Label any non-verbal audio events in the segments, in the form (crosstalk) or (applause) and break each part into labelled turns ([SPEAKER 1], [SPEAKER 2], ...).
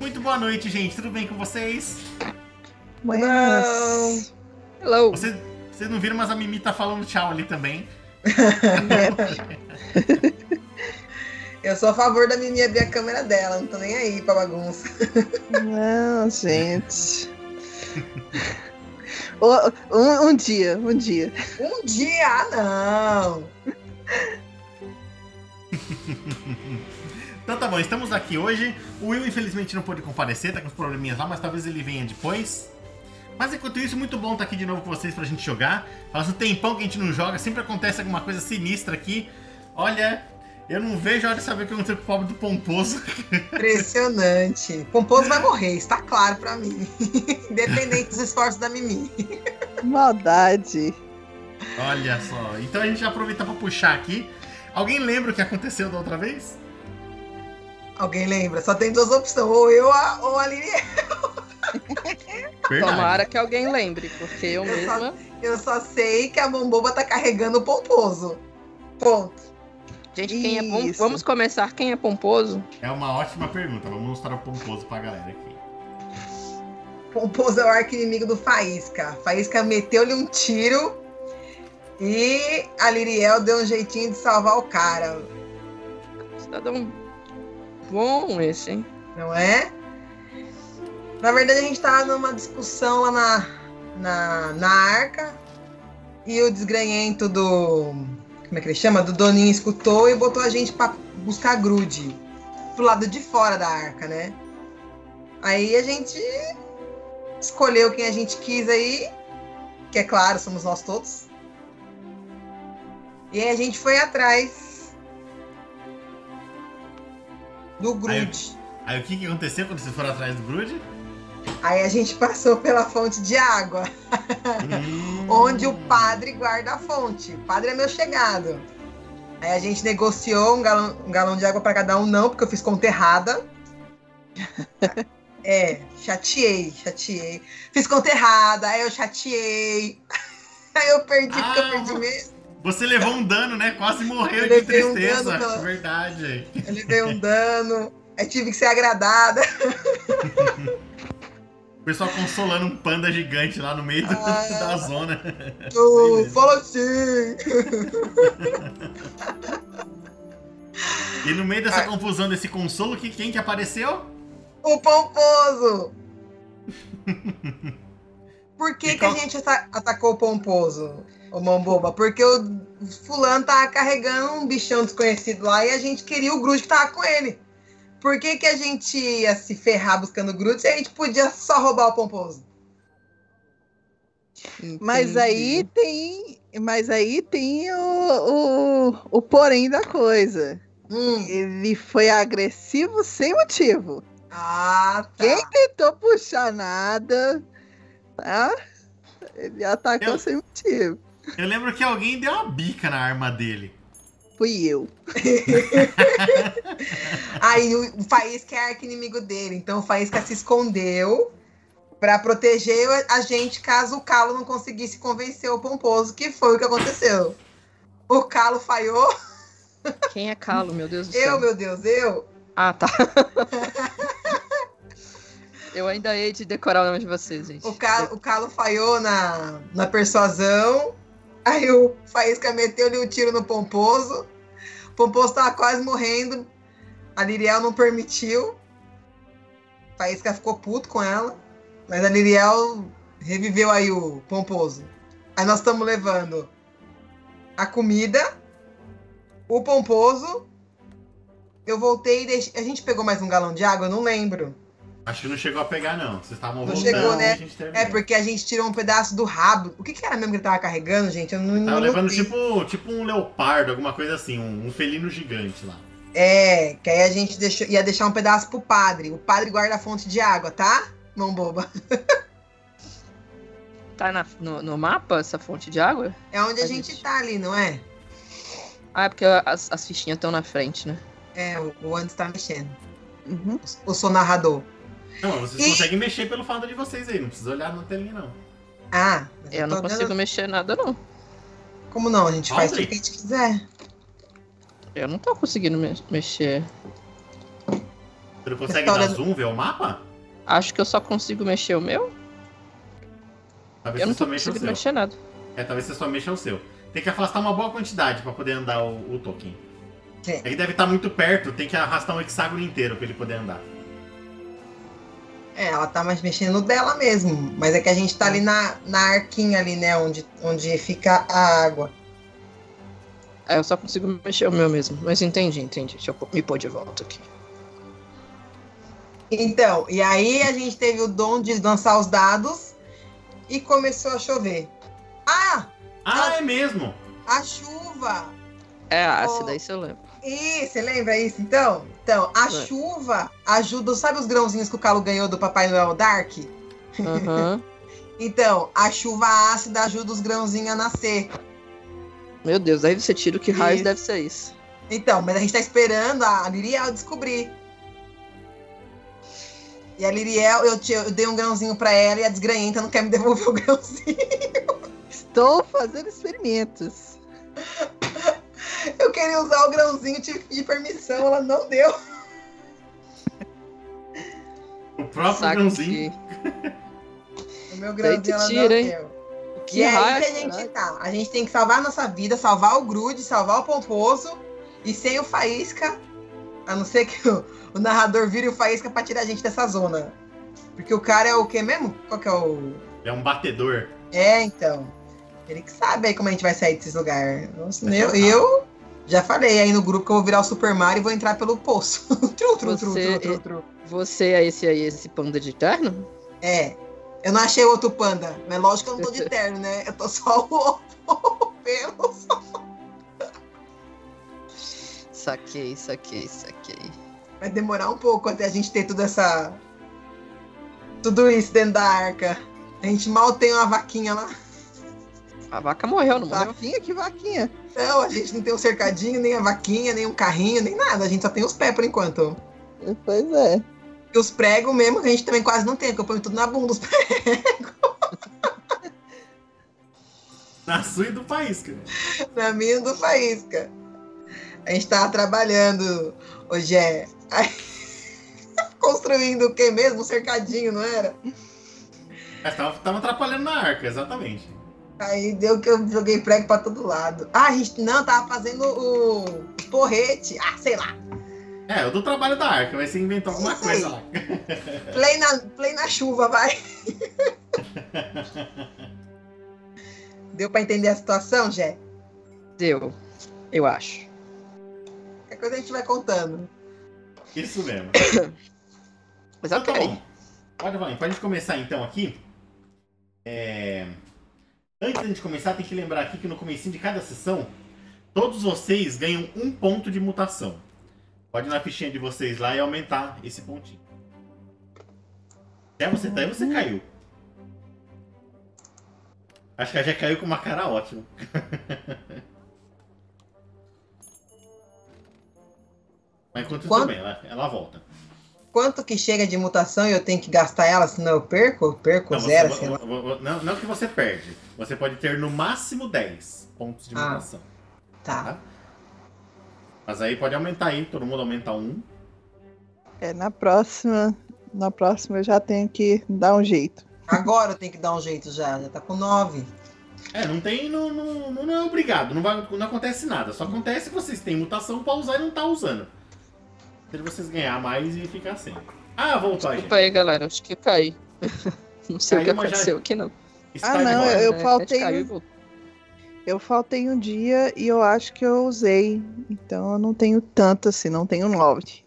[SPEAKER 1] muito boa noite, gente. Tudo bem com vocês?
[SPEAKER 2] Buenas. Hello.
[SPEAKER 1] Vocês, vocês não viram, mas a Mimi tá falando tchau ali também.
[SPEAKER 3] É. Eu sou a favor da Mimi abrir a câmera dela, não tô nem aí pra bagunça.
[SPEAKER 2] Não, gente. Ô, um, um dia, um dia.
[SPEAKER 3] Um dia, ah, não!
[SPEAKER 1] Então tá bom, estamos aqui hoje. O Will infelizmente não pôde comparecer, tá com uns probleminhas lá, mas talvez ele venha depois. Mas enquanto isso, muito bom estar aqui de novo com vocês pra gente jogar. Faz um tempão que a gente não joga, sempre acontece alguma coisa sinistra aqui. Olha, eu não vejo a hora de saber o que aconteceu com o pobre do Pomposo. (laughs)
[SPEAKER 3] Impressionante. Pomposo vai morrer, está claro pra mim. Independente dos esforços da Mimi.
[SPEAKER 2] Maldade.
[SPEAKER 1] Olha só, então a gente já aproveita pra puxar aqui. Alguém lembra o que aconteceu da outra vez?
[SPEAKER 3] Alguém lembra? Só tem duas opções, ou eu a- ou a Lili.
[SPEAKER 1] Verdade.
[SPEAKER 4] Tomara que alguém lembre, porque eu
[SPEAKER 3] Eu só-
[SPEAKER 4] mesma.
[SPEAKER 3] Eu só sei que a bomboba tá carregando o pomposo. Ponto.
[SPEAKER 4] Gente, quem é pom...
[SPEAKER 2] Isso.
[SPEAKER 4] vamos começar. Quem é pomposo?
[SPEAKER 1] É uma ótima pergunta, vamos mostrar o Pomposo pra galera aqui.
[SPEAKER 3] Pomposo é o arco inimigo do Faísca. Faísca meteu-lhe um tiro e a Liriel deu um jeitinho de salvar o cara,
[SPEAKER 4] Cidadão bom esse, hein?
[SPEAKER 3] não é? Na verdade, a gente tava numa discussão lá na, na, na arca e o desgranhento do. Como é que ele chama? Do Doninho escutou e botou a gente pra buscar grude pro lado de fora da arca, né? Aí a gente escolheu quem a gente quis aí, que é claro, somos nós todos. E aí a gente foi atrás do grude.
[SPEAKER 1] Aí o que, que aconteceu quando vocês foram atrás do Brood?
[SPEAKER 3] Aí a gente passou pela fonte de água, (laughs) onde o padre guarda a fonte. O padre é meu chegado. Aí a gente negociou um galão, um galão de água para cada um, não, porque eu fiz conta errada. É, chateei, chateei. Fiz conta errada, aí eu chateei. (laughs) Aí eu perdi, porque eu
[SPEAKER 1] Ah,
[SPEAKER 3] perdi mesmo.
[SPEAKER 1] Você levou um dano, né? Quase morreu
[SPEAKER 3] Eu
[SPEAKER 1] de
[SPEAKER 3] levei um
[SPEAKER 1] tristeza.
[SPEAKER 3] dano, não.
[SPEAKER 1] Verdade.
[SPEAKER 3] Eu levei um dano, aí tive que ser agradada.
[SPEAKER 1] O pessoal consolando um panda gigante lá no meio do-
[SPEAKER 3] Ah.
[SPEAKER 1] (laughs) da zona.
[SPEAKER 3] Eu,
[SPEAKER 1] mesmo.
[SPEAKER 3] fala assim.
[SPEAKER 1] E no meio dessa
[SPEAKER 3] Ah.
[SPEAKER 1] confusão, desse consolo, que quem que apareceu? (laughs)
[SPEAKER 3] O Pomposo! Por
[SPEAKER 1] E
[SPEAKER 3] que, que
[SPEAKER 1] qual-
[SPEAKER 3] a gente ata- atacou o Pomposo, o Mamboba? Porque o fulano tava carregando um bichão desconhecido lá e a gente queria o Groot que tava com ele. Por que, que a gente ia se ferrar buscando o Groot se a gente podia só roubar o Pomposo?
[SPEAKER 2] Mas aí tem. Mas aí tem o, o, o porém da coisa.
[SPEAKER 3] Hum.
[SPEAKER 2] Ele foi agressivo sem motivo.
[SPEAKER 3] Ah, tá.
[SPEAKER 2] Quem tentou puxar nada, tá? Ele atacou
[SPEAKER 1] Eu-
[SPEAKER 2] sem motivo.
[SPEAKER 1] Eu lembro que alguém deu uma bica na arma dele.
[SPEAKER 2] Fui eu.
[SPEAKER 3] Aí o o Faísca é arqui-inimigo dele. Então o Faísca se escondeu pra proteger a- a gente caso o Calo não conseguisse convencer o Pomposo, que foi o que aconteceu. O Calo falhou.
[SPEAKER 4] Quem é Calo, meu Deus do
[SPEAKER 3] Eu,
[SPEAKER 4] céu?
[SPEAKER 3] meu Deus, eu.
[SPEAKER 4] Ah, tá. (laughs) eu ainda hei de decorar o nome de vocês, gente.
[SPEAKER 3] O Calo, o Calo falhou na, na persuasão. Aí o Faísca meteu-lhe um tiro no Pomposo. O Pomposo tava quase morrendo. A Liriel não permitiu. Faísca ficou puto com ela. Mas a Liriel reviveu aí o Pomposo. Aí nós estamos levando a comida, o Pomposo. Eu voltei e deixei... A gente pegou mais um galão de água? Eu não lembro.
[SPEAKER 1] Acho que não chegou a pegar, não. Vocês estavam
[SPEAKER 3] Não
[SPEAKER 1] voltando.
[SPEAKER 3] chegou, né?
[SPEAKER 1] a gente terminou.
[SPEAKER 3] É, porque a gente tirou um pedaço do rabo. O que, que era mesmo que ele tava carregando, gente? Eu não,
[SPEAKER 1] Tava
[SPEAKER 3] não
[SPEAKER 1] levando
[SPEAKER 3] vi.
[SPEAKER 1] tipo, tipo um leopardo, alguma coisa assim, um, um felino gigante lá.
[SPEAKER 3] É, que aí a gente deixou- ia deixar um pedaço pro padre. O padre guarda a fonte de água, tá? Mão boba.
[SPEAKER 4] Tá na- no, no mapa essa fonte de água?
[SPEAKER 3] É onde a,
[SPEAKER 4] A
[SPEAKER 3] gente...
[SPEAKER 4] gente-
[SPEAKER 3] tá ali, não é?
[SPEAKER 4] Ah, é porque as, as fichinhas estão na frente, né?
[SPEAKER 3] É, o, o Andes tá mexendo.
[SPEAKER 2] Uhum.
[SPEAKER 3] Eu sou narrador.
[SPEAKER 1] Não, vocês
[SPEAKER 3] E-
[SPEAKER 1] conseguem mexer pelo fato de vocês aí, não precisa olhar na telinha, não.
[SPEAKER 3] Ah, mas
[SPEAKER 4] Eu não
[SPEAKER 3] tô olhando-
[SPEAKER 4] consigo mexer nada, não.
[SPEAKER 3] Como não? A gente faz
[SPEAKER 1] Audrey.
[SPEAKER 3] tudo que a gente quiser.
[SPEAKER 4] Eu não tô conseguindo me- mexer.
[SPEAKER 1] Você não consegue
[SPEAKER 3] Restaura-
[SPEAKER 1] dar zoom, ver o mapa?
[SPEAKER 4] Acho que eu só consigo mexer o meu.
[SPEAKER 1] Talvez você
[SPEAKER 4] Eu não
[SPEAKER 1] só
[SPEAKER 4] tô
[SPEAKER 1] mexa o
[SPEAKER 4] conseguindo
[SPEAKER 1] seu.
[SPEAKER 4] mexer nada.
[SPEAKER 1] É, talvez você só mexa o seu. Tem que afastar uma boa quantidade pra poder andar o, o token.
[SPEAKER 3] Sim.
[SPEAKER 1] Ele deve estar muito perto, tem que arrastar um hexágono inteiro pra ele poder andar.
[SPEAKER 3] É, ela tá mais mexendo no dela mesmo. Mas é que a gente tá ali na, na arquinha ali, né? Onde, onde fica a água.
[SPEAKER 4] É, eu só consigo mexer o meu mesmo. Mas entendi, entendi. Deixa eu pô- me pôr de volta aqui.
[SPEAKER 3] Então, e aí a gente teve o dom de dançar os dados e começou a chover. Ah!
[SPEAKER 1] Ah, é mesmo!
[SPEAKER 3] A chuva!
[SPEAKER 4] É
[SPEAKER 3] Oh.
[SPEAKER 4] ácida, isso eu lembro.
[SPEAKER 3] Ih, você lembra isso então? Então, a
[SPEAKER 4] É.
[SPEAKER 3] chuva ajuda. Sabe os grãozinhos que o Calo ganhou do Papai Noel Dark?
[SPEAKER 4] Aham. (laughs)
[SPEAKER 3] Então, a chuva ácida ajuda os grãozinhos a nascer.
[SPEAKER 4] Meu Deus, aí você tira o que raios
[SPEAKER 3] Isso.
[SPEAKER 4] deve ser isso.
[SPEAKER 3] Então, mas a gente tá esperando a Liriel descobrir. E a Liriel, eu, te- eu dei um grãozinho pra ela e a desgranhenta não quer me devolver o (laughs) grãozinho.
[SPEAKER 2] Estou fazendo experimentos.
[SPEAKER 3] Eu queria usar o grãozinho, tive que pedir permissão, ela não deu.
[SPEAKER 1] O próprio
[SPEAKER 4] Saca
[SPEAKER 1] grãozinho.
[SPEAKER 4] que,
[SPEAKER 3] O meu
[SPEAKER 4] Daí tu
[SPEAKER 3] grãozinho ela não
[SPEAKER 4] tira, hein?
[SPEAKER 3] deu.
[SPEAKER 4] que
[SPEAKER 3] E
[SPEAKER 4] né?
[SPEAKER 3] é aí
[SPEAKER 4] raio.
[SPEAKER 3] que a gente tá. A gente tem que salvar a nossa vida, salvar o Grude, salvar o Pomposo. E sem o Faísca, a não ser que o, o narrador vire o Faísca pra tirar a gente dessa zona. Porque o cara é o quê mesmo? Qual que é o.
[SPEAKER 1] É um batedor.
[SPEAKER 3] É, então. Ele que sabe aí como a gente vai sair desses lugares. Eu, eu,
[SPEAKER 1] sabe.
[SPEAKER 3] já falei aí no grupo que eu vou virar o Super Mario e vou entrar pelo poço. (laughs) tru, tru, tru,
[SPEAKER 4] Você-
[SPEAKER 3] tru, tru, tru.
[SPEAKER 4] Você é esse aí, esse panda de terno?
[SPEAKER 3] É. Eu não achei outro panda. Mas lógico que eu não tô de terno, né? Eu tô só o, o pelo.
[SPEAKER 4] Saquei, saquei, saquei.
[SPEAKER 3] (laughs) Vai demorar um pouco até a gente ter toda essa. Tudo isso dentro da arca. A gente mal tem uma vaquinha lá.
[SPEAKER 4] A vaca morreu, não morreu?
[SPEAKER 2] Vaquinha que vaquinha.
[SPEAKER 3] Não, a gente não tem um cercadinho, nem a vaquinha, nem um carrinho, nem nada. A gente só tem os pés por enquanto.
[SPEAKER 2] Pois é.
[SPEAKER 3] E os pregos mesmo, que a gente também quase não tem, porque eu ponho tudo na bunda. Os pregos.
[SPEAKER 1] Na sua e do Faísca.
[SPEAKER 3] Na minha do faísca. A gente tava trabalhando, hoje é. (laughs) Construindo o quê mesmo? Um cercadinho, não era?
[SPEAKER 1] Mas tava, tava atrapalhando na arca, exatamente.
[SPEAKER 3] Aí deu que eu joguei prego pra todo lado. Ah, a gente não, tava fazendo o porrete. Ah, sei lá.
[SPEAKER 1] É, eu dou trabalho da arca, mas você inventou alguma
[SPEAKER 3] Sim.
[SPEAKER 1] coisa lá. É.
[SPEAKER 3] Play na, play na
[SPEAKER 1] (laughs)
[SPEAKER 3] chuva, vai. Deu pra entender a situação, Jé?
[SPEAKER 4] Deu, eu acho.
[SPEAKER 3] Qualquer coisa a gente vai contando.
[SPEAKER 1] Isso mesmo.
[SPEAKER 4] Mas
[SPEAKER 1] Então tá
[SPEAKER 4] ok.
[SPEAKER 1] bom. Pode, Valente, pra gente começar então aqui. é, Antes da gente começar, tem que lembrar aqui que no comecinho de cada sessão, todos vocês ganham um ponto de mutação. Pode ir na fichinha de vocês lá e aumentar esse pontinho. Até você, tá, até você caiu. Acho que já caiu com uma cara ótima. (laughs) Mas enquanto isso
[SPEAKER 3] Quanto-
[SPEAKER 1] bem, ela, ela volta.
[SPEAKER 3] Quanto que chega de mutação e eu tenho que gastar ela, senão eu perco? Eu perco
[SPEAKER 1] Não, você-
[SPEAKER 3] zero,
[SPEAKER 1] vo-
[SPEAKER 3] sei lá.
[SPEAKER 1] vo- vo- não, não que você perde. Você pode ter no máximo 10 pontos de
[SPEAKER 3] Ah.
[SPEAKER 1] mutação.
[SPEAKER 3] Tá.
[SPEAKER 1] Mas aí pode aumentar aí, todo mundo aumenta um.
[SPEAKER 2] É, na próxima, na próxima eu já tenho que dar um jeito.
[SPEAKER 3] Agora eu tenho que dar um jeito já. Já tá com nove.
[SPEAKER 1] É, não tem. Não, não, não é obrigado. Não, vai- não acontece nada. Só acontece que vocês têm mutação pra usar e não tá usando. Se vocês ganhar mais e ficar sem. Ah, voltou aí.
[SPEAKER 4] Desculpa aí, galera. Acho que eu caí. (laughs) Não sei
[SPEAKER 1] Caiu, mas já-
[SPEAKER 4] o que aconteceu aqui, não.
[SPEAKER 1] Está
[SPEAKER 2] Ah,
[SPEAKER 1] de
[SPEAKER 2] não,
[SPEAKER 1] volta.
[SPEAKER 2] eu
[SPEAKER 4] É,
[SPEAKER 2] faltei
[SPEAKER 4] a gente caiu
[SPEAKER 2] no-
[SPEAKER 4] e voltou.
[SPEAKER 2] Eu faltei um dia e eu acho que eu usei. Então eu não tenho tanto assim, não tenho nove.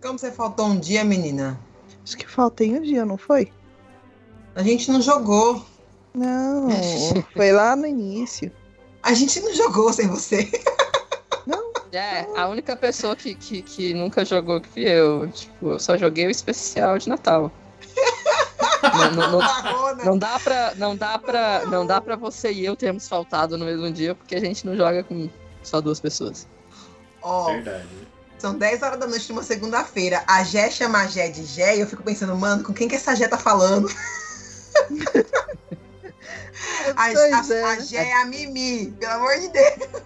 [SPEAKER 3] Como você faltou um dia, menina?
[SPEAKER 2] Acho que faltei um dia, não foi?
[SPEAKER 3] A gente não jogou.
[SPEAKER 1] (laughs)
[SPEAKER 2] Não, foi lá no início.
[SPEAKER 3] A gente não jogou sem você.
[SPEAKER 4] É, a única pessoa que, que, que nunca jogou que fui eu. Tipo, eu só joguei o especial de
[SPEAKER 3] (laughs)
[SPEAKER 4] Natal. Não, não- não-
[SPEAKER 3] Barrona.
[SPEAKER 4] não dá pra, não dá pra, não dá pra você e eu termos faltado no mesmo dia, porque a gente não joga com só duas pessoas.
[SPEAKER 3] Ó,
[SPEAKER 1] né? Verdade.
[SPEAKER 3] São 10 horas da noite de uma segunda-feira. A Jé chama a Jé de Jé e eu fico pensando, mano, com quem que essa Jé
[SPEAKER 2] (laughs)
[SPEAKER 3] tá falando? A,
[SPEAKER 2] Pois
[SPEAKER 3] a-
[SPEAKER 2] é.
[SPEAKER 3] a Jé é a Mimi, pelo amor de Deus.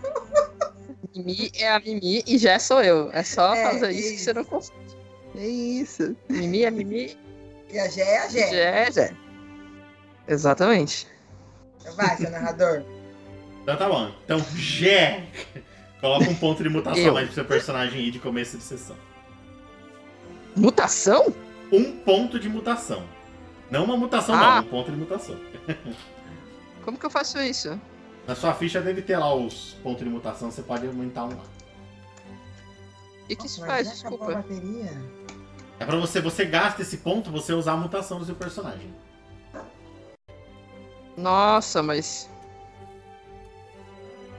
[SPEAKER 4] Mimi é a Mimi e já sou eu. É só
[SPEAKER 3] É,
[SPEAKER 4] fazer isso que
[SPEAKER 3] isso.
[SPEAKER 4] você não consegue.
[SPEAKER 2] É isso.
[SPEAKER 4] Mimi é Mimi.
[SPEAKER 3] E a Gé é a Gé.
[SPEAKER 4] Jé, Jé. Exatamente.
[SPEAKER 3] Vai, seu
[SPEAKER 4] (laughs)
[SPEAKER 3] narrador.
[SPEAKER 1] Então tá bom. Então, Gé. (laughs) Coloca um ponto de mutação
[SPEAKER 4] Eu.
[SPEAKER 1] mais pro seu personagem e de começo de sessão.
[SPEAKER 4] Mutação?
[SPEAKER 1] Um ponto de mutação. Não uma mutação,
[SPEAKER 4] Ah.
[SPEAKER 1] não. Um ponto de mutação.
[SPEAKER 4] Como que eu faço isso?
[SPEAKER 1] Na sua ficha deve ter lá os pontos de mutação, você pode aumentar um lá.
[SPEAKER 4] O que, que isso
[SPEAKER 3] Nossa,
[SPEAKER 4] faz?
[SPEAKER 3] mas já acabou
[SPEAKER 4] Desculpa.
[SPEAKER 3] a bateria?
[SPEAKER 1] É pra você, você gasta esse ponto, você usar a mutação do seu personagem.
[SPEAKER 4] Nossa, mas.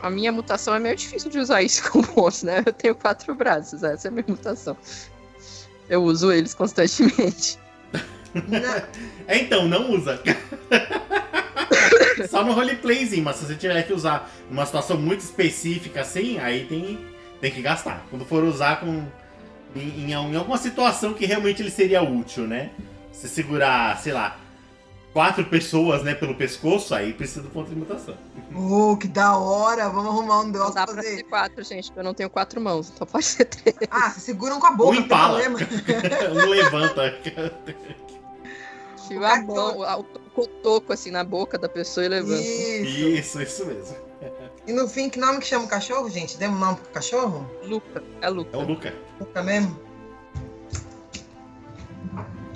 [SPEAKER 4] A minha mutação é meio difícil de usar (laughs) isso com ponto, né? Eu tenho quatro braços, essa é a minha mutação. Eu uso eles constantemente.
[SPEAKER 3] Não,
[SPEAKER 1] É, então, não usa. (laughs) Só no roleplayzinho, mas se você tiver que usar numa situação muito específica assim, aí tem, tem que gastar. Quando for usar com, em, em al- em alguma situação que realmente ele seria útil, né? Se segurar, sei lá, quatro pessoas né, pelo pescoço, aí precisa do ponto de mutação. (laughs)
[SPEAKER 3] Oh, que da hora! Vamos arrumar um
[SPEAKER 4] Não
[SPEAKER 3] negócio
[SPEAKER 4] dá
[SPEAKER 3] pra
[SPEAKER 4] pra
[SPEAKER 3] fazer.
[SPEAKER 4] ser quatro, gente, porque eu não tenho quatro mãos, então pode ser três.
[SPEAKER 3] Ah, se seguram com a boca,
[SPEAKER 1] Ou
[SPEAKER 3] não tem
[SPEAKER 1] empala.
[SPEAKER 3] problema.
[SPEAKER 1] um levanta.
[SPEAKER 4] Tira a mão, a- o cotoco assim na boca da pessoa e levanta.
[SPEAKER 3] Isso.
[SPEAKER 1] (laughs) Isso, isso mesmo.
[SPEAKER 3] E no fim, que nome que chama o cachorro, gente? Demos nome pro cachorro?
[SPEAKER 4] Luca, é
[SPEAKER 1] É
[SPEAKER 4] Luca.
[SPEAKER 1] o Luca.
[SPEAKER 3] Luca mesmo?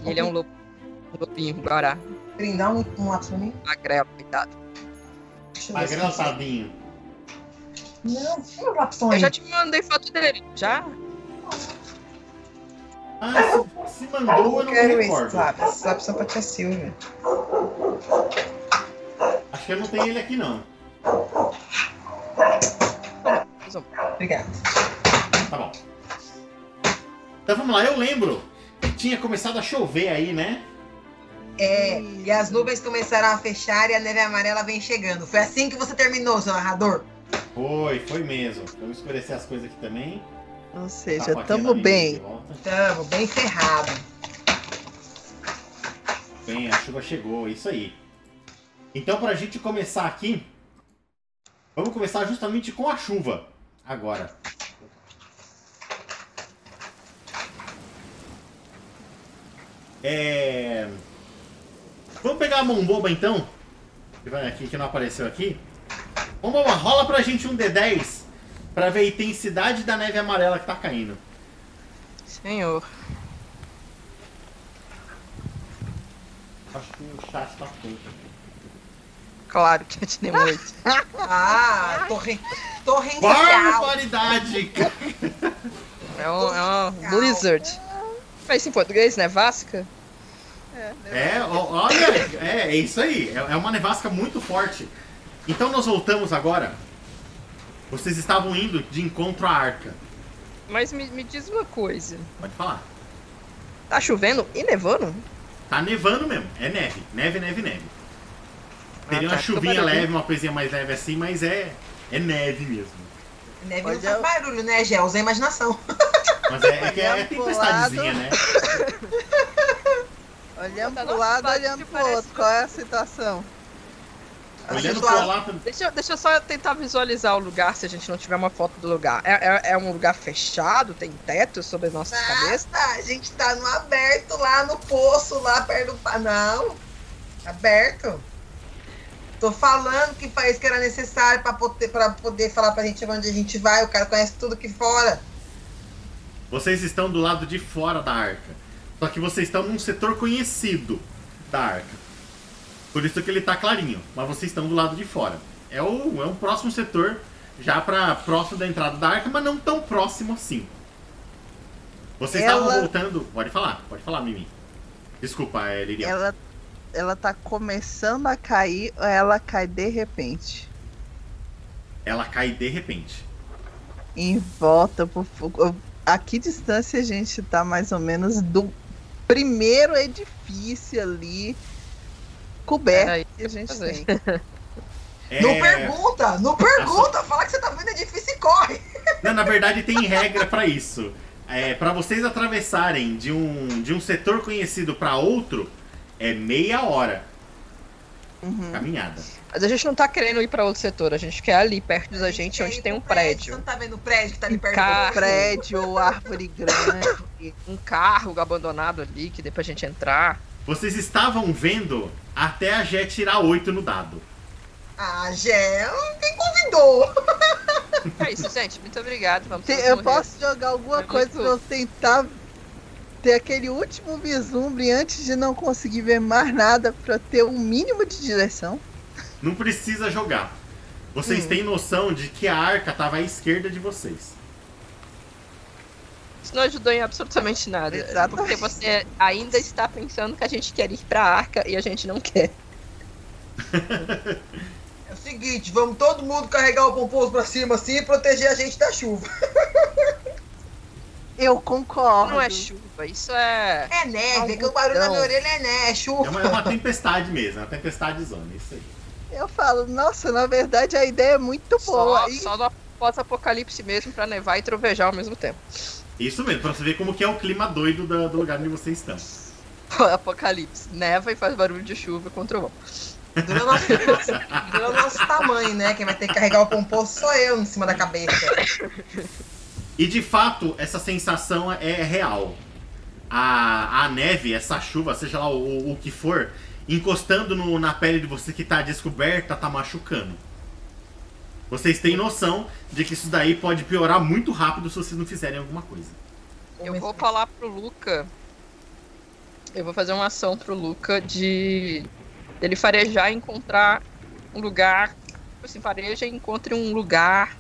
[SPEAKER 4] Ele é um lobo. Um lobinho, guará,
[SPEAKER 3] Brindar um, um lápis pra mim?
[SPEAKER 4] magrelo, coitado.
[SPEAKER 3] Deixa eu
[SPEAKER 1] Ah, assim,
[SPEAKER 3] ver se-
[SPEAKER 1] Agrançadinho.
[SPEAKER 3] Não, um tira o lápis aí.
[SPEAKER 4] Eu já te mandei foto dele, já?
[SPEAKER 1] Ah, se mandou, eu não me
[SPEAKER 3] quero esse
[SPEAKER 1] recordo.
[SPEAKER 3] lápis. Esse lápis são pra tia Silvia.
[SPEAKER 1] Acho que eu não tenho ele aqui, não.
[SPEAKER 3] Obrigada.
[SPEAKER 1] Tá bom. Então vamos lá, eu lembro que tinha começado a chover aí, né?
[SPEAKER 3] É, e as nuvens começaram a fechar e a neve amarela vem chegando. Foi assim que você terminou, seu narrador.
[SPEAKER 1] Foi, foi mesmo. Vamos escurecer as coisas aqui também.
[SPEAKER 2] Ou seja,
[SPEAKER 1] Tá, a
[SPEAKER 2] tamo
[SPEAKER 1] faquinha da menina de
[SPEAKER 2] bem.
[SPEAKER 1] volta.
[SPEAKER 3] Tamo bem ferrado.
[SPEAKER 1] Bem, a chuva chegou, é isso aí. Então, pra gente começar aqui, vamos começar justamente com a chuva. Agora. É... Vamos pegar a mão boba então, que vai aqui, que não apareceu aqui. Mão boba, rola pra gente um D10 pra ver a intensidade da neve amarela que tá caindo.
[SPEAKER 4] Senhor.
[SPEAKER 1] Acho que o chat tá feito.
[SPEAKER 4] Claro que eu te dei um muito.
[SPEAKER 3] Ah, torre... torrencial.
[SPEAKER 1] Barbaridade, cara!
[SPEAKER 4] É um, é um blizzard. Mas em português, né? Vasca?
[SPEAKER 1] É, ó- olha, é, é isso aí. É é uma nevasca muito forte. Então nós voltamos agora. Vocês estavam indo de encontro à arca.
[SPEAKER 4] Mas me, me diz uma coisa.
[SPEAKER 1] Pode falar.
[SPEAKER 4] Tá chovendo e nevando?
[SPEAKER 1] Tá nevando mesmo. É neve. Neve, neve, neve. Teria
[SPEAKER 4] Ah,
[SPEAKER 1] uma
[SPEAKER 4] tá.
[SPEAKER 1] chuvinha
[SPEAKER 4] Então,
[SPEAKER 1] leve, uma coisinha mais leve assim, mas é, é neve mesmo.
[SPEAKER 3] Neve
[SPEAKER 2] Olha
[SPEAKER 3] não faz
[SPEAKER 2] o-
[SPEAKER 3] barulho, né, Gé? Usa a imaginação.
[SPEAKER 1] Mas é, é que é, tempestadezinha, né?
[SPEAKER 2] Olhando
[SPEAKER 4] Tá
[SPEAKER 2] um pro
[SPEAKER 4] nossa,
[SPEAKER 2] lado,
[SPEAKER 4] bate
[SPEAKER 2] olhando
[SPEAKER 4] que
[SPEAKER 2] pro
[SPEAKER 4] parece-
[SPEAKER 1] assim,
[SPEAKER 2] outro. Qual é a situação?
[SPEAKER 3] A
[SPEAKER 1] Olhando pra
[SPEAKER 3] situação-
[SPEAKER 1] lá também.
[SPEAKER 4] Deixa, eu- deixa eu só tentar visualizar o lugar, se a gente não tiver uma foto do lugar. É, é- é um lugar fechado? Tem teto sobre as
[SPEAKER 3] Tá.
[SPEAKER 4] nossas cabeças?
[SPEAKER 3] Nada, a gente tá no aberto lá no poço, lá perto do panal. Aberto. Tô falando que país que era necessário pra poder, pra poder falar pra gente onde a gente vai. O cara conhece tudo aqui fora.
[SPEAKER 1] Vocês estão do lado de fora da arca. Só que vocês estão num setor conhecido da arca. Por isso que ele tá clarinho. Mas vocês estão do lado de fora. É o, é um próximo setor, já pra próximo da entrada da arca, mas não tão próximo assim. Vocês
[SPEAKER 2] Ela-
[SPEAKER 1] estavam voltando. Pode falar, pode falar, Mimi. Desculpa, é, Lilian.
[SPEAKER 2] Ela, ela tá começando a cair ou ela cai de repente?
[SPEAKER 1] Ela cai de repente.
[SPEAKER 2] Em volta, por, por- a que distância a gente tá mais ou menos do primeiro edifício ali coberto
[SPEAKER 4] Peraí,
[SPEAKER 2] que a gente
[SPEAKER 4] fazer.
[SPEAKER 2] tem?
[SPEAKER 1] É,
[SPEAKER 3] Não pergunta, não pergunta. Fala que você tá vendo edifício e corre.
[SPEAKER 1] Não, na verdade tem regra pra isso. É, para vocês atravessarem de um, de um setor conhecido pra outro é meia hora.
[SPEAKER 2] Uhum.
[SPEAKER 1] Caminhada.
[SPEAKER 4] Mas a gente não tá querendo ir pra outro setor, a gente quer ali perto da gente,
[SPEAKER 3] quer
[SPEAKER 4] onde
[SPEAKER 3] ir
[SPEAKER 4] tem
[SPEAKER 3] pro
[SPEAKER 4] um prédio.
[SPEAKER 3] Você não tá vendo o prédio né? que tá ali perto
[SPEAKER 4] Carro.
[SPEAKER 3] do
[SPEAKER 2] Prédio ou árvore
[SPEAKER 4] (laughs)
[SPEAKER 2] grande.
[SPEAKER 4] Um carro abandonado ali, que dê pra gente entrar.
[SPEAKER 1] Vocês estavam vendo até a Jé tirar 8 no dado.
[SPEAKER 3] Ah, Gé, quem convidou?
[SPEAKER 4] É isso, gente. Muito obrigado. Vamos
[SPEAKER 2] Te-
[SPEAKER 4] todos
[SPEAKER 2] Eu
[SPEAKER 4] morrer.
[SPEAKER 2] posso jogar alguma
[SPEAKER 4] É
[SPEAKER 2] coisa
[SPEAKER 4] muito-
[SPEAKER 2] pra eu tentar ter aquele último vislumbre antes de não conseguir ver mais nada pra ter um mínimo de direção.
[SPEAKER 1] Não precisa jogar. Vocês
[SPEAKER 2] Hum.
[SPEAKER 1] têm noção de que a arca tava à esquerda de vocês.
[SPEAKER 4] Isso não ajudou em absolutamente nada.
[SPEAKER 2] Exatamente.
[SPEAKER 4] Porque você ainda está pensando que a gente quer ir pra arca e a gente não quer.
[SPEAKER 3] É o seguinte, vamos todo mundo carregar o pomposo pra cima assim e proteger a gente da chuva.
[SPEAKER 2] Eu concordo.
[SPEAKER 4] Não é chuva, isso é.
[SPEAKER 3] É neve, é que o barulho na
[SPEAKER 2] Algodão.
[SPEAKER 3] minha orelha é neve, é
[SPEAKER 1] É
[SPEAKER 3] chuva.
[SPEAKER 1] uma, é uma tempestade mesmo, é uma tempestade zona, isso aí.
[SPEAKER 2] Eu falo, nossa, na verdade a ideia é muito boa.
[SPEAKER 4] Só,
[SPEAKER 2] E
[SPEAKER 4] só no pós-apocalipse mesmo pra nevar e trovejar ao mesmo tempo. (laughs)
[SPEAKER 1] Isso mesmo, pra você ver como que é o clima doido da- do lugar onde vocês estão.
[SPEAKER 4] Apocalipse. Neva e faz barulho de chuva com trovão.
[SPEAKER 3] Dura nosso, (laughs) dura nosso tamanho, né? Quem vai ter que carregar o pomposo sou eu em cima da cabeça.
[SPEAKER 1] E de fato, essa sensação é real. A, a neve, essa chuva, seja lá o, o que for, encostando no- na pele de você que tá descoberta, tá machucando. Vocês têm noção de que isso daí pode piorar muito rápido se vocês não fizerem alguma coisa.
[SPEAKER 4] Eu vou falar pro Luca. Eu vou fazer uma ação pro Luca de ele farejar e encontrar um lugar. Tipo assim, fareja e encontre um lugar.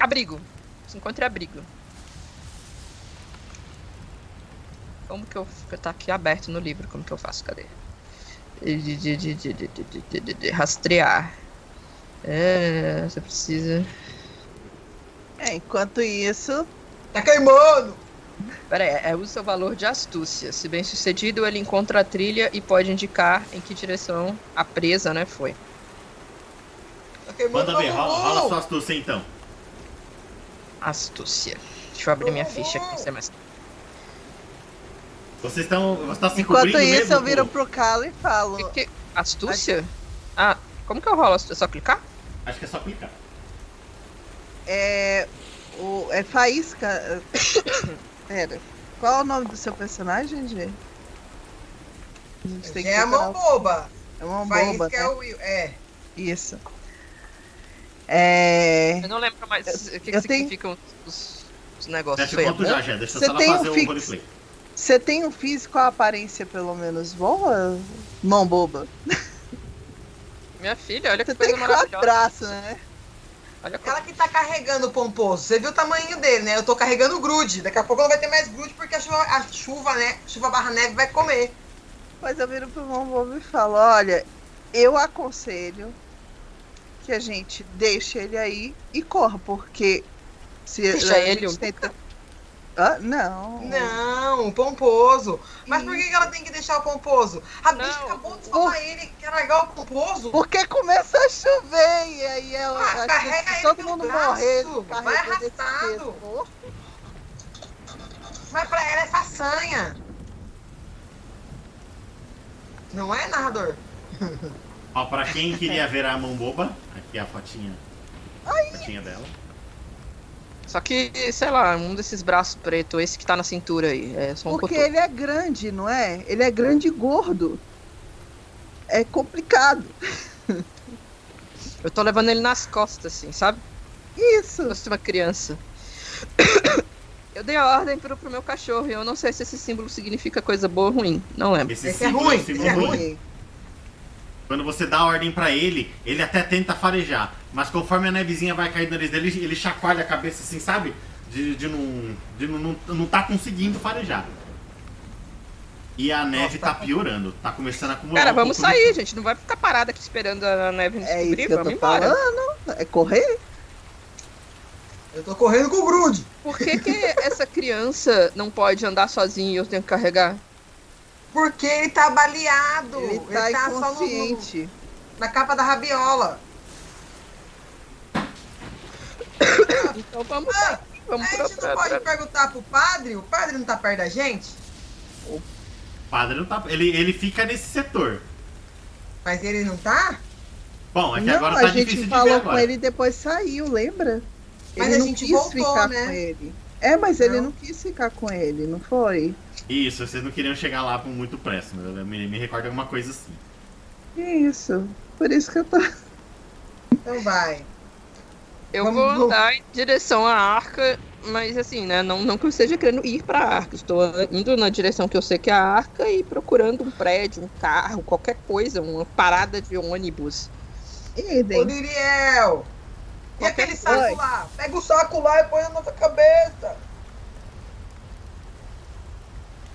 [SPEAKER 4] Abrigo. Se encontre abrigo. Como que eu. Tá aqui aberto no livro, como que eu faço? Cadê? De, de, de, de, de, de, de, de, de, de, rastrear. É, você precisa.
[SPEAKER 2] É, enquanto isso,
[SPEAKER 3] Tá queimando!
[SPEAKER 4] Pera aí, é o seu valor de astúcia. Se bem sucedido, ele encontra a trilha e pode indicar em que direção a presa, né, foi.
[SPEAKER 3] Tá queimando
[SPEAKER 1] Manda ver,
[SPEAKER 3] meu
[SPEAKER 1] rola,
[SPEAKER 3] bumbum!
[SPEAKER 1] rola sua astúcia então.
[SPEAKER 4] Astúcia. Deixa eu abrir minha ficha aqui, você é mais...
[SPEAKER 1] Vocês estão. Você tá se
[SPEAKER 2] enquanto
[SPEAKER 1] cobrindo
[SPEAKER 2] isso
[SPEAKER 1] mesmo,
[SPEAKER 2] eu viro
[SPEAKER 1] pô?
[SPEAKER 2] pro Calo e falo.
[SPEAKER 4] É Que que- Astúcia? Ah, como que eu rolo astúcia? É só clicar?
[SPEAKER 1] Acho que é só clicar.
[SPEAKER 2] É. O, é Faísca. (coughs) Pera. Qual é o nome do seu personagem, Gê? A gente tem que
[SPEAKER 3] Gé é mão
[SPEAKER 2] procurar o-
[SPEAKER 3] boba.
[SPEAKER 2] É uma bomba.
[SPEAKER 3] Faísca
[SPEAKER 2] Né?
[SPEAKER 3] é o Will. É.
[SPEAKER 2] Isso. É.
[SPEAKER 4] Eu não lembro mais o que, que
[SPEAKER 2] eu
[SPEAKER 4] significam os, os negócios.
[SPEAKER 1] Deixa eu
[SPEAKER 4] Foi né?
[SPEAKER 1] conto já, já. Deixa
[SPEAKER 2] Você
[SPEAKER 1] eu só
[SPEAKER 2] tem um
[SPEAKER 1] fazer o
[SPEAKER 2] fix.
[SPEAKER 1] roleplay.
[SPEAKER 2] Você tem um físico, a aparência pelo menos boa? Mão boba.
[SPEAKER 4] Minha filha, olha que
[SPEAKER 2] Você
[SPEAKER 4] coisa
[SPEAKER 2] tem quatro
[SPEAKER 4] maravilhosa.
[SPEAKER 2] braços, né?
[SPEAKER 4] Olha como...
[SPEAKER 3] Ela que tá carregando o pomposo. Você viu o tamanho dele, né? Eu tô carregando o grude. Daqui a pouco não vai ter mais grude porque a chuva, a chuva né? Chuva barra neve vai comer.
[SPEAKER 2] Mas eu viro pro Mão Bobo e falo, olha, eu aconselho que a gente deixe ele aí e corra, porque se
[SPEAKER 4] Deixa
[SPEAKER 2] a
[SPEAKER 4] ele
[SPEAKER 2] gente
[SPEAKER 4] um-
[SPEAKER 2] tenta. Ah, não.
[SPEAKER 3] Não, o pomposo. Mas por que que ela tem que deixar o pomposo? A bicha
[SPEAKER 4] Não.
[SPEAKER 3] acabou de falar ele carregar o pomposo.
[SPEAKER 2] Porque começa a chover e aí é eu,
[SPEAKER 3] Ah,
[SPEAKER 2] acho que
[SPEAKER 3] carrega
[SPEAKER 2] se
[SPEAKER 3] ele
[SPEAKER 2] todo
[SPEAKER 3] pelo
[SPEAKER 2] mundo
[SPEAKER 3] braço,
[SPEAKER 2] morrer.
[SPEAKER 3] vai
[SPEAKER 2] carregando esse
[SPEAKER 3] arrastado.
[SPEAKER 2] peso, pô.
[SPEAKER 3] Mas pra ela é façanha. Não é, narrador?
[SPEAKER 1] Ó, pra quem queria ver a mão boba, aqui é a fotinha. A fotinha dela.
[SPEAKER 4] Só que, sei lá, um desses braços preto, esse que tá na cintura aí. É só um
[SPEAKER 2] Porque
[SPEAKER 4] cotô.
[SPEAKER 2] ele é grande, não é? Ele é grande e gordo. É complicado.
[SPEAKER 4] Eu tô levando ele nas costas, assim, sabe?
[SPEAKER 2] Isso.
[SPEAKER 4] fosse uma criança. (coughs) Eu dei a ordem pro, pro meu cachorro e eu não sei se esse símbolo significa coisa boa ou ruim. Não lembro.
[SPEAKER 1] Esse,
[SPEAKER 3] Esse é
[SPEAKER 1] símbolo
[SPEAKER 3] ruim,
[SPEAKER 1] um símbolo
[SPEAKER 3] esse é
[SPEAKER 1] ruim. Quando você dá a ordem pra ele, ele até tenta farejar. Mas conforme a nevezinha vai caindo no nariz dele, ele chacoalha a cabeça assim, sabe? De, de, não, de não, não, não tá conseguindo farejar. E a neve tá piorando, tá começando a acumular.
[SPEAKER 4] Cara,
[SPEAKER 1] um
[SPEAKER 4] vamos
[SPEAKER 1] pouco de-
[SPEAKER 4] sair, gente. Não vai ficar parado aqui esperando a neve nos
[SPEAKER 2] É
[SPEAKER 4] descobrir.
[SPEAKER 2] isso que eu
[SPEAKER 4] vamos
[SPEAKER 2] tô
[SPEAKER 4] embora.
[SPEAKER 2] falando. É correr?
[SPEAKER 3] Eu tô correndo com o grude.
[SPEAKER 4] Por que, que essa criança não pode andar sozinha e eu tenho que carregar?
[SPEAKER 3] Porque ele tá baleado.
[SPEAKER 2] Ele tá
[SPEAKER 3] só no-
[SPEAKER 2] inconsciente.
[SPEAKER 3] na capa da rabiola.
[SPEAKER 4] Então vamos,
[SPEAKER 3] Ah,
[SPEAKER 4] vamos
[SPEAKER 3] A
[SPEAKER 4] pra,
[SPEAKER 3] gente
[SPEAKER 4] pra,
[SPEAKER 3] não pode
[SPEAKER 4] pra-
[SPEAKER 3] perguntar pro padre? O padre não tá perto da gente?
[SPEAKER 1] O padre não tá. Ele, ele fica nesse setor.
[SPEAKER 3] Mas ele não tá?
[SPEAKER 1] Bom, é que
[SPEAKER 2] não,
[SPEAKER 1] agora
[SPEAKER 2] a
[SPEAKER 1] tá
[SPEAKER 2] gente
[SPEAKER 1] difícil de ver
[SPEAKER 2] falou com
[SPEAKER 1] agora.
[SPEAKER 2] ele e depois saiu, lembra?
[SPEAKER 3] Mas
[SPEAKER 2] ele
[SPEAKER 3] a
[SPEAKER 2] não
[SPEAKER 3] gente
[SPEAKER 2] quis
[SPEAKER 3] voltou,
[SPEAKER 2] ficar
[SPEAKER 3] né?
[SPEAKER 2] com ele. É, mas ele
[SPEAKER 3] Não.
[SPEAKER 2] não quis ficar com ele, não foi?
[SPEAKER 1] Isso, vocês não queriam chegar lá com muito pressa, mas eu me, me recordo alguma coisa assim.
[SPEAKER 2] É Isso. Por isso que eu
[SPEAKER 3] (laughs)
[SPEAKER 2] tô.
[SPEAKER 3] Então vai.
[SPEAKER 4] Eu
[SPEAKER 3] Vamos-
[SPEAKER 4] vou
[SPEAKER 3] vamos.
[SPEAKER 4] andar em direção à arca, mas assim, né? Não, não que eu esteja querendo ir pra arca. Estou indo na direção que eu sei que é a arca e procurando um prédio, um carro, qualquer coisa, uma parada de ônibus.
[SPEAKER 3] Ô,
[SPEAKER 2] Idem.
[SPEAKER 3] Liriel! E
[SPEAKER 4] Qualquer
[SPEAKER 3] aquele saco
[SPEAKER 2] coisa.
[SPEAKER 3] lá? Pega o saco lá e põe na nossa cabeça.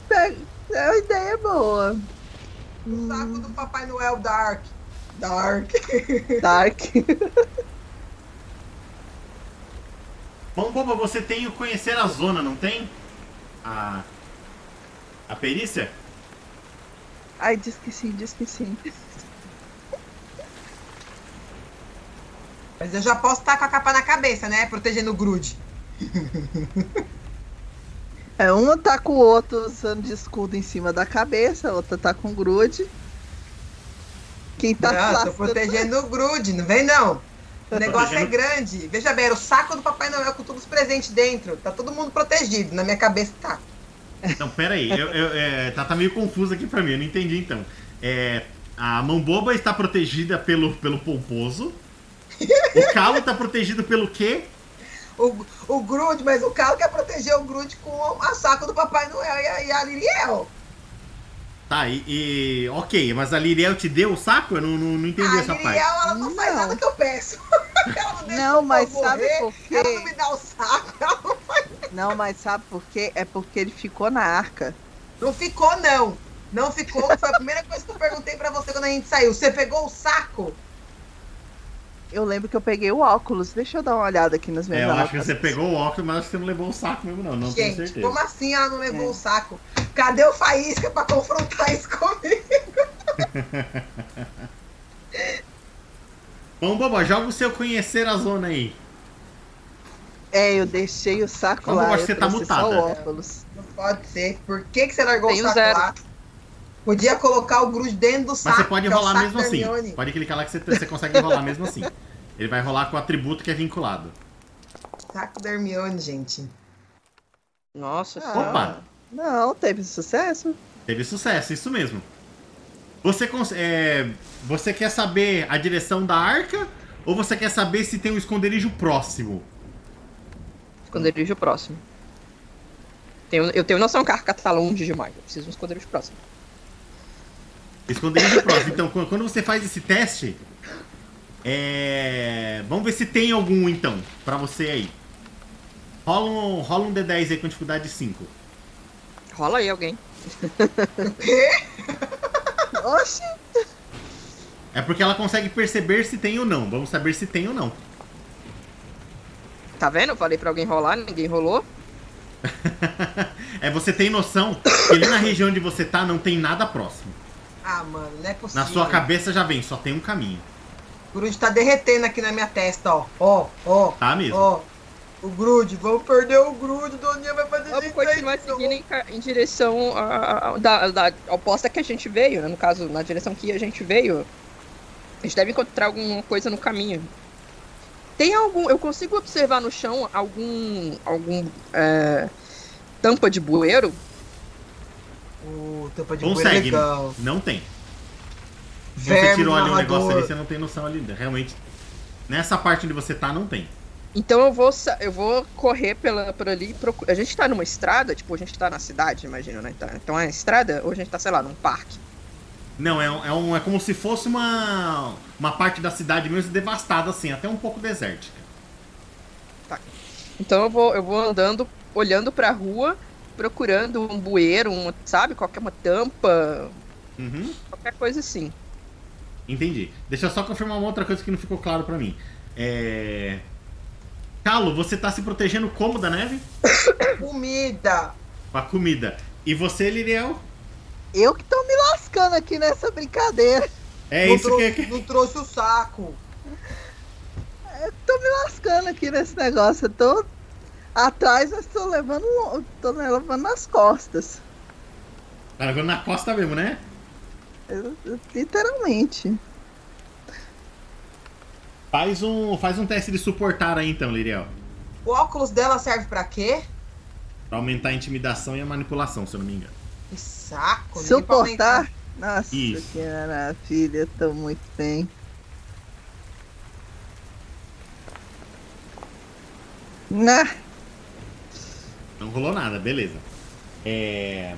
[SPEAKER 2] É uma ideia boa.
[SPEAKER 3] O saco do Papai Noel Dark. Dark.
[SPEAKER 2] Dark.
[SPEAKER 3] (laughs)
[SPEAKER 1] Bom, Boba, você tem o conhecer a zona, não tem? A. A perícia?
[SPEAKER 2] Ai, diz que sim, diz que sim.
[SPEAKER 3] Mas eu já posso estar com a capa na cabeça, né? Protegendo o grude.
[SPEAKER 2] É, uma tá com o outro usando de escudo em cima da cabeça, a outra tá com grude. Quem tá
[SPEAKER 3] não, tô
[SPEAKER 2] lastrando-
[SPEAKER 3] protegendo o grude, não vem não. O negócio é
[SPEAKER 1] protegendo-
[SPEAKER 3] grande. Veja bem, era o saco do Papai Noel com todos os presentes dentro. Tá todo mundo protegido. Na minha cabeça tá.
[SPEAKER 1] Não, pera aí, eu, eu- é, tá, tá meio confuso aqui pra mim, eu não entendi então. É, a mão boba está protegida pelo, pelo pomposo. O calo tá protegido pelo quê?
[SPEAKER 3] O, o grude, mas o Carlos quer proteger o grude com o a saco do Papai Noel e a, e a Liriel.
[SPEAKER 1] Tá, e, e- Ok, mas a Liriel te deu o saco? Eu não, não, não entendi
[SPEAKER 3] a
[SPEAKER 1] essa
[SPEAKER 3] Liriel,
[SPEAKER 1] parte.
[SPEAKER 3] ela não, faz
[SPEAKER 2] Não.
[SPEAKER 3] nada que eu peço. (laughs) ela não deixa
[SPEAKER 2] Não,
[SPEAKER 3] o
[SPEAKER 2] mas
[SPEAKER 3] povo
[SPEAKER 2] sabe
[SPEAKER 3] morrer,
[SPEAKER 2] por quê?
[SPEAKER 3] Ela não me dá o saco. Ela não...
[SPEAKER 2] Não, mas sabe por quê? É porque ele ficou na arca.
[SPEAKER 3] não ficou, não. Não ficou. Foi a primeira coisa que eu perguntei pra você quando a gente saiu. Você pegou o saco?
[SPEAKER 2] Eu lembro que eu peguei o óculos. Deixa eu dar uma olhada aqui nas minhas
[SPEAKER 1] É, eu acho que
[SPEAKER 2] notas.
[SPEAKER 1] você pegou o óculos, mas acho que você não levou o saco mesmo, não. Não tenho
[SPEAKER 3] gente,
[SPEAKER 1] certeza.
[SPEAKER 3] como assim ela não levou
[SPEAKER 2] É.
[SPEAKER 3] o saco? Cadê o Faísca pra confrontar isso comigo?
[SPEAKER 1] Bom, Boba, joga o seu conhecer a zona aí.
[SPEAKER 2] É, eu deixei o saco
[SPEAKER 1] Como
[SPEAKER 2] lá.
[SPEAKER 1] você
[SPEAKER 2] eu
[SPEAKER 1] tá
[SPEAKER 2] trouxe
[SPEAKER 1] mutada?
[SPEAKER 2] Só o óculos.
[SPEAKER 3] Não pode ser. Por que, que você largou
[SPEAKER 4] Tem
[SPEAKER 3] o
[SPEAKER 4] um
[SPEAKER 3] saco
[SPEAKER 4] zero.
[SPEAKER 3] lá? Podia colocar o grude dentro do
[SPEAKER 1] Mas
[SPEAKER 3] saco.
[SPEAKER 1] você pode
[SPEAKER 3] que é o
[SPEAKER 1] rolar
[SPEAKER 3] saco
[SPEAKER 1] mesmo
[SPEAKER 3] da
[SPEAKER 1] assim.
[SPEAKER 3] Hermione.
[SPEAKER 1] Pode clicar lá que você, você consegue rolar mesmo assim. Ele vai rolar com o atributo que é vinculado.
[SPEAKER 3] Saco da Hermione, gente.
[SPEAKER 4] Nossa
[SPEAKER 2] Ah.
[SPEAKER 4] senhora.
[SPEAKER 1] Opa!
[SPEAKER 2] Não, teve sucesso.
[SPEAKER 1] Teve sucesso, isso mesmo. Você, cons- é, você quer saber a direção da arca? Ou você quer saber se tem um esconderijo próximo?
[SPEAKER 4] Esconderijo próximo. Tenho- eu tenho noção que a arca tá longe demais. Eu preciso de um esconderijo próximo.
[SPEAKER 1] Esconderijo próximo. Então, qu- quando você faz esse teste, é, vamos ver se tem algum então pra você aí. Rola um, rola um D10 aí com dificuldade 5.
[SPEAKER 4] Rola aí alguém.
[SPEAKER 2] Oxi!
[SPEAKER 1] É porque ela consegue perceber se tem ou não. Vamos saber se tem ou não.
[SPEAKER 4] Tá vendo? Eu falei pra alguém rolar, ninguém rolou.
[SPEAKER 1] É você tem noção que ali na região onde você tá não tem nada próximo.
[SPEAKER 3] Ah, mano, não é possível.
[SPEAKER 1] Na sua cabeça já vem, só tem um caminho.
[SPEAKER 3] O grude tá derretendo aqui na minha testa, ó. Ó, ó,
[SPEAKER 1] Tá mesmo?
[SPEAKER 3] ó. O grude, vamos perder o grude, Doninha vai fazer
[SPEAKER 4] Vamos
[SPEAKER 3] aí então.
[SPEAKER 4] continuar
[SPEAKER 3] de
[SPEAKER 4] seguindo em, ca- em direção a- a- da, da oposta que a gente veio, né? No caso, na direção que a gente veio. A gente deve encontrar alguma coisa no caminho. Tem algum. Eu consigo observar no chão algum. algum. é, tampa de bueiro?
[SPEAKER 3] novo. Uh, tampa de
[SPEAKER 1] Consegue,
[SPEAKER 3] Consegue. legal.
[SPEAKER 1] Não tem. Se
[SPEAKER 3] Verme
[SPEAKER 1] você tirou ali um
[SPEAKER 3] narrador.
[SPEAKER 1] negócio ali, você não tem noção ali. né? Realmente, nessa parte onde você tá, não tem.
[SPEAKER 4] Então eu vou, sa- eu vou correr pela, por ali. e procu- A gente tá numa estrada, tipo, a gente tá na cidade, imagino, né? Tá- Então é estrada, ou a gente tá, sei lá, num parque.
[SPEAKER 1] Não, é, um, é, um- é como se fosse uma, uma parte da cidade mesmo devastada, assim, até um pouco desértica.
[SPEAKER 4] Então eu vou, eu vou andando, olhando pra rua, procurando um bueiro, um, sabe? Qualquer uma tampa,
[SPEAKER 1] Uhum,
[SPEAKER 4] qualquer coisa assim.
[SPEAKER 1] entendi. Deixa eu só confirmar uma outra coisa que não ficou claro pra mim. É. Calo, você tá se protegendo como da neve?
[SPEAKER 3] Comida.
[SPEAKER 1] Com a comida. E você, Liriel?
[SPEAKER 2] Eu que tô me lascando aqui nessa brincadeira.
[SPEAKER 1] É
[SPEAKER 3] não,
[SPEAKER 1] isso
[SPEAKER 3] trouxe,
[SPEAKER 1] que.
[SPEAKER 3] não trouxe o saco.
[SPEAKER 2] Lascando aqui nesse negócio. Eu tô atrás, mas tô levando, lo- tô levando nas costas.
[SPEAKER 1] Tá jogando na costa mesmo, né?
[SPEAKER 2] Eu- eu- Literalmente.
[SPEAKER 1] Faz um, faz um teste de suportar aí então, Liriel.
[SPEAKER 3] O óculos dela serve pra quê?
[SPEAKER 1] Pra aumentar a intimidação e a manipulação, se eu não me engano.
[SPEAKER 3] Que saco. ninguém pra aumentar.
[SPEAKER 2] Suportar? Nossa,
[SPEAKER 1] Isso.
[SPEAKER 2] que maravilha, eu tô muito bem. Na
[SPEAKER 1] Não rolou nada, beleza. É.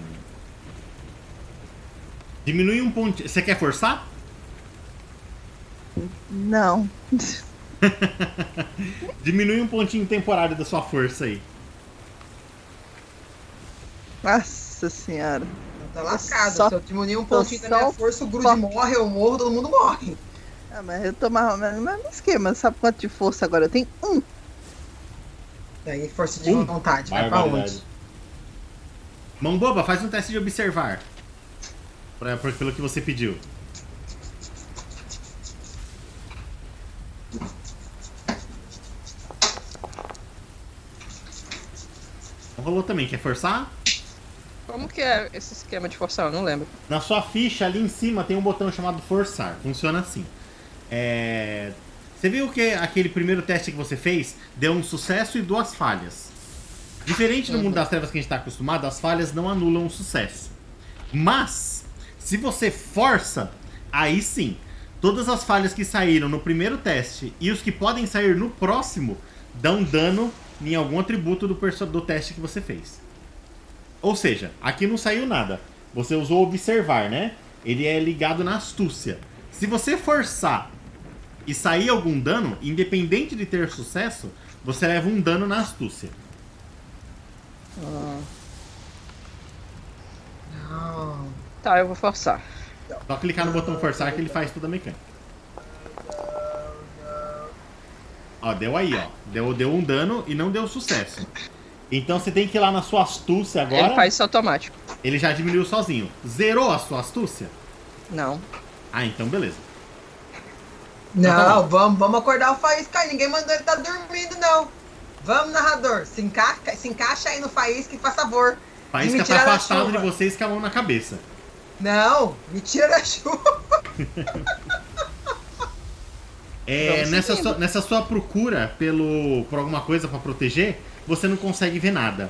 [SPEAKER 1] Diminui um ponto. Você quer forçar?
[SPEAKER 2] não.
[SPEAKER 1] Diminui um pontinho temporário da sua força aí.
[SPEAKER 2] Nossa senhora.
[SPEAKER 3] Tá lascado.
[SPEAKER 2] Só-
[SPEAKER 3] Se eu diminuir um pontinho da
[SPEAKER 2] só
[SPEAKER 3] minha força, o Grude
[SPEAKER 2] só-
[SPEAKER 3] morre, eu morro, todo mundo morre.
[SPEAKER 2] Ah, mas eu tô mais ou menos no mesmo esquema. Sabe quanto de força agora eu tenho? Um.
[SPEAKER 3] Daí, força de
[SPEAKER 1] Hum,
[SPEAKER 3] vontade. Vai pra
[SPEAKER 1] Barbaridade.
[SPEAKER 3] onde?
[SPEAKER 1] Mão boba, faz um teste de observar. Pra, por- pelo que você pediu. Não Rolou também, quer forçar?
[SPEAKER 4] Como que é esse esquema de forçar? Eu não lembro.
[SPEAKER 1] Na sua ficha ali em cima tem um botão chamado forçar. Funciona assim. É, Você viu que aquele primeiro teste que você fez deu um sucesso e duas falhas. Diferente do mundo das trevas que a gente está acostumado, as falhas não anulam o sucesso. Mas, se você força, aí sim, todas as falhas que saíram no primeiro teste e os que podem sair no próximo dão dano em algum atributo do, perso- do teste que você fez. Ou seja, aqui não saiu nada. Você usou observar, né? Ele é ligado na astúcia. Se você forçar e sair algum dano, independente de ter sucesso, você leva um dano na astúcia.
[SPEAKER 3] Não.
[SPEAKER 4] Tá, eu vou forçar.
[SPEAKER 1] Só clicar no botão forçar que ele faz toda a mecânica. Ó, deu aí, ó. Deu, deu um dano e não deu sucesso. Então você tem que ir lá na sua astúcia agora.
[SPEAKER 4] Ele faz isso automático.
[SPEAKER 1] ele já diminuiu sozinho. Zerou a sua astúcia?
[SPEAKER 4] Não.
[SPEAKER 1] Ah, então beleza.
[SPEAKER 3] Não, vamos, vamos acordar o Faísca aí. Ninguém mandou ele estar dormindo, não. Vamos, narrador. Se encaixa, se encaixa aí no Faísca e faz favor.
[SPEAKER 1] Faísca
[SPEAKER 3] me
[SPEAKER 1] tá
[SPEAKER 3] tirar da
[SPEAKER 1] afastado de
[SPEAKER 3] chuva.
[SPEAKER 1] vocês com a mão na cabeça.
[SPEAKER 3] Não, me tira (laughs) da chuva.
[SPEAKER 2] Então,
[SPEAKER 1] É,
[SPEAKER 4] Vamos
[SPEAKER 1] nessa,
[SPEAKER 4] seguindo.
[SPEAKER 1] sua, nessa sua procura pelo, por alguma coisa pra proteger, você não consegue ver nada.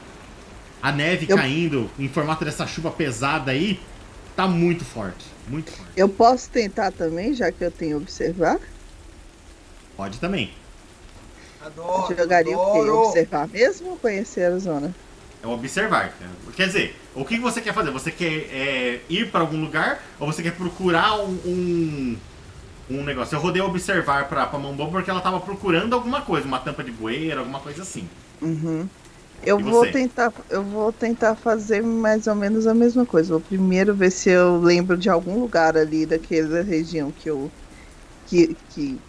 [SPEAKER 1] A neve
[SPEAKER 2] Eu-
[SPEAKER 1] caindo em formato dessa chuva pesada aí, tá muito forte. Muito forte.
[SPEAKER 2] Eu posso tentar também, já que eu tenho observar?
[SPEAKER 1] Pode também.
[SPEAKER 3] Adoro.
[SPEAKER 2] Jogaria o quê?
[SPEAKER 3] adoro.
[SPEAKER 2] Observar mesmo ou conhecer a zona?
[SPEAKER 1] É observar. né? Quer dizer, o que que você quer fazer? Você quer é, ir pra algum lugar ou você quer procurar um, um, um negócio? Eu rodei observar pra, pra Mambo porque ela tava procurando alguma coisa, uma tampa de bueira, alguma coisa assim.
[SPEAKER 2] Uhum. Eu
[SPEAKER 1] E
[SPEAKER 2] vou
[SPEAKER 1] você?
[SPEAKER 2] tentar, eu vou tentar fazer mais ou menos a mesma coisa. Vou primeiro ver se eu lembro de algum lugar ali daquela região que eu que, que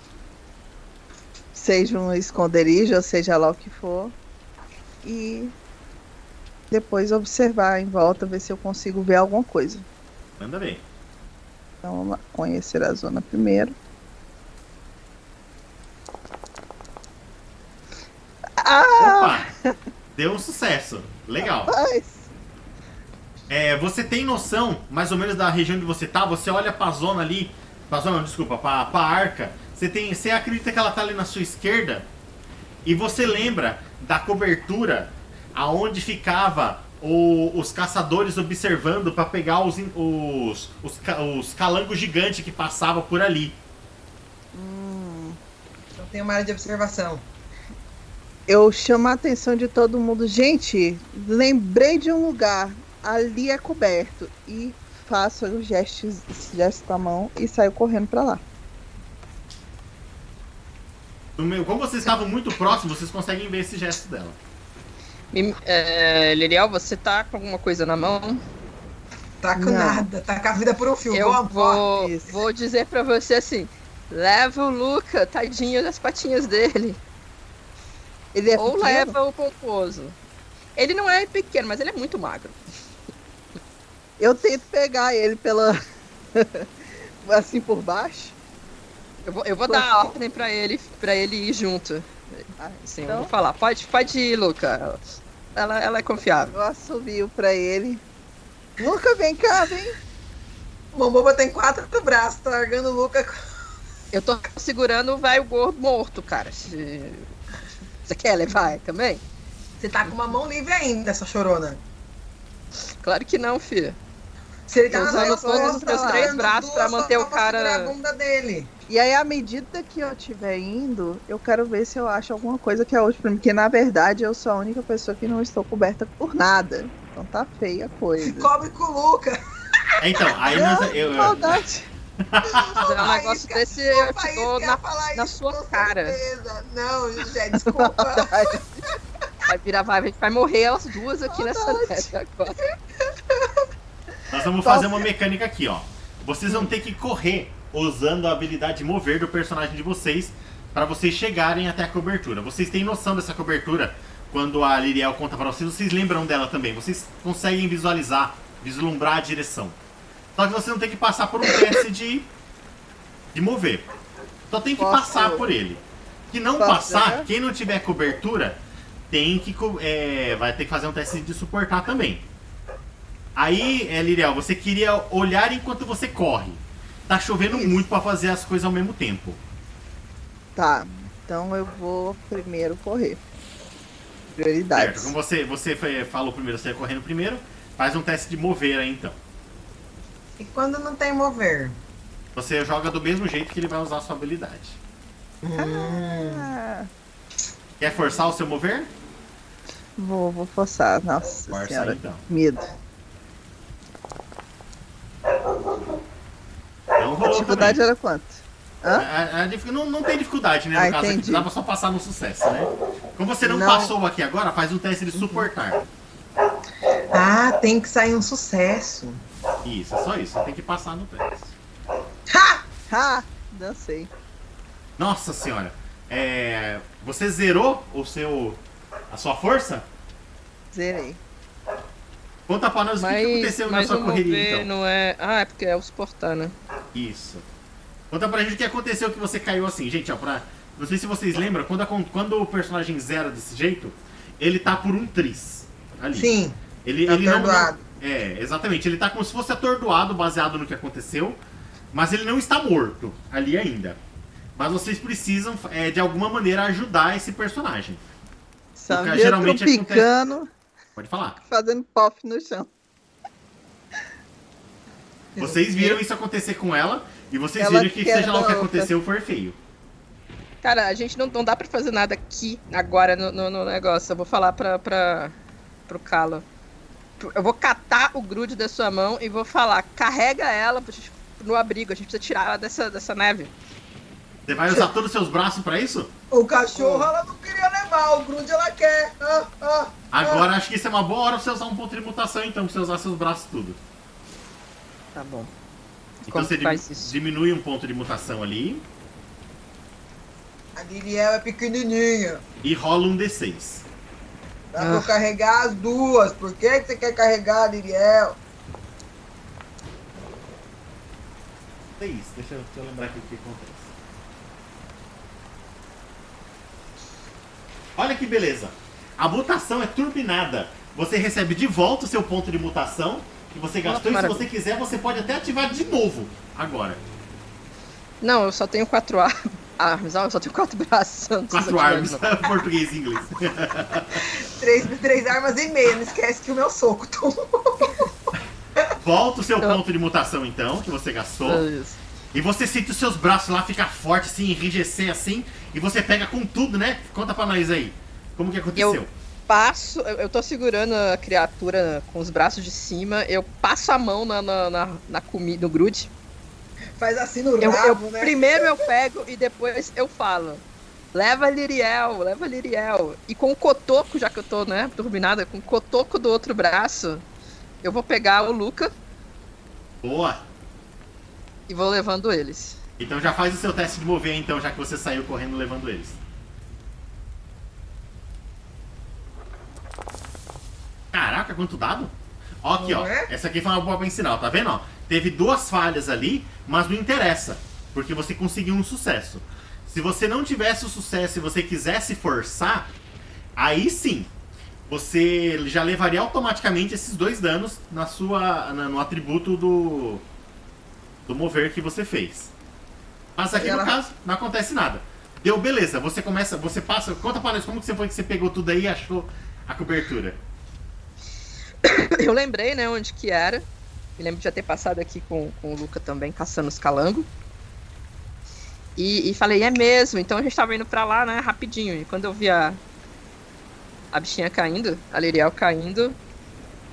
[SPEAKER 2] seja um esconderijo, ou seja lá o que for. E depois observar em volta, ver se eu consigo ver alguma coisa.
[SPEAKER 1] Manda bem.
[SPEAKER 2] Então vamos lá, conhecer a zona primeiro. Ah,
[SPEAKER 1] Opa! Deu um sucesso. Legal.
[SPEAKER 2] rapaz!
[SPEAKER 1] É, você tem noção, mais ou menos, da região onde você tá? Você olha pra zona ali. Pra zona, não, desculpa, pra, pra arca. Você, tem, você acredita que ela tá ali na sua esquerda? E você lembra da cobertura aonde ficava o- os caçadores observando pra pegar os, in- os, os, ca- os calangos gigantes que passavam por ali.
[SPEAKER 3] Então tem uma área de observação.
[SPEAKER 2] eu chamo a atenção de todo mundo. Gente, lembrei de um lugar. Ali é coberto. E faço o gesto, gesto com a mão e saio correndo pra lá.
[SPEAKER 1] No meu- como vocês estavam muito próximos, vocês conseguem ver esse gesto dela.
[SPEAKER 4] Me- é, Liriel, você tá com alguma coisa na mão?
[SPEAKER 3] Tá com
[SPEAKER 2] Não.
[SPEAKER 3] nada, tá com a vida por um fio.
[SPEAKER 4] Eu
[SPEAKER 3] Vamos, bora.
[SPEAKER 4] vou,
[SPEAKER 2] isso.
[SPEAKER 4] vou dizer pra você assim: leva o Luca, tadinho das patinhas dele.
[SPEAKER 2] Ele é
[SPEAKER 4] Ou
[SPEAKER 2] pequeno?
[SPEAKER 4] leva o pomposo. Ele não é pequeno, mas ele é muito magro.
[SPEAKER 2] Eu tento pegar ele pela. (laughs) assim por baixo.
[SPEAKER 4] Eu vou, eu vou dar a ordem pra ele, pra ele ir junto.
[SPEAKER 2] Ah,
[SPEAKER 4] Assim, eu
[SPEAKER 2] então
[SPEAKER 4] vou falar: pode, pode ir, Luca. Ela, ela é confiável.
[SPEAKER 2] eu assobio pra ele. Luca, vem cá, vem.
[SPEAKER 3] O Momboba tem quatro braços, tá largando o Luca. com-
[SPEAKER 4] Eu tô segurando o velho gordo morto, cara. Se- Você quer levar também?
[SPEAKER 3] Você tá com uma mão livre ainda, essa chorona.
[SPEAKER 4] Claro que não, filha.
[SPEAKER 3] Se ele tá
[SPEAKER 4] Tô
[SPEAKER 3] nas
[SPEAKER 4] usando
[SPEAKER 3] minhas
[SPEAKER 4] todos os
[SPEAKER 3] costas,
[SPEAKER 4] meus
[SPEAKER 3] tá
[SPEAKER 4] três
[SPEAKER 3] largando
[SPEAKER 4] braços pra
[SPEAKER 3] duas só
[SPEAKER 4] manter o
[SPEAKER 3] pra
[SPEAKER 4] cara-
[SPEAKER 3] segurar a bunda dele.
[SPEAKER 2] E aí, à medida que eu estiver indo, eu quero ver se eu acho alguma coisa que é útil pra mim. Porque, na verdade, eu sou a única pessoa que não estou coberta por nada. Então tá feia a
[SPEAKER 3] Se
[SPEAKER 2] coisa.
[SPEAKER 3] cobre com o
[SPEAKER 4] (laughs)
[SPEAKER 3] Luca.
[SPEAKER 4] É
[SPEAKER 1] Então, aí nós, eu, eu-
[SPEAKER 2] Maldade.
[SPEAKER 4] Se é um
[SPEAKER 3] Faísca,
[SPEAKER 4] negócio desse,
[SPEAKER 3] o
[SPEAKER 4] eu te
[SPEAKER 3] Faísca
[SPEAKER 4] dou
[SPEAKER 3] ia
[SPEAKER 4] na...
[SPEAKER 3] falar isso,
[SPEAKER 4] sua
[SPEAKER 3] com
[SPEAKER 4] cara.
[SPEAKER 3] certeza. Não, Jé,
[SPEAKER 4] (laughs)
[SPEAKER 3] desculpa.
[SPEAKER 4] Vai virar, vai, a gente vai morrer as duas aqui (laughs) nessa
[SPEAKER 2] Saudade.
[SPEAKER 4] neve agora.
[SPEAKER 1] nós vamos fazer uma mecânica aqui, ó. Vocês vão ter que correr usando a habilidade mover do personagem de vocês pra vocês chegarem até a cobertura. Vocês têm noção dessa cobertura quando a Liriel conta pra vocês, vocês lembram dela também. Vocês conseguem visualizar, vislumbrar a direção. Só que vocês vão ter que passar por um teste de, de mover. Só tem que
[SPEAKER 2] Posso-
[SPEAKER 1] passar por ele. Se não
[SPEAKER 2] Posso
[SPEAKER 1] passar,
[SPEAKER 2] jogar?
[SPEAKER 1] quem não tiver cobertura tem que co- é, vai ter que fazer um teste de suportar também. Aí, é, Liriel, você queria olhar enquanto você corre. Tá chovendo muito pra fazer as coisas ao mesmo tempo.
[SPEAKER 2] Tá, então eu vou primeiro correr.
[SPEAKER 1] Certo.
[SPEAKER 2] Prioridades.
[SPEAKER 1] Como Então, você, você foi- falou primeiro, você ia correndo primeiro, faz um teste de mover aí então.
[SPEAKER 3] E quando não tem mover?
[SPEAKER 1] Você joga do mesmo jeito que ele vai usar a sua habilidade.
[SPEAKER 3] Hum.
[SPEAKER 2] Ah,
[SPEAKER 1] Quer forçar o seu mover?
[SPEAKER 2] vou, vou forçar. Nossa
[SPEAKER 1] Força aí
[SPEAKER 2] senhora.
[SPEAKER 1] então.
[SPEAKER 2] Medo.
[SPEAKER 1] Não
[SPEAKER 2] A
[SPEAKER 1] rolou
[SPEAKER 2] dificuldade era quanto?
[SPEAKER 1] A,
[SPEAKER 2] Hã?
[SPEAKER 1] a- a É, dificu- não, não tem dificuldade, né? No
[SPEAKER 2] Ah,
[SPEAKER 1] caso aqui,
[SPEAKER 2] entendi.
[SPEAKER 1] precisava só passar no sucesso, né? Como você não,
[SPEAKER 3] Não.
[SPEAKER 1] passou aqui agora, faz um teste de suportar.
[SPEAKER 3] Ah, tem que sair um sucesso.
[SPEAKER 1] Isso, é só isso. Só tem que passar no teste.
[SPEAKER 2] Ah, dancei.
[SPEAKER 1] Nossa senhora. É, você zerou o seu. a sua força?
[SPEAKER 2] Zerei.
[SPEAKER 1] Conta pra nós o que que
[SPEAKER 4] Mas,
[SPEAKER 1] aconteceu na
[SPEAKER 4] mas
[SPEAKER 1] sua
[SPEAKER 4] o
[SPEAKER 1] correria,
[SPEAKER 4] mover
[SPEAKER 1] então.
[SPEAKER 4] não é... Ah, é porque é o suportar, né?
[SPEAKER 1] Isso. Conta pra gente o que aconteceu que você caiu assim. Gente, ó, pra... Não sei se vocês lembram, quando, acon- quando o personagem zera desse jeito, ele tá por um tris. Ali.
[SPEAKER 3] Sim,
[SPEAKER 1] Ele,
[SPEAKER 3] tá
[SPEAKER 1] ele não-
[SPEAKER 3] atordoado.
[SPEAKER 1] É, exatamente. Ele tá como se fosse atordoado, baseado no que aconteceu. Mas ele não está morto ali ainda. Mas vocês precisam, é, de alguma maneira, ajudar esse personagem.
[SPEAKER 2] Sabia
[SPEAKER 1] geralmente acontece-
[SPEAKER 2] tropicando,
[SPEAKER 1] Pode falar.
[SPEAKER 2] fazendo pop no chão.
[SPEAKER 1] Vocês viram isso acontecer com ela. E vocês
[SPEAKER 2] Ela
[SPEAKER 1] viram que, seja lá o que
[SPEAKER 2] quebra a outra.
[SPEAKER 1] aconteceu, foi feio.
[SPEAKER 4] Cara, a gente não, não dá pra fazer nada aqui, agora, no, no- no negócio. Eu vou falar pra, pra, pro Calo. Eu vou catar o grude da sua mão e vou falar, carrega ela pro- no abrigo. A gente precisa tirar ela dessa, dessa neve.
[SPEAKER 1] Você vai usar todos os seus braços pra isso?
[SPEAKER 3] O cachorro ela não queria levar, o grude ela quer. Ah, ah.
[SPEAKER 1] Agora acho que isso é uma boa hora pra você usar um ponto de mutação, então, pra você usar seus braços tudo.
[SPEAKER 4] Tá bom.
[SPEAKER 1] Então
[SPEAKER 4] Como
[SPEAKER 1] você
[SPEAKER 4] que faz
[SPEAKER 1] dimi-
[SPEAKER 4] isso?
[SPEAKER 1] diminui um ponto de mutação ali
[SPEAKER 3] A Liriel é pequenininha.
[SPEAKER 1] e rola um D6.
[SPEAKER 3] Dá
[SPEAKER 4] Ah.
[SPEAKER 3] pra eu carregar as duas. Por que, que você quer carregar a Liriel?
[SPEAKER 1] 6, É deixa eu, deixa eu lembrar aqui o que acontece. Olha que beleza! A mutação é turbinada. Você recebe de volta o seu ponto de mutação que você gastou e se
[SPEAKER 4] maravilha.
[SPEAKER 1] você quiser, você pode até ativar de novo agora.
[SPEAKER 4] Não, eu só tenho quatro ar- (laughs) armas. Ah, eu só tenho quatro braços. (laughs) eu não preciso
[SPEAKER 1] Quatro
[SPEAKER 4] atirar
[SPEAKER 1] armas, tá
[SPEAKER 4] de
[SPEAKER 1] (laughs)
[SPEAKER 4] novo.
[SPEAKER 1] português e inglês.
[SPEAKER 3] Três, três armas e meia. Não esquece que o meu soco (laughs) tomou.
[SPEAKER 1] Volta o seu
[SPEAKER 4] Eu-
[SPEAKER 1] ponto de mutação então, que você gastou.
[SPEAKER 4] Isso.
[SPEAKER 1] E você sente os seus braços lá ficar forte, assim, enrijecer assim, e você pega com tudo, né? Conta pra nós aí. Como que aconteceu?
[SPEAKER 4] Passo, eu eu tô segurando a criatura com os braços de cima, eu passo a mão na, na, na, na comida, no grude.
[SPEAKER 3] Faz assim no
[SPEAKER 4] Eu- eu-
[SPEAKER 3] rabo, né?
[SPEAKER 4] Primeiro eu pego e depois eu falo. Leva Liriel, leva Liriel. E com o cotoco, já que eu tô, né, turbinada, com o cotoco do outro braço, eu vou pegar o Luca
[SPEAKER 1] Boa!
[SPEAKER 4] e vou levando eles.
[SPEAKER 1] Então já faz o seu teste de mover então, já que você saiu correndo levando eles. 'Caraca, quanto dado? Ó aqui, ó.
[SPEAKER 3] Não é?
[SPEAKER 1] Essa aqui foi uma boa pra ensinar, ó, tá vendo? Ó, teve duas falhas ali, mas não interessa, porque você conseguiu um sucesso. Se você não tivesse o sucesso e você quisesse forçar, aí sim, você já levaria automaticamente esses dois danos na sua, na- no atributo do, do mover que você fez. Mas aqui
[SPEAKER 3] E
[SPEAKER 1] no
[SPEAKER 3] ela-
[SPEAKER 1] caso, não acontece nada. Deu beleza, você começa, você passa. Conta para nós como que você foi que você pegou tudo aí e achou a cobertura.
[SPEAKER 4] (coughs) Eu lembrei, né, onde que era. Me lembro de já ter passado aqui com, com o Luca também, caçando os calangos. E, e falei, é mesmo. Então a gente tava indo pra lá, né, rapidinho. E quando eu vi a, a bichinha caindo, a Liriel caindo,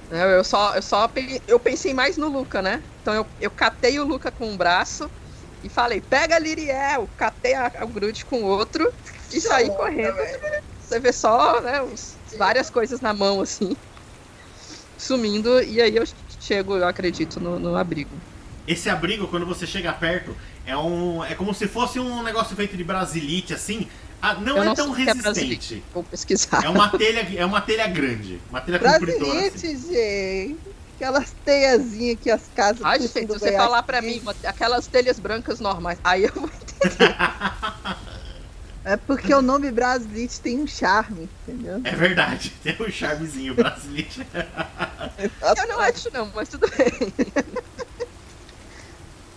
[SPEAKER 4] né, eu só, eu só pe- eu pensei mais no Luca, né? Então eu, eu catei o Luca com um braço e falei, pega a Liriel. Catei a, o Grude com o outro e saí
[SPEAKER 3] Nossa,
[SPEAKER 4] correndo.
[SPEAKER 3] velho.
[SPEAKER 4] Você vê só, né, uns- várias coisas na mão, assim, sumindo, e aí eu chego, eu acredito, no, no abrigo.
[SPEAKER 1] Esse abrigo, quando você chega perto, é um. É como se fosse um negócio feito de brasilite, assim. Ah, não
[SPEAKER 4] Eu
[SPEAKER 1] é
[SPEAKER 4] não
[SPEAKER 1] tão
[SPEAKER 4] sei o que é brasilite.
[SPEAKER 1] resistente.
[SPEAKER 4] Vou pesquisar.
[SPEAKER 1] É uma telha, é uma telha grande. Uma telha compridora. Assim.
[SPEAKER 2] Brasilite, gente. Aquelas teiazinhas que as casas
[SPEAKER 4] (laughs) Ai,
[SPEAKER 2] costumam
[SPEAKER 4] gente, se você
[SPEAKER 2] ganhar
[SPEAKER 4] falar pra
[SPEAKER 2] aqui.
[SPEAKER 4] mim, uma- aquelas telhas brancas normais, aí eu vou...
[SPEAKER 2] É porque o nome Brasilite tem um charme, entendeu?
[SPEAKER 1] É verdade. (laughs) Tem um charmezinho brasilite.
[SPEAKER 4] Eu não acho não, mas tudo bem.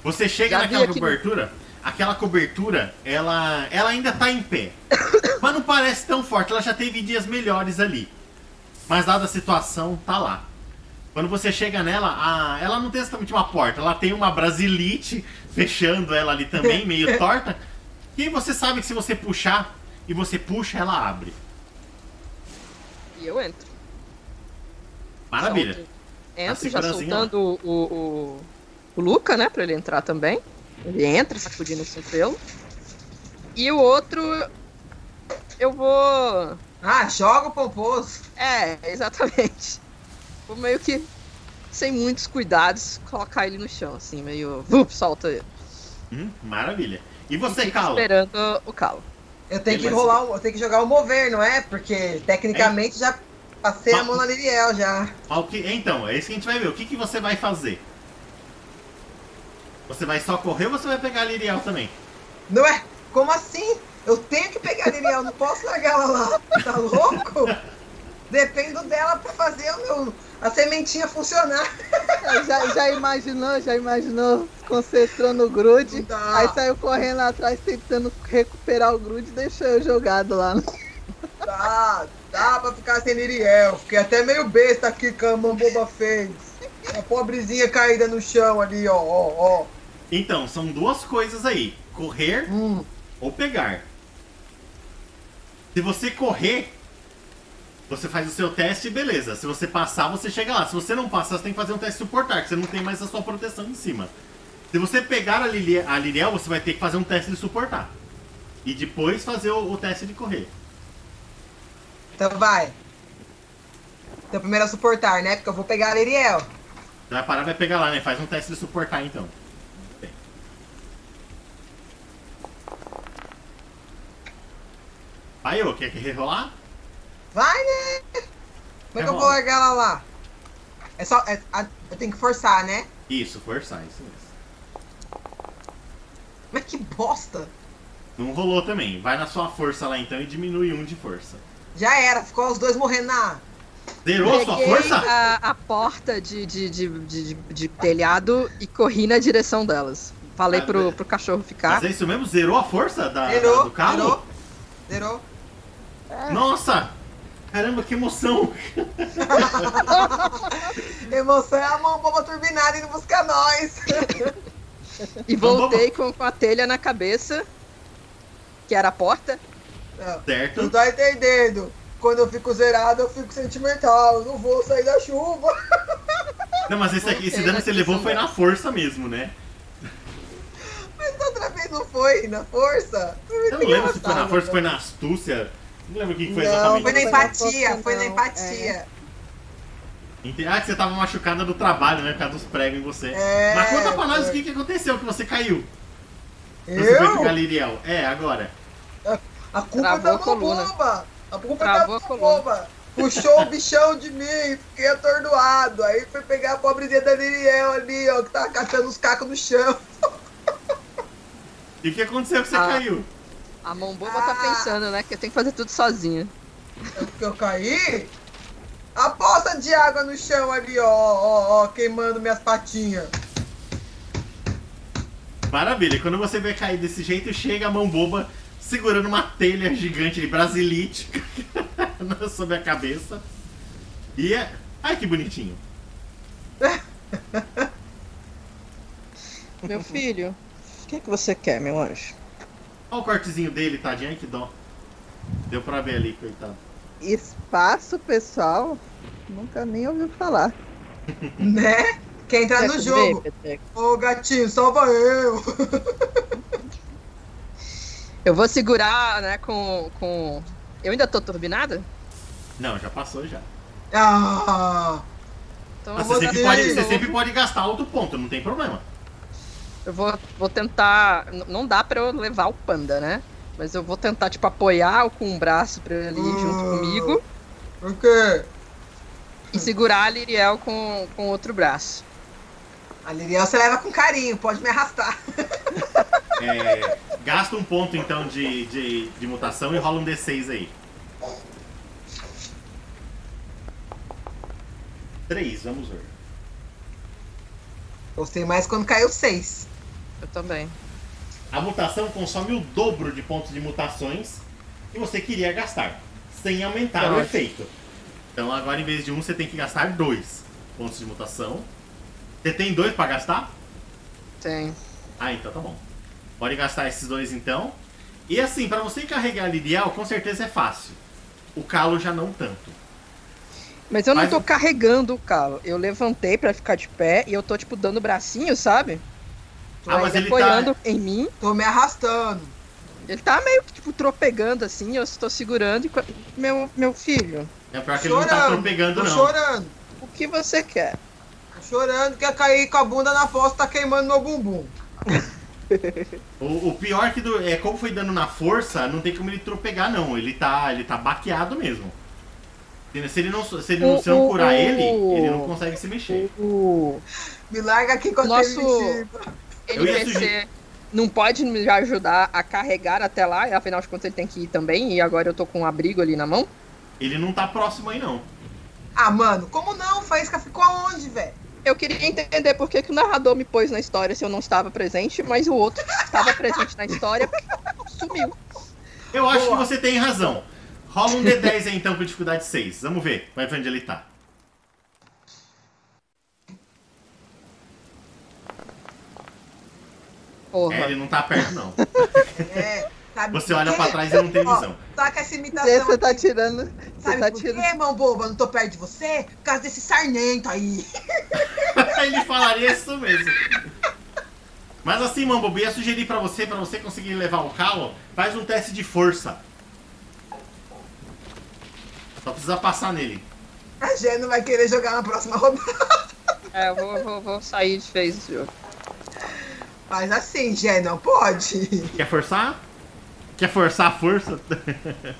[SPEAKER 1] Você chega
[SPEAKER 4] Já vi
[SPEAKER 1] naquela
[SPEAKER 4] aqui no-
[SPEAKER 1] cobertura, aquela cobertura, ela, ela ainda tá em pé. (coughs) mas não parece tão forte, ela já teve dias melhores ali. Mas dada a situação, tá lá. Quando você chega nela, a- ela não tem exatamente uma porta, ela tem uma brasilite (laughs) fechando ela ali também,
[SPEAKER 4] (laughs)
[SPEAKER 1] meio torta. E você sabe que se você puxar, e você puxa, ela abre.
[SPEAKER 4] E eu entro.
[SPEAKER 1] Maravilha.
[SPEAKER 4] Solto.
[SPEAKER 1] Tá
[SPEAKER 4] Entro, já
[SPEAKER 1] segurando
[SPEAKER 4] soltando o, o, o- o Luca, né, pra ele entrar também. Ele entra, sacudindo o seu pelo. E o outro, eu vou...
[SPEAKER 3] Ah, joga o pomposo.
[SPEAKER 4] É, exatamente. Vou meio que, sem muitos cuidados, colocar ele no chão, assim, meio. Vup, solta ele.
[SPEAKER 1] Hum, maravilha. E
[SPEAKER 4] E
[SPEAKER 1] você,
[SPEAKER 4] fica
[SPEAKER 1] Calo?
[SPEAKER 4] esperando o calo.
[SPEAKER 3] Eu tenho que
[SPEAKER 1] Beleza.
[SPEAKER 3] rolar, o- eu tenho que jogar o mover, não é? Porque tecnicamente já passei a mão na Liriel já.
[SPEAKER 1] Mas o que- Então, é isso que a gente vai ver. O que, que você vai fazer? Você vai só correr ou você vai pegar a Liriel também?
[SPEAKER 3] Não é? Como assim? Eu tenho que pegar a Liriel, não posso largar ela lá. Tá (laughs) louco? Dependo dela pra fazer o meu, a sementinha funcionar.
[SPEAKER 2] Já, já imaginou, já imaginou? Se Concentrando o grude.
[SPEAKER 3] Não dá.
[SPEAKER 4] Ah.
[SPEAKER 2] Aí saiu correndo lá atrás tentando recuperar o grude e deixou eu jogado lá.
[SPEAKER 3] Dá, dá pra ficar sem Liriel. Fiquei até meio besta aqui que a mamboba fez. A pobrezinha caída no chão ali, ó, ó, ó.
[SPEAKER 1] Então, são duas coisas aí: correr
[SPEAKER 3] Hum,
[SPEAKER 1] ou pegar. Se você correr, você faz o seu teste e beleza. Se você passar, você chega lá. Se você não passar, você tem que fazer um teste de suportar, que você não tem mais a sua proteção em cima. Se você pegar a, Lili- a Liriel, você vai ter que fazer um teste de suportar. E depois fazer o- o teste de correr.
[SPEAKER 3] então vai. Então primeiro é suportar, né? Porque eu vou pegar a Liriel.
[SPEAKER 1] Você vai parar, vai pegar lá, né? Faz um teste de suportar então. Bem. Aí, ô, quer que rerolar?
[SPEAKER 3] Vai, né? Como é que eu
[SPEAKER 1] Demora.
[SPEAKER 3] vou largar ela lá? É só. é- a- eu tenho que forçar, né?
[SPEAKER 1] Isso, forçar, isso mesmo.
[SPEAKER 3] Mas que bosta!
[SPEAKER 1] Não rolou também. Vai na sua força lá então e diminui um de força.
[SPEAKER 3] Já era, ficou os dois morrendo na.
[SPEAKER 1] Zerou a sua força?
[SPEAKER 4] a, a porta de, de, de, de, de- de telhado e corri na direção delas. Falei
[SPEAKER 1] Ah,
[SPEAKER 4] pro,
[SPEAKER 1] beleza.
[SPEAKER 4] pro cachorro ficar.
[SPEAKER 1] Mas é isso mesmo? Zerou a força da, da- Ah, do
[SPEAKER 3] Zerou,
[SPEAKER 1] carro?
[SPEAKER 3] zerou, zerou.
[SPEAKER 1] Nossa! Caramba, que emoção!
[SPEAKER 3] Emoção é a mão boba turbinada indo buscar nós.
[SPEAKER 4] E voltei com, com a telha na cabeça, que era a porta.
[SPEAKER 3] Não
[SPEAKER 1] Certo?
[SPEAKER 3] tá entendendo. Quando eu fico zerado, eu fico sentimental. Eu não vou sair da chuva. (laughs)
[SPEAKER 1] Não, mas esse, aqui, esse
[SPEAKER 4] Voltei
[SPEAKER 1] dano
[SPEAKER 4] na
[SPEAKER 1] que você levou
[SPEAKER 4] direção
[SPEAKER 1] foi na força mesmo, né?
[SPEAKER 3] Mas da outra vez não foi, na força.
[SPEAKER 1] Eu não lembro se foi na força, se foi na astúcia. Não lembro o que que foi
[SPEAKER 2] Não,
[SPEAKER 1] exatamente.
[SPEAKER 3] Foi na
[SPEAKER 2] Não foi na
[SPEAKER 3] empatia,
[SPEAKER 2] força,
[SPEAKER 3] foi na
[SPEAKER 2] não.
[SPEAKER 4] é.
[SPEAKER 3] empatia.
[SPEAKER 1] Entendi. Ah, que você tava machucada do trabalho, né? Por causa dos pregos em você.
[SPEAKER 3] É,
[SPEAKER 1] Mas conta pra nós
[SPEAKER 3] foi.
[SPEAKER 1] o que, que aconteceu, que você caiu. Você foi pro
[SPEAKER 3] Eu?
[SPEAKER 1] Galiriel. É, agora.
[SPEAKER 3] A culpa
[SPEAKER 4] Travou
[SPEAKER 3] da
[SPEAKER 4] a coluna.
[SPEAKER 3] boba. A culpa
[SPEAKER 4] Travou
[SPEAKER 3] da
[SPEAKER 4] a coluna.
[SPEAKER 3] boba. Puxou o bichão de mim, fiquei atordoado. Aí foi pegar a pobrezinha da Daniel ali, ó, que tava catando os cacos no chão.
[SPEAKER 1] E o que aconteceu que você
[SPEAKER 4] Ah.
[SPEAKER 1] caiu?
[SPEAKER 4] A mão boba
[SPEAKER 3] Ah.
[SPEAKER 4] tá pensando, né? Que eu tenho que fazer tudo sozinha.
[SPEAKER 3] que eu caí, a poça de água no chão ali, ó, ó, ó, queimando minhas patinhas.
[SPEAKER 1] Maravilha, quando você vê cair desse jeito, chega a mão boba segurando uma telha gigante de brasilite (laughs) sobre a cabeça. E é. Ai que bonitinho.
[SPEAKER 4] Meu filho, o que, é que você quer, meu anjo?
[SPEAKER 1] Olha o cortezinho dele, tadinho, ai que dó. Deu pra ver ali, coitado.
[SPEAKER 2] Espaço, pessoal, nunca nem ouviu falar.
[SPEAKER 3] Né? Quer entrar no
[SPEAKER 4] Peteco,
[SPEAKER 3] jogo. Tá
[SPEAKER 4] vem, Peteco.
[SPEAKER 3] Ô, gatinho, salva eu.
[SPEAKER 4] Eu vou segurar, né, com. com... Eu ainda tô turbinada?
[SPEAKER 1] Não, já passou já.
[SPEAKER 3] Ah,
[SPEAKER 4] Então
[SPEAKER 1] Mas
[SPEAKER 4] eu
[SPEAKER 1] você,
[SPEAKER 4] vou,
[SPEAKER 1] sempre
[SPEAKER 3] dar
[SPEAKER 1] pode,
[SPEAKER 3] de
[SPEAKER 1] você
[SPEAKER 4] novo.
[SPEAKER 1] sempre pode gastar outro ponto, não tem problema.
[SPEAKER 4] eu vou, vou tentar. n- Não dá pra eu levar o panda, né? Mas eu vou tentar, tipo, apoiar o- com um braço pra ele ir junto
[SPEAKER 3] Hum.
[SPEAKER 4] comigo
[SPEAKER 3] por quê?
[SPEAKER 4] e segurar a Liriel com, com o outro braço.
[SPEAKER 3] A Liriel você leva com carinho, pode me arrastar.
[SPEAKER 1] É, gasta um ponto então de, de, de mutação e rola um D6 aí. 3, vamos ver.
[SPEAKER 3] Gostei mais quando caiu seis.
[SPEAKER 4] Eu também.
[SPEAKER 1] A mutação consome o dobro de pontos de mutações que você queria gastar, sem aumentar o
[SPEAKER 4] Ótimo.
[SPEAKER 1] efeito. Então agora em vez de um, você tem que gastar dois pontos de mutação. Você tem dois pra gastar?
[SPEAKER 4] Tem.
[SPEAKER 1] Ah, então tá bom. Pode gastar esses dois então. E assim, pra você carregar a Lirial, com certeza é fácil. O calo já não tanto.
[SPEAKER 4] Mas eu não
[SPEAKER 1] Mas
[SPEAKER 4] tô
[SPEAKER 1] eu-
[SPEAKER 4] carregando o calo. Eu levantei pra ficar de pé e eu tô, tipo, dando bracinho, sabe?
[SPEAKER 1] Ah,
[SPEAKER 4] Aí
[SPEAKER 1] mas ele
[SPEAKER 4] apoiando
[SPEAKER 1] tá.
[SPEAKER 4] em mim.
[SPEAKER 3] Tô me arrastando.
[SPEAKER 4] Ele tá meio que, tipo, tropegando assim, eu estou segurando. enquanto- Meu, meu filho,
[SPEAKER 1] É pior que ele não tá
[SPEAKER 3] Chorando,
[SPEAKER 1] tropegando,
[SPEAKER 3] Tô
[SPEAKER 1] não.
[SPEAKER 3] chorando.
[SPEAKER 4] o que você quer?
[SPEAKER 3] Tô chorando, quer cair com a bunda na fossa, tá queimando meu bumbum.
[SPEAKER 1] O, o pior que do, é como foi dando na força, não tem como ele tropegar, não. Ele tá, ele tá baqueado mesmo. Se ele não, se ele não, se não
[SPEAKER 4] O-
[SPEAKER 1] curar
[SPEAKER 4] o-
[SPEAKER 1] ele, ele não consegue se mexer.
[SPEAKER 4] O
[SPEAKER 3] Me larga aqui com a
[SPEAKER 4] Nosso-
[SPEAKER 3] televisão.
[SPEAKER 1] Eu ia
[SPEAKER 4] NPC
[SPEAKER 1] sugerir-
[SPEAKER 4] não pode me ajudar a carregar até lá, e afinal de contas ele tem que ir também, e agora eu tô com um abrigo ali na mão.
[SPEAKER 1] Ele não tá próximo aí, não.
[SPEAKER 3] Ah, mano, como não? Faísca ficou aonde, velho?
[SPEAKER 4] Eu queria entender por que, que o narrador me pôs na história se eu não estava presente, mas o outro (laughs) que estava presente na história sumiu.
[SPEAKER 1] Eu acho
[SPEAKER 3] Boa.
[SPEAKER 1] que você tem razão. Rola um D10 aí então com dificuldade 6. Vamos ver. Vai ver onde ele tá. É,
[SPEAKER 4] Porra.
[SPEAKER 1] ele não tá perto, não. (laughs)
[SPEAKER 3] É, sabe
[SPEAKER 1] Você
[SPEAKER 3] por
[SPEAKER 1] olha
[SPEAKER 3] quê?
[SPEAKER 1] pra trás e não tem
[SPEAKER 3] Ó,
[SPEAKER 1] visão.
[SPEAKER 3] Tá com essa imitação.
[SPEAKER 2] Você tá tirando. Você
[SPEAKER 3] Sabe
[SPEAKER 2] tá
[SPEAKER 3] por
[SPEAKER 2] tirando.
[SPEAKER 3] quê, mão boba? Não tô perto de você? Por causa desse sarnento aí.
[SPEAKER 1] (laughs) ele falaria isso mesmo. Mas assim, Mambo, eu ia sugerir pra você, pra você conseguir levar o calo, faz um teste de força. Só precisa passar nele.
[SPEAKER 3] A Gê não vai querer jogar na próxima rodada.
[SPEAKER 4] É, eu vou, vou- vou sair de vez do jogo.
[SPEAKER 3] Mas assim, Gê, não pode.
[SPEAKER 1] Quer forçar? Quer forçar a força?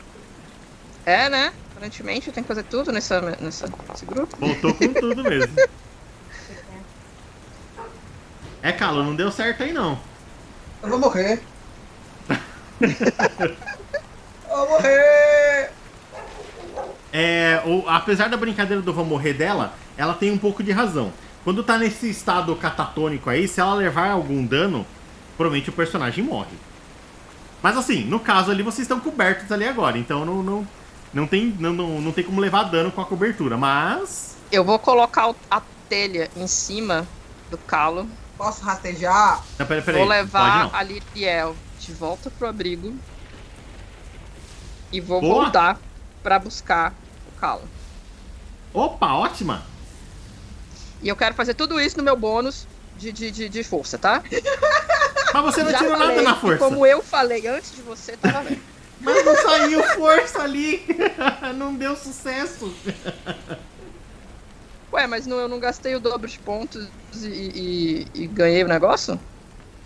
[SPEAKER 1] (laughs)
[SPEAKER 4] É, né? Aparentemente eu tenho que fazer tudo nessa, nessa, nesse grupo.
[SPEAKER 1] Voltou com tudo mesmo. É, Calo, não deu certo aí não.
[SPEAKER 3] Eu vou morrer. (laughs) Eu vou morrer.
[SPEAKER 1] É, o- apesar da brincadeira do vou morrer dela, ela tem um pouco de razão. Quando tá nesse estado catatônico aí, se ela levar algum dano, provavelmente o personagem morre. Mas assim, no caso ali, vocês estão cobertos ali agora, então não, não, não, tem, não, não, não tem como levar dano com a cobertura, mas.
[SPEAKER 4] Eu vou colocar o- a telha em cima do calo.
[SPEAKER 3] Posso rastejar?
[SPEAKER 1] Não, pera, pera
[SPEAKER 4] Vou
[SPEAKER 1] aí,
[SPEAKER 4] levar
[SPEAKER 1] pode
[SPEAKER 4] a Liriel de volta pro abrigo. E vou
[SPEAKER 1] Boa.
[SPEAKER 4] voltar pra buscar o calo.
[SPEAKER 1] não. Opa, ótima!
[SPEAKER 4] E eu quero fazer tudo isso no meu bônus de, de, de, de força, tá?
[SPEAKER 1] Mas você não
[SPEAKER 4] Já
[SPEAKER 1] tirou nada
[SPEAKER 4] falei,
[SPEAKER 1] na força.
[SPEAKER 4] Como eu falei antes de você, tá valendo.
[SPEAKER 1] Mas não saiu força ali! (laughs) não deu sucesso!
[SPEAKER 4] (laughs) Ué, mas não, eu não gastei o dobro de pontos e, e- e ganhei o negócio?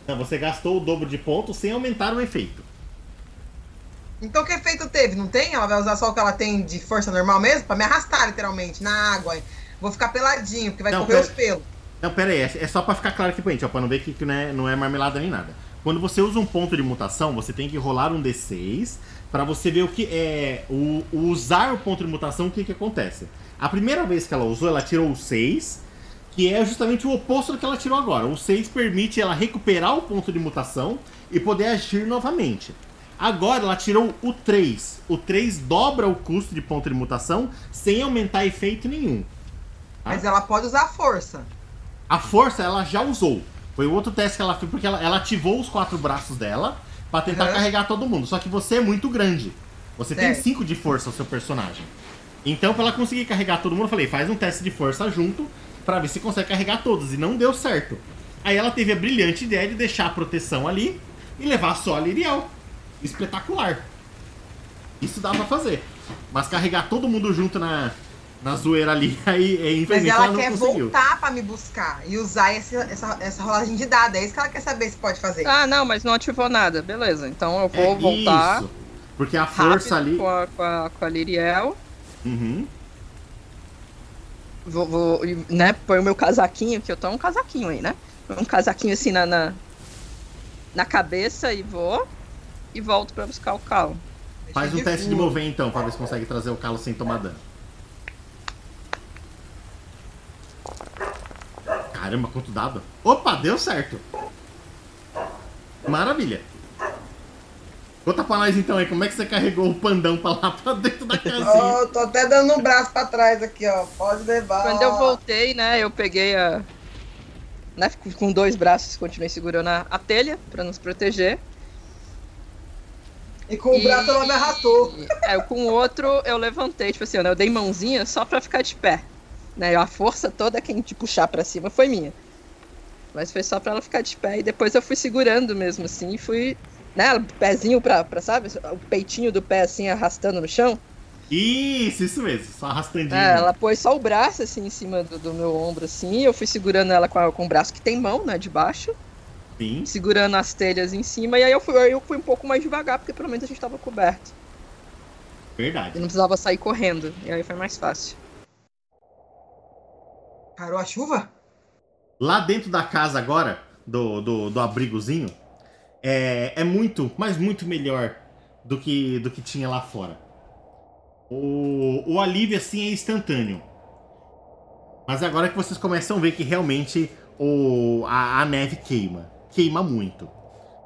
[SPEAKER 1] Não, você gastou o dobro de pontos sem aumentar o efeito.
[SPEAKER 3] Então que efeito teve? Não tem? Ela vai usar só o que ela tem de força normal mesmo? Pra me arrastar, literalmente, na água. Vou ficar peladinho, porque vai
[SPEAKER 1] Não,
[SPEAKER 3] correr
[SPEAKER 1] pera-
[SPEAKER 3] os pelos.
[SPEAKER 1] Não, pera aí, é é só pra ficar claro aqui pra gente, ó, pra não ver que, que não, é, não é marmelada nem nada. Quando você usa um ponto de mutação, você tem que rolar um D6 pra você ver o que é. O, o usar o ponto de mutação, o que, que acontece. A primeira vez que ela usou, ela tirou o 6, Que é justamente o oposto do que ela tirou agora. O 6 permite ela recuperar o ponto de mutação e poder agir novamente. Agora ela tirou o 3. O 3 dobra o custo de ponto de mutação sem aumentar efeito nenhum. Ah?
[SPEAKER 3] Mas ela pode usar a força.
[SPEAKER 1] A força ela já usou. Foi o outro teste que ela fez, porque ela, ela ativou os quatro braços dela pra tentar
[SPEAKER 3] Aham. É.
[SPEAKER 1] carregar todo mundo. Só que você é muito grande. Você tem
[SPEAKER 3] Certo.
[SPEAKER 1] 5 de força, o seu personagem. Então, pra ela conseguir carregar todo mundo, eu falei, faz um teste de força junto pra ver se consegue carregar todos. E não deu certo. Aí ela teve a brilhante ideia de deixar a proteção ali e levar só a Liriel. Espetacular. Isso dá pra fazer. Mas carregar todo mundo junto na, na zoeira ali, (laughs) aí, é,
[SPEAKER 3] Mas
[SPEAKER 1] infelizmente, ela,
[SPEAKER 3] ela
[SPEAKER 1] não
[SPEAKER 3] quer
[SPEAKER 1] conseguiu.
[SPEAKER 3] voltar pra me buscar e usar esse- essa, essa rolagem de dado. É isso que ela quer saber se pode fazer.
[SPEAKER 1] um
[SPEAKER 4] Ah, não, mas não ativou nada. Beleza, então eu vou
[SPEAKER 1] É
[SPEAKER 4] voltar
[SPEAKER 1] isso. Porque a
[SPEAKER 4] rápido
[SPEAKER 1] força ali.
[SPEAKER 4] com, a, com, a, com a Liriel.
[SPEAKER 1] Uhum.
[SPEAKER 4] Vou, vou, e, né, põe o meu casaquinho, que eu tô um casaquinho aí, né? Um casaquinho assim na, na, na cabeça e vou. E volto pra buscar o carro.
[SPEAKER 1] Faz um
[SPEAKER 3] Deixa
[SPEAKER 1] teste de
[SPEAKER 3] furo.
[SPEAKER 1] mover então, pra ver se consegue trazer o calo sem tomar dano. Caramba, quanto dado. Opa, deu certo. Maravilha. Conta pra nós então aí, como é que você carregou o pandão pra lá pra dentro da
[SPEAKER 4] (laughs) Ah.
[SPEAKER 1] casinha?
[SPEAKER 3] Ó, tô até dando um braço pra trás aqui, ó. Pode levar.
[SPEAKER 4] Quando eu voltei, né, eu peguei a. Né, com- com dois braços, continuei segurando a, a telha pra nos proteger.
[SPEAKER 3] E com o braço ela me arrastou.
[SPEAKER 4] É, eu com o outro eu levantei, tipo assim, né, eu dei mãozinha só pra ficar de pé. Né, a força toda quem te puxar pra cima foi minha. Mas foi só pra ela ficar de pé e depois eu fui segurando mesmo assim e fui, né, pezinho pra, pra sabe, o peitinho do pé assim arrastando no chão.
[SPEAKER 1] Isso, isso mesmo, só arrastandinho.
[SPEAKER 4] É, ela pôs só o braço assim em cima do, do meu ombro assim, e eu fui segurando ela com, a- com o braço que tem mão, né, de baixo,
[SPEAKER 1] Sim.
[SPEAKER 4] segurando as telhas em cima e aí eu fui, aí eu fui um pouco mais devagar porque pelo menos a gente tava coberto. Eu
[SPEAKER 1] Verdade.
[SPEAKER 4] não precisava sair correndo, e aí foi mais fácil.
[SPEAKER 3] Parou a chuva?
[SPEAKER 1] Lá dentro da casa agora, do, do, do abrigozinho, é, é muito, mas muito melhor do que, do que tinha lá fora. O, o alívio, assim, é instantâneo. Mas agora que vocês começam a ver que realmente o, a, a neve queima. Queima muito.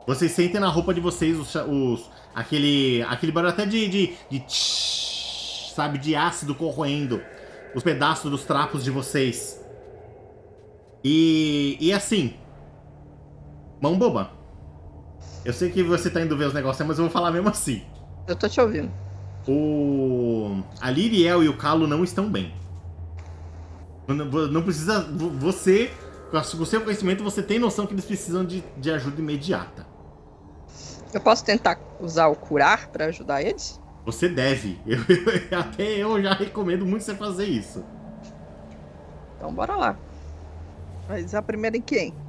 [SPEAKER 1] Vocês sentem na roupa de vocês os, cha- os- aquele, aquele barulho até de, de, de tsh, sabe, de ácido corroendo os pedaços dos trapos de vocês. E, e assim, mão boba. Eu sei que você tá indo ver os negócios, mas eu vou falar mesmo assim.
[SPEAKER 4] Eu tô te ouvindo.
[SPEAKER 1] O a Liriel e o Calo não estão bem. Não, vo- não precisa vo- você com a- com o seu conhecimento você tem noção que eles precisam de, de ajuda imediata.
[SPEAKER 4] Eu posso tentar usar o curar pra ajudar eles?
[SPEAKER 1] Você deve. (laughs) Eu- eu- até eu já recomendo muito você fazer isso.
[SPEAKER 4] Então bora lá.
[SPEAKER 2] Mas a primeira em quem? (laughs)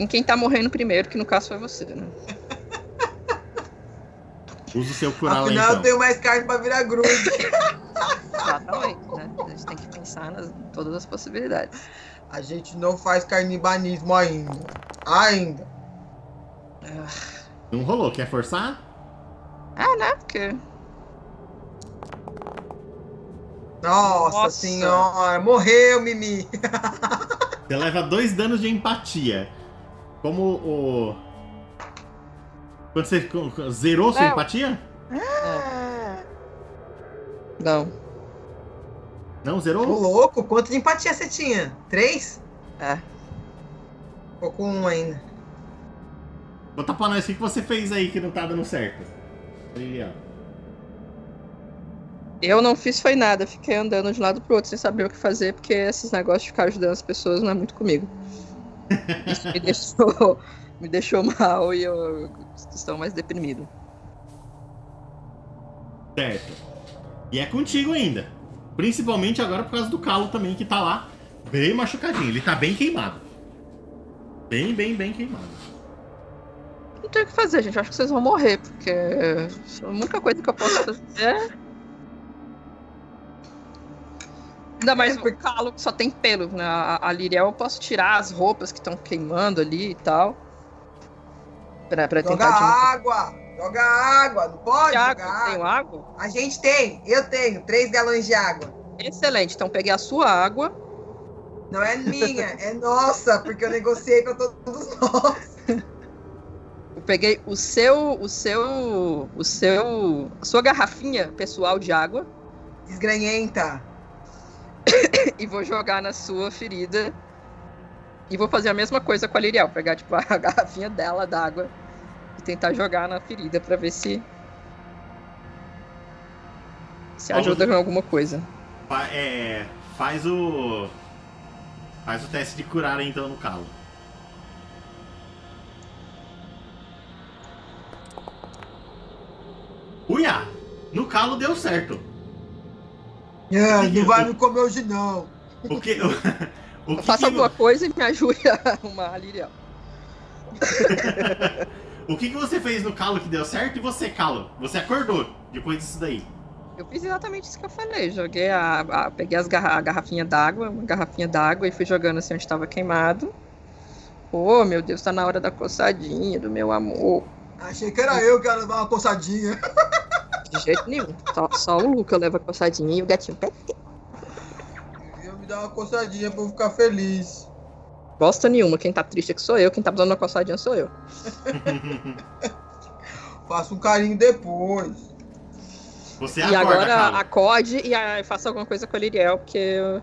[SPEAKER 4] Em quem tá morrendo primeiro, que no caso foi você, né?
[SPEAKER 1] Usa o seu curar lá
[SPEAKER 3] Afinal,
[SPEAKER 1] então.
[SPEAKER 3] eu tenho mais carne pra virar grude.
[SPEAKER 4] Exatamente, né? A gente tem que pensar nas- em todas as possibilidades.
[SPEAKER 3] a gente não faz carnibanismo ainda. Ainda.
[SPEAKER 1] Não rolou, quer forçar?
[SPEAKER 4] Ah, né? Porque
[SPEAKER 3] Nossa,
[SPEAKER 4] Nossa.
[SPEAKER 3] senhora. Morreu, Mimi.
[SPEAKER 1] Você leva dois danos de empatia. Como o. Quando você co- co- zerou sua
[SPEAKER 4] Não.
[SPEAKER 1] empatia?
[SPEAKER 4] Não.
[SPEAKER 1] Não,
[SPEAKER 3] Ô,
[SPEAKER 1] zerou?
[SPEAKER 3] louco, quanto de empatia você tinha? Três?
[SPEAKER 4] É.
[SPEAKER 3] Ficou com um ainda.
[SPEAKER 1] Conta pra nós o que que você fez aí que não tá dando certo. Aí, ó.
[SPEAKER 4] Eu não fiz foi nada, fiquei andando de um lado pro outro sem saber o que fazer, porque esses negócios de ficar ajudando as pessoas não é muito (laughs) comigo. Isso me deixou, me deixou mal e eu estou mais deprimido.
[SPEAKER 1] Certo. E é contigo ainda. Principalmente agora por causa do calo também que tá lá, bem machucadinho. Ele tá bem queimado. Bem, bem, bem queimado.
[SPEAKER 4] Não tem o que fazer, gente. Eu acho que vocês vão morrer, porque a única coisa que eu posso fazer é. Ainda mais por calo que só tem pelo, né? A, a Liriel eu posso tirar as roupas que estão queimando ali e tal. Pra, pra
[SPEAKER 3] Joga
[SPEAKER 4] tentar diminuir.
[SPEAKER 3] água. Joga água. Não pode
[SPEAKER 4] Tem um
[SPEAKER 3] jogar
[SPEAKER 4] água?
[SPEAKER 3] água.
[SPEAKER 4] Tenho água?
[SPEAKER 3] A gente tem. Eu tenho três galões de água.
[SPEAKER 4] Excelente. Então peguei a sua água,
[SPEAKER 3] Não é minha, é nossa, porque eu negociei pra todos nós.
[SPEAKER 4] Eu peguei o seu, o seu, o seu, a sua garrafinha pessoal de água
[SPEAKER 3] Desgranhenta.
[SPEAKER 4] e vou jogar na sua ferida. E vou fazer a mesma coisa com a Lirial, pegar tipo (laughs) a garrafinha dela d'água e tentar jogar na ferida pra ver se se
[SPEAKER 1] Paulo,
[SPEAKER 4] ajuda com alguma coisa.
[SPEAKER 1] Fa- é, faz o. Faz o teste de curar então no calo. Uia! No calo deu certo.
[SPEAKER 3] Ah, não vai me comer hoje, não.
[SPEAKER 1] O que. O, que,
[SPEAKER 4] Faça
[SPEAKER 1] que,
[SPEAKER 4] alguma coisa e me ajude (laughs) a arrumar a Lirial.
[SPEAKER 1] o que, que você fez no calo que deu certo e você, calo? Você acordou depois disso daí.
[SPEAKER 4] Eu fiz exatamente isso que eu falei. Joguei a. a- peguei as garra, a garrafinha d'água, uma garrafinha d'água e fui jogando assim onde estava queimado. Oh, meu Deus, tá na hora da coçadinha, do meu amor.
[SPEAKER 3] Achei que era eu que ia levar uma coçadinha.
[SPEAKER 4] De jeito nenhum. Só, só o Luca leva coçadinha e o gatinho pé.
[SPEAKER 3] Eu me dar uma coçadinha pra eu ficar feliz.
[SPEAKER 4] Bosta nenhuma. Quem tá triste é que sou eu. Quem tá precisando de uma coçadinha sou eu.
[SPEAKER 3] Faço um carinho depois.
[SPEAKER 1] Você
[SPEAKER 4] e
[SPEAKER 1] acorda,
[SPEAKER 4] agora
[SPEAKER 1] calo.
[SPEAKER 4] acorde e ah, faça alguma coisa com a Liriel, porque eu-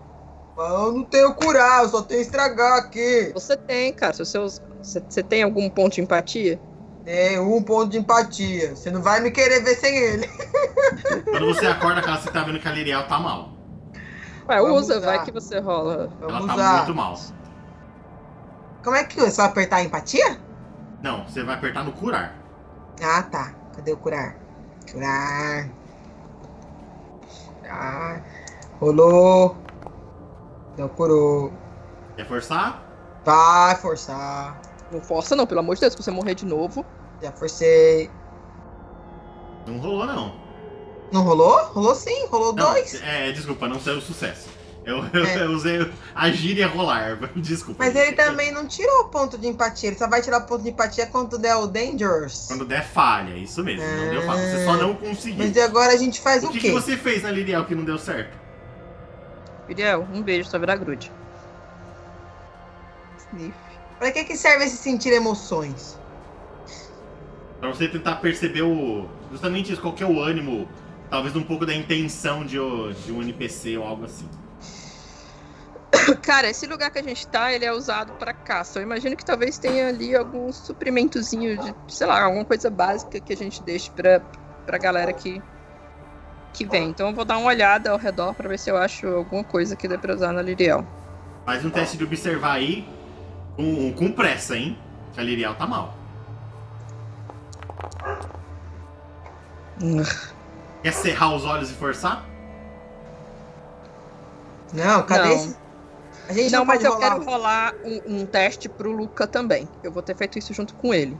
[SPEAKER 3] Mas eu não tenho curar, eu só tenho estragar aqui.
[SPEAKER 4] você tem, cara. Se você, você, você tem algum ponto de empatia?
[SPEAKER 3] Tem um ponto de empatia. Você não vai me querer ver sem ele.
[SPEAKER 1] Quando você acorda, calo, você tá vendo que a Liriel tá mal.
[SPEAKER 4] Ué,
[SPEAKER 3] Vamos
[SPEAKER 4] usa,
[SPEAKER 3] lá.
[SPEAKER 4] vai que você rola.
[SPEAKER 3] Vamos
[SPEAKER 1] Ela tá
[SPEAKER 3] lá.
[SPEAKER 1] muito mal.
[SPEAKER 3] Como é que é? Só apertar a empatia?
[SPEAKER 1] Não, você vai apertar no curar.
[SPEAKER 3] Ah, tá. Cadê o curar? Curar. Curar. Rolou. Não curou.
[SPEAKER 1] Quer forçar?
[SPEAKER 3] Vai forçar.
[SPEAKER 4] Não força, não, pelo amor de Deus, se você morrer de novo.
[SPEAKER 3] Já forcei.
[SPEAKER 1] Não rolou, não.
[SPEAKER 3] Não rolou? Rolou sim, rolou
[SPEAKER 1] Não,
[SPEAKER 3] dois.
[SPEAKER 1] É, desculpa, não saiu sucesso. Eu, (laughs) eu,
[SPEAKER 3] É.
[SPEAKER 1] eu usei a gíria rolar, (laughs) desculpa.
[SPEAKER 3] Mas ele tá-
[SPEAKER 1] gente.
[SPEAKER 3] também não tirou o ponto de empatia. Ele só vai tirar o ponto de empatia quando der o Dangerous.
[SPEAKER 1] Quando der falha, é isso mesmo. Não deu falha, você só não conseguiu.
[SPEAKER 3] É. Mas e agora a gente faz o,
[SPEAKER 1] o que,
[SPEAKER 3] quê?
[SPEAKER 1] que você fez na Liriel que não deu certo?
[SPEAKER 4] Liriel, um beijo, só virar grude.
[SPEAKER 2] Sniff.
[SPEAKER 3] Pra que, que serve esse sentir emoções?
[SPEAKER 1] Pra você tentar perceber o. Justamente isso, qual que é o ânimo, talvez um pouco da intenção de, o- de um NPC ou algo assim.
[SPEAKER 4] Cara, esse lugar que a gente tá, ele é usado pra caça. Eu imagino que talvez tenha ali algum suprimentozinho de, sei lá, alguma coisa básica que a gente deixe pra, pra galera que, que vem. Então eu vou dar uma olhada ao redor pra ver se eu acho alguma coisa que dê pra usar na Liriel.
[SPEAKER 1] Faz um teste de observar aí com, com pressa, hein? Que a Liriel tá mal.
[SPEAKER 3] Hum.
[SPEAKER 1] Quer cerrar os olhos e forçar?
[SPEAKER 3] Não, cadê
[SPEAKER 4] Não.
[SPEAKER 3] esse. A gente não,
[SPEAKER 4] Não, mas
[SPEAKER 3] pode
[SPEAKER 4] eu
[SPEAKER 3] rolar.
[SPEAKER 4] quero rolar um, um teste pro Luca também. Eu vou ter feito isso junto com ele.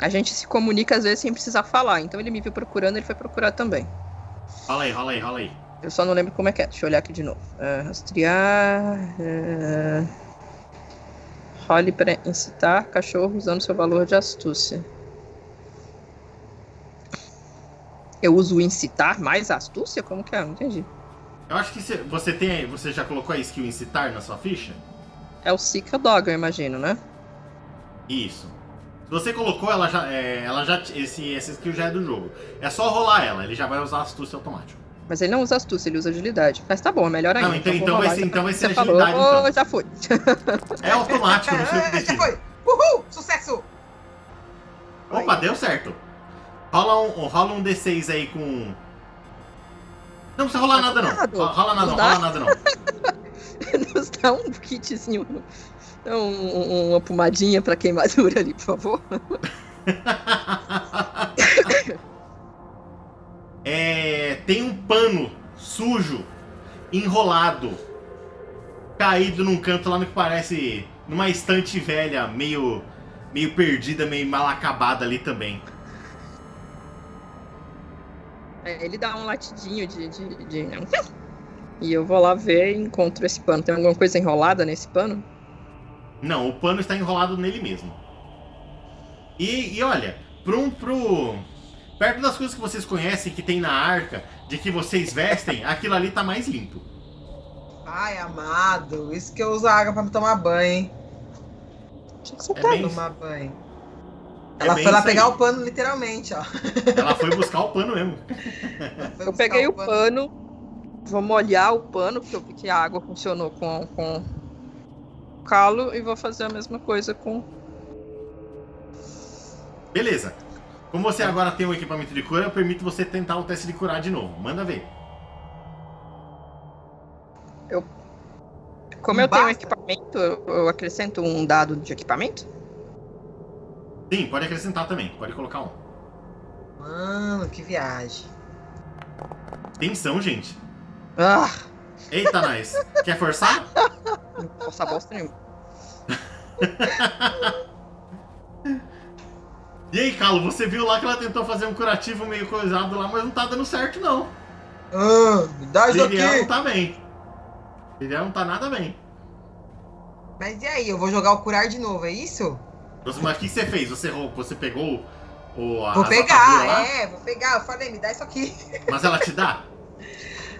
[SPEAKER 4] A gente se comunica às vezes sem precisar falar. Então ele me viu procurando, ele foi procurar também.
[SPEAKER 1] Rola aí, rola aí, rola aí.
[SPEAKER 4] Eu só não lembro como é que é. Deixa eu olhar aqui de novo. É, rastrear. é, Role para incitar cachorro usando seu valor de astúcia. Eu uso o incitar mais astúcia? Como que é? Não entendi.
[SPEAKER 1] Eu acho que cê- você tem. Você já colocou a skill incitar na sua ficha?
[SPEAKER 4] É o Sika Dog, eu imagino, né?
[SPEAKER 1] Isso. Se você colocou, ela já. é, ela já te- esse, essa skill já é do jogo. É só rolar ela, ele já vai usar a astúcia automático.
[SPEAKER 4] Mas ele não usa astúcia, ele usa agilidade. Mas tá bom, é melhor ainda.
[SPEAKER 1] Não, então,
[SPEAKER 4] vou
[SPEAKER 1] então, vai
[SPEAKER 4] rolar
[SPEAKER 1] ser,
[SPEAKER 4] já-
[SPEAKER 1] então vai ser
[SPEAKER 4] Você falou,
[SPEAKER 1] agilidade,
[SPEAKER 4] oh,
[SPEAKER 1] então.
[SPEAKER 4] já foi. (laughs)
[SPEAKER 1] É automático, não sei o que
[SPEAKER 3] Ah, já
[SPEAKER 1] decidir.
[SPEAKER 3] foi! Uhul! Sucesso!
[SPEAKER 1] Opa, deu certo. Rola um, rola um D6 aí com. Não precisa rolar nada, não.
[SPEAKER 4] Cuidado.
[SPEAKER 1] Rola rola nada, não, rola nada, não.
[SPEAKER 4] Nos dá um kitzinho, um- um- uma pomadinha pra (laughs) queimadura ali, por favor.
[SPEAKER 1] É, tem um pano sujo, enrolado, caído num canto lá no que parece numa estante velha, meio meio perdida, meio mal acabada ali também.
[SPEAKER 4] É, ele dá um latidinho de, de, de- E eu vou lá ver e encontro esse pano. Tem alguma coisa enrolada nesse pano?
[SPEAKER 1] Não, o pano está enrolado nele mesmo. E, e olha, pro, pro. Perto das coisas que (laughs) vocês conhecem que tem na arca, de que vocês vestem, aquilo ali tá mais limpo.
[SPEAKER 3] Ai, amado. Isso que eu uso a água pra me tomar banho, hein?
[SPEAKER 2] Tinha que ser
[SPEAKER 4] tá-
[SPEAKER 1] É
[SPEAKER 2] pra
[SPEAKER 1] bem-
[SPEAKER 3] Tomar banho.
[SPEAKER 1] É
[SPEAKER 3] Ela
[SPEAKER 1] bem
[SPEAKER 3] foi lá
[SPEAKER 1] isso aí.
[SPEAKER 3] pegar o pano, literalmente, ó.
[SPEAKER 1] Ela foi buscar o pano mesmo.
[SPEAKER 3] Foi
[SPEAKER 4] Eu
[SPEAKER 3] buscar
[SPEAKER 4] peguei o pano, vou molhar o pano, porque eu vi que a água funcionou com, com o calo, e vou fazer a mesma coisa com.
[SPEAKER 1] Beleza. Como você
[SPEAKER 3] Tá.
[SPEAKER 1] agora tem um equipamento de cura, eu permito você tentar o teste de curar de novo. Manda ver.
[SPEAKER 4] Como eu tenho um
[SPEAKER 3] Basta.
[SPEAKER 4] equipamento, eu eu acrescento um dado de equipamento?
[SPEAKER 1] Sim, pode acrescentar também. Pode colocar um.
[SPEAKER 3] Mano, que viagem.
[SPEAKER 1] Tensão, gente.
[SPEAKER 4] Ah,
[SPEAKER 1] Eita,
[SPEAKER 3] (laughs)
[SPEAKER 1] nós. Quer forçar?
[SPEAKER 4] não posso bosta nenhuma.
[SPEAKER 1] E aí, Calo, você viu lá que ela tentou fazer um curativo meio coisado lá, mas não tá dando certo, não.
[SPEAKER 3] Ah, me dá isso
[SPEAKER 1] Liriel não
[SPEAKER 3] aqui.
[SPEAKER 1] tá bem. Liriel não tá nada bem.
[SPEAKER 3] Mas e aí? Eu vou jogar o curar de novo, é isso?
[SPEAKER 1] Você- Mas o que você fez? Você, roubou- você pegou o. a-
[SPEAKER 3] vou
[SPEAKER 1] as
[SPEAKER 3] pegar,
[SPEAKER 1] ataduras tá lá?
[SPEAKER 3] é, vou pegar. Eu falei, me dá isso aqui. (laughs)
[SPEAKER 1] Mas ela te dá?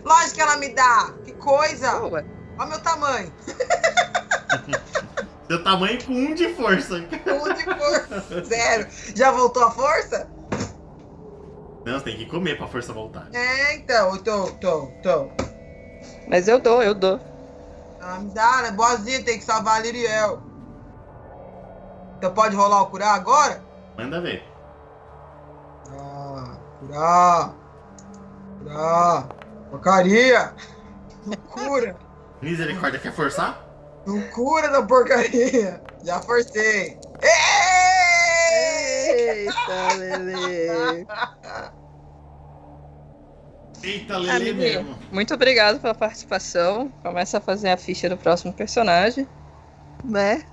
[SPEAKER 3] Lógico que ela me dá. Que coisa.
[SPEAKER 4] Boa.
[SPEAKER 3] Olha o meu tamanho.
[SPEAKER 1] Seu tamanho com um de força.
[SPEAKER 3] Um de força. (laughs) Zero. Já voltou a força?
[SPEAKER 1] Não, você tem que comer pra força voltar.
[SPEAKER 3] É, então. Então, então, então.
[SPEAKER 4] Mas eu dou, eu dou.
[SPEAKER 3] Ela me dá, ela é boazinha, tem que salvar a Liriel. Então pode rolar o curar agora?
[SPEAKER 1] Manda ver.
[SPEAKER 3] Ah, curar. Curar. Porcaria. Não cura.
[SPEAKER 1] Misericórdia, quer forçar?
[SPEAKER 3] Não cura da porcaria. Já forcei. Ei!
[SPEAKER 2] Eita, Lele.
[SPEAKER 1] Eita,
[SPEAKER 4] Ah,
[SPEAKER 1] Lele
[SPEAKER 4] Lele.
[SPEAKER 1] mesmo.
[SPEAKER 4] (laughs) Muito obrigado pela participação. Começa a fazer a ficha do próximo personagem.
[SPEAKER 2] Né?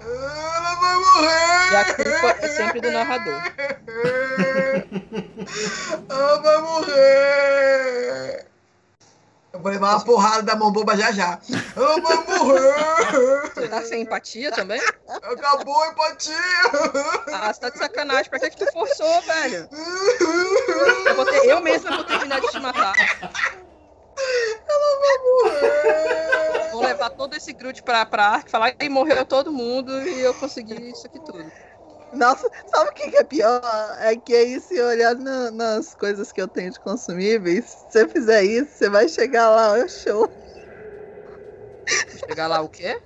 [SPEAKER 3] Ela vai morrer!
[SPEAKER 4] E a culpa é sempre do narrador.
[SPEAKER 3] Ela vai morrer! Eu vou levar uma porrada da mão boba já já. Ela vai morrer!
[SPEAKER 4] Você tá sem empatia também?
[SPEAKER 3] Acabou a empatia!
[SPEAKER 4] Ah, você tá de sacanagem. Pra que, que tu forçou, velho? Eu, vou ter- eu mesma vou terminar de te matar. Vou levar todo esse grude pra, pra arca, falar que morreu todo mundo e eu consegui isso aqui tudo.
[SPEAKER 2] Nossa, sabe o que que é pior? É que aí, se olhar na- nas coisas que eu tenho de consumíveis, se você fizer isso, você vai chegar lá, ó, show.
[SPEAKER 4] Chegar lá o quê?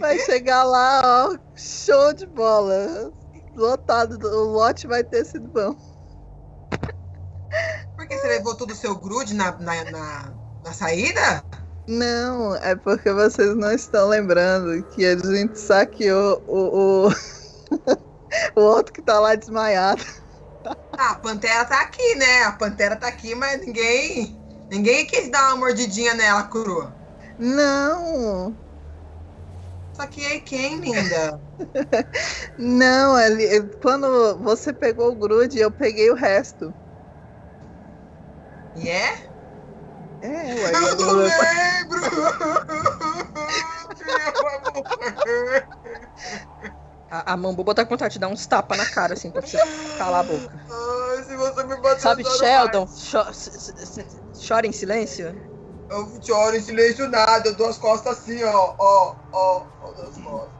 [SPEAKER 2] Vai chegar lá, ó, show de bola. Lotado, o lote vai ter sido bom.
[SPEAKER 3] Por que você levou todo o seu grude na, na, na, na saída?
[SPEAKER 2] Não, é porque vocês não estão lembrando que a gente saqueou o, (laughs) o, o outro que tá lá desmaiado.
[SPEAKER 3] Ah, a pantera tá aqui, né? A pantera tá aqui, mas ninguém. Ninguém quis dar uma mordidinha nela crua.
[SPEAKER 2] Não,
[SPEAKER 3] Só que aí quem, linda?
[SPEAKER 2] não, ele, ele- quando você pegou o grude, eu peguei o resto.
[SPEAKER 3] E é?
[SPEAKER 2] É, ué,
[SPEAKER 3] Eu não
[SPEAKER 2] eu-
[SPEAKER 3] lembro! (laughs) Eu vou morrer.
[SPEAKER 4] A, a Mambuba tá com vontade de dar uns tapas na cara, assim, pra você calar a boca.
[SPEAKER 3] Ai, se você me bater
[SPEAKER 4] Sabe,
[SPEAKER 3] eu choro
[SPEAKER 4] Sheldon? cho- s- s- s- Chora em silêncio?
[SPEAKER 3] mais. Eu choro em silêncio nada, eu dou as costas assim, ó, ó, ó, ó, dou as costas.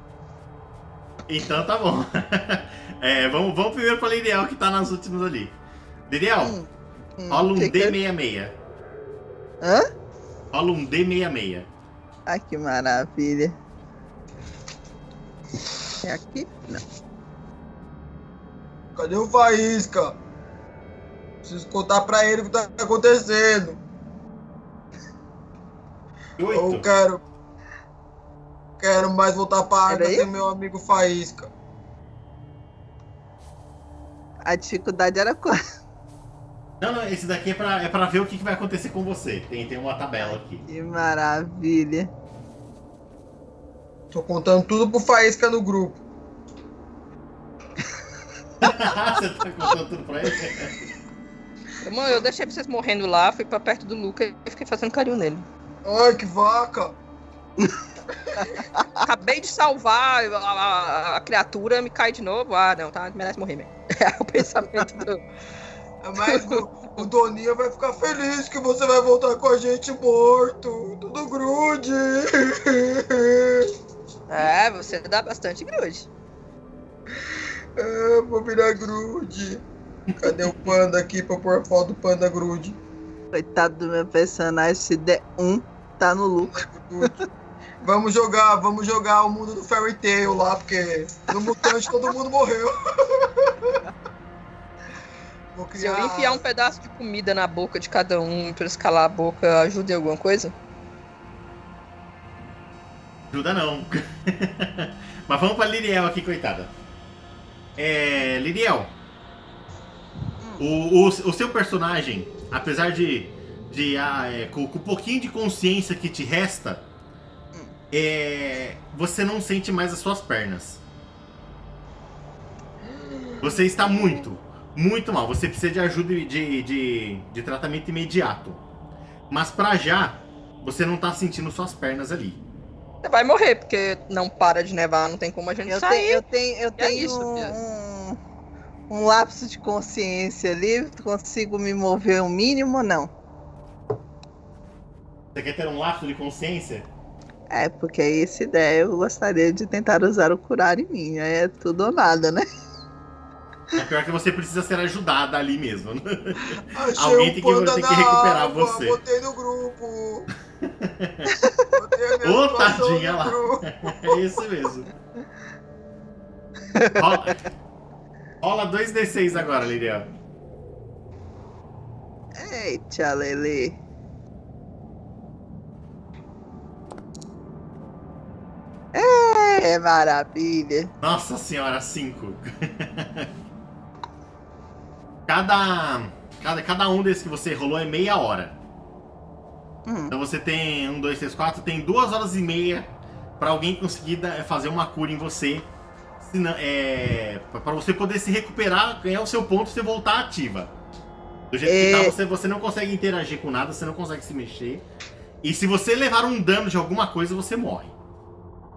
[SPEAKER 1] Então tá bom. (laughs) É, vamos, vamos primeiro pra Liriel que tá nas últimas ali. Liriel,
[SPEAKER 2] Hum, hum,
[SPEAKER 1] rola um
[SPEAKER 2] que que-
[SPEAKER 1] D66.
[SPEAKER 2] Hã?
[SPEAKER 1] Rola um D66.
[SPEAKER 2] Ai, que maravilha. É aqui?
[SPEAKER 3] Cadê o Faísca? Preciso contar pra ele o que tá acontecendo. Eu
[SPEAKER 2] Oh,
[SPEAKER 1] Oito.
[SPEAKER 3] quero. Quero mais voltar pra Arca
[SPEAKER 2] Peraí.
[SPEAKER 3] sem meu amigo Faísca.
[SPEAKER 2] A dificuldade era quase.
[SPEAKER 1] Não, não, esse daqui é pra, é pra ver o que, que vai acontecer com você. Tem, tem uma tabela aqui. (laughs)
[SPEAKER 2] Que maravilha.
[SPEAKER 3] Tô contando tudo pro Faísca no grupo.
[SPEAKER 1] você tá contando tudo pra ele?
[SPEAKER 4] Irmão, eu deixei vocês morrendo lá, fui pra perto do Luca e fiquei fazendo carinho nele.
[SPEAKER 3] Ai, que vaca!
[SPEAKER 4] Acabei de salvar a, a- a
[SPEAKER 2] (laughs)
[SPEAKER 4] criatura, (laughs) me cai de novo. Ah, não, tá? Merece morrer mesmo. É o pensamento do.
[SPEAKER 3] É mais o, O Doninha vai ficar feliz que você vai voltar com a gente morto. Tudo grude. (laughs)
[SPEAKER 4] É, você dá bastante grude.
[SPEAKER 3] É, vou virar grude. Cadê o panda aqui pra eu pôr a foto do panda grude?
[SPEAKER 2] Coitado do meu personagem, se der um, tá no lucro.
[SPEAKER 3] Vamos jogar, vamos jogar o mundo do Fairy Tail lá, porque no mutante todo mundo
[SPEAKER 4] (laughs)
[SPEAKER 3] morreu. Vou
[SPEAKER 4] Se
[SPEAKER 2] Ah.
[SPEAKER 4] eu enfiar um pedaço de comida na boca de cada um pra eles calar a boca, ajuda em alguma coisa?
[SPEAKER 1] Ajuda não. (laughs) Mas vamos pra Liriel aqui, coitada. É. Liriel. O, o, o seu personagem, apesar de. de ah, é, com, com o pouquinho de consciência que te resta, é, você não sente mais as suas pernas. Você está muito, muito mal. Você precisa de ajuda e de, de, de tratamento imediato. Mas pra já, você não tá sentindo suas pernas ali.
[SPEAKER 4] Você vai morrer, porque não para de nevar, não tem como a gente
[SPEAKER 2] Eu
[SPEAKER 4] sair.
[SPEAKER 2] tenho, eu tenho, eu
[SPEAKER 4] é
[SPEAKER 2] tenho
[SPEAKER 4] isso, viado.
[SPEAKER 2] um, um lapso de consciência ali. Consigo me mover o mínimo ou não?
[SPEAKER 1] Você quer ter um lapso de consciência?
[SPEAKER 2] É, porque aí essa ideia eu gostaria de tentar usar o curar em mim. aí É tudo ou nada, né?
[SPEAKER 1] É pior que você precisa ser ajudada ali mesmo. né? (laughs)
[SPEAKER 3] Achei
[SPEAKER 1] Alguém tem
[SPEAKER 3] um
[SPEAKER 1] que-
[SPEAKER 3] panda
[SPEAKER 1] tem que
[SPEAKER 3] na
[SPEAKER 1] recuperar
[SPEAKER 3] água,
[SPEAKER 1] você.
[SPEAKER 3] Botei no grupo. Botei a minha
[SPEAKER 1] (laughs) Ô,
[SPEAKER 3] situação
[SPEAKER 1] tadinha
[SPEAKER 3] no
[SPEAKER 1] lá. (laughs)
[SPEAKER 3] grupo.
[SPEAKER 1] É isso mesmo. Rola, rola 2d6 agora, Liriel.
[SPEAKER 2] Eita, Lele. É, maravilha.
[SPEAKER 1] Nossa senhora, 5. (laughs) cada, cada, cada um desses que você rolou é meia hora.
[SPEAKER 2] Hum.
[SPEAKER 1] Então você tem um, dois, três, quatro, tem duas horas e meia pra alguém conseguir da- fazer uma cura em você. Senão, é, pra- pra você poder se recuperar, ganhar o seu ponto e você voltar ativa. Do jeito que
[SPEAKER 2] É.
[SPEAKER 1] tá, você, você não consegue interagir com nada, você não consegue se mexer. E se você levar um dano de alguma coisa, você morre.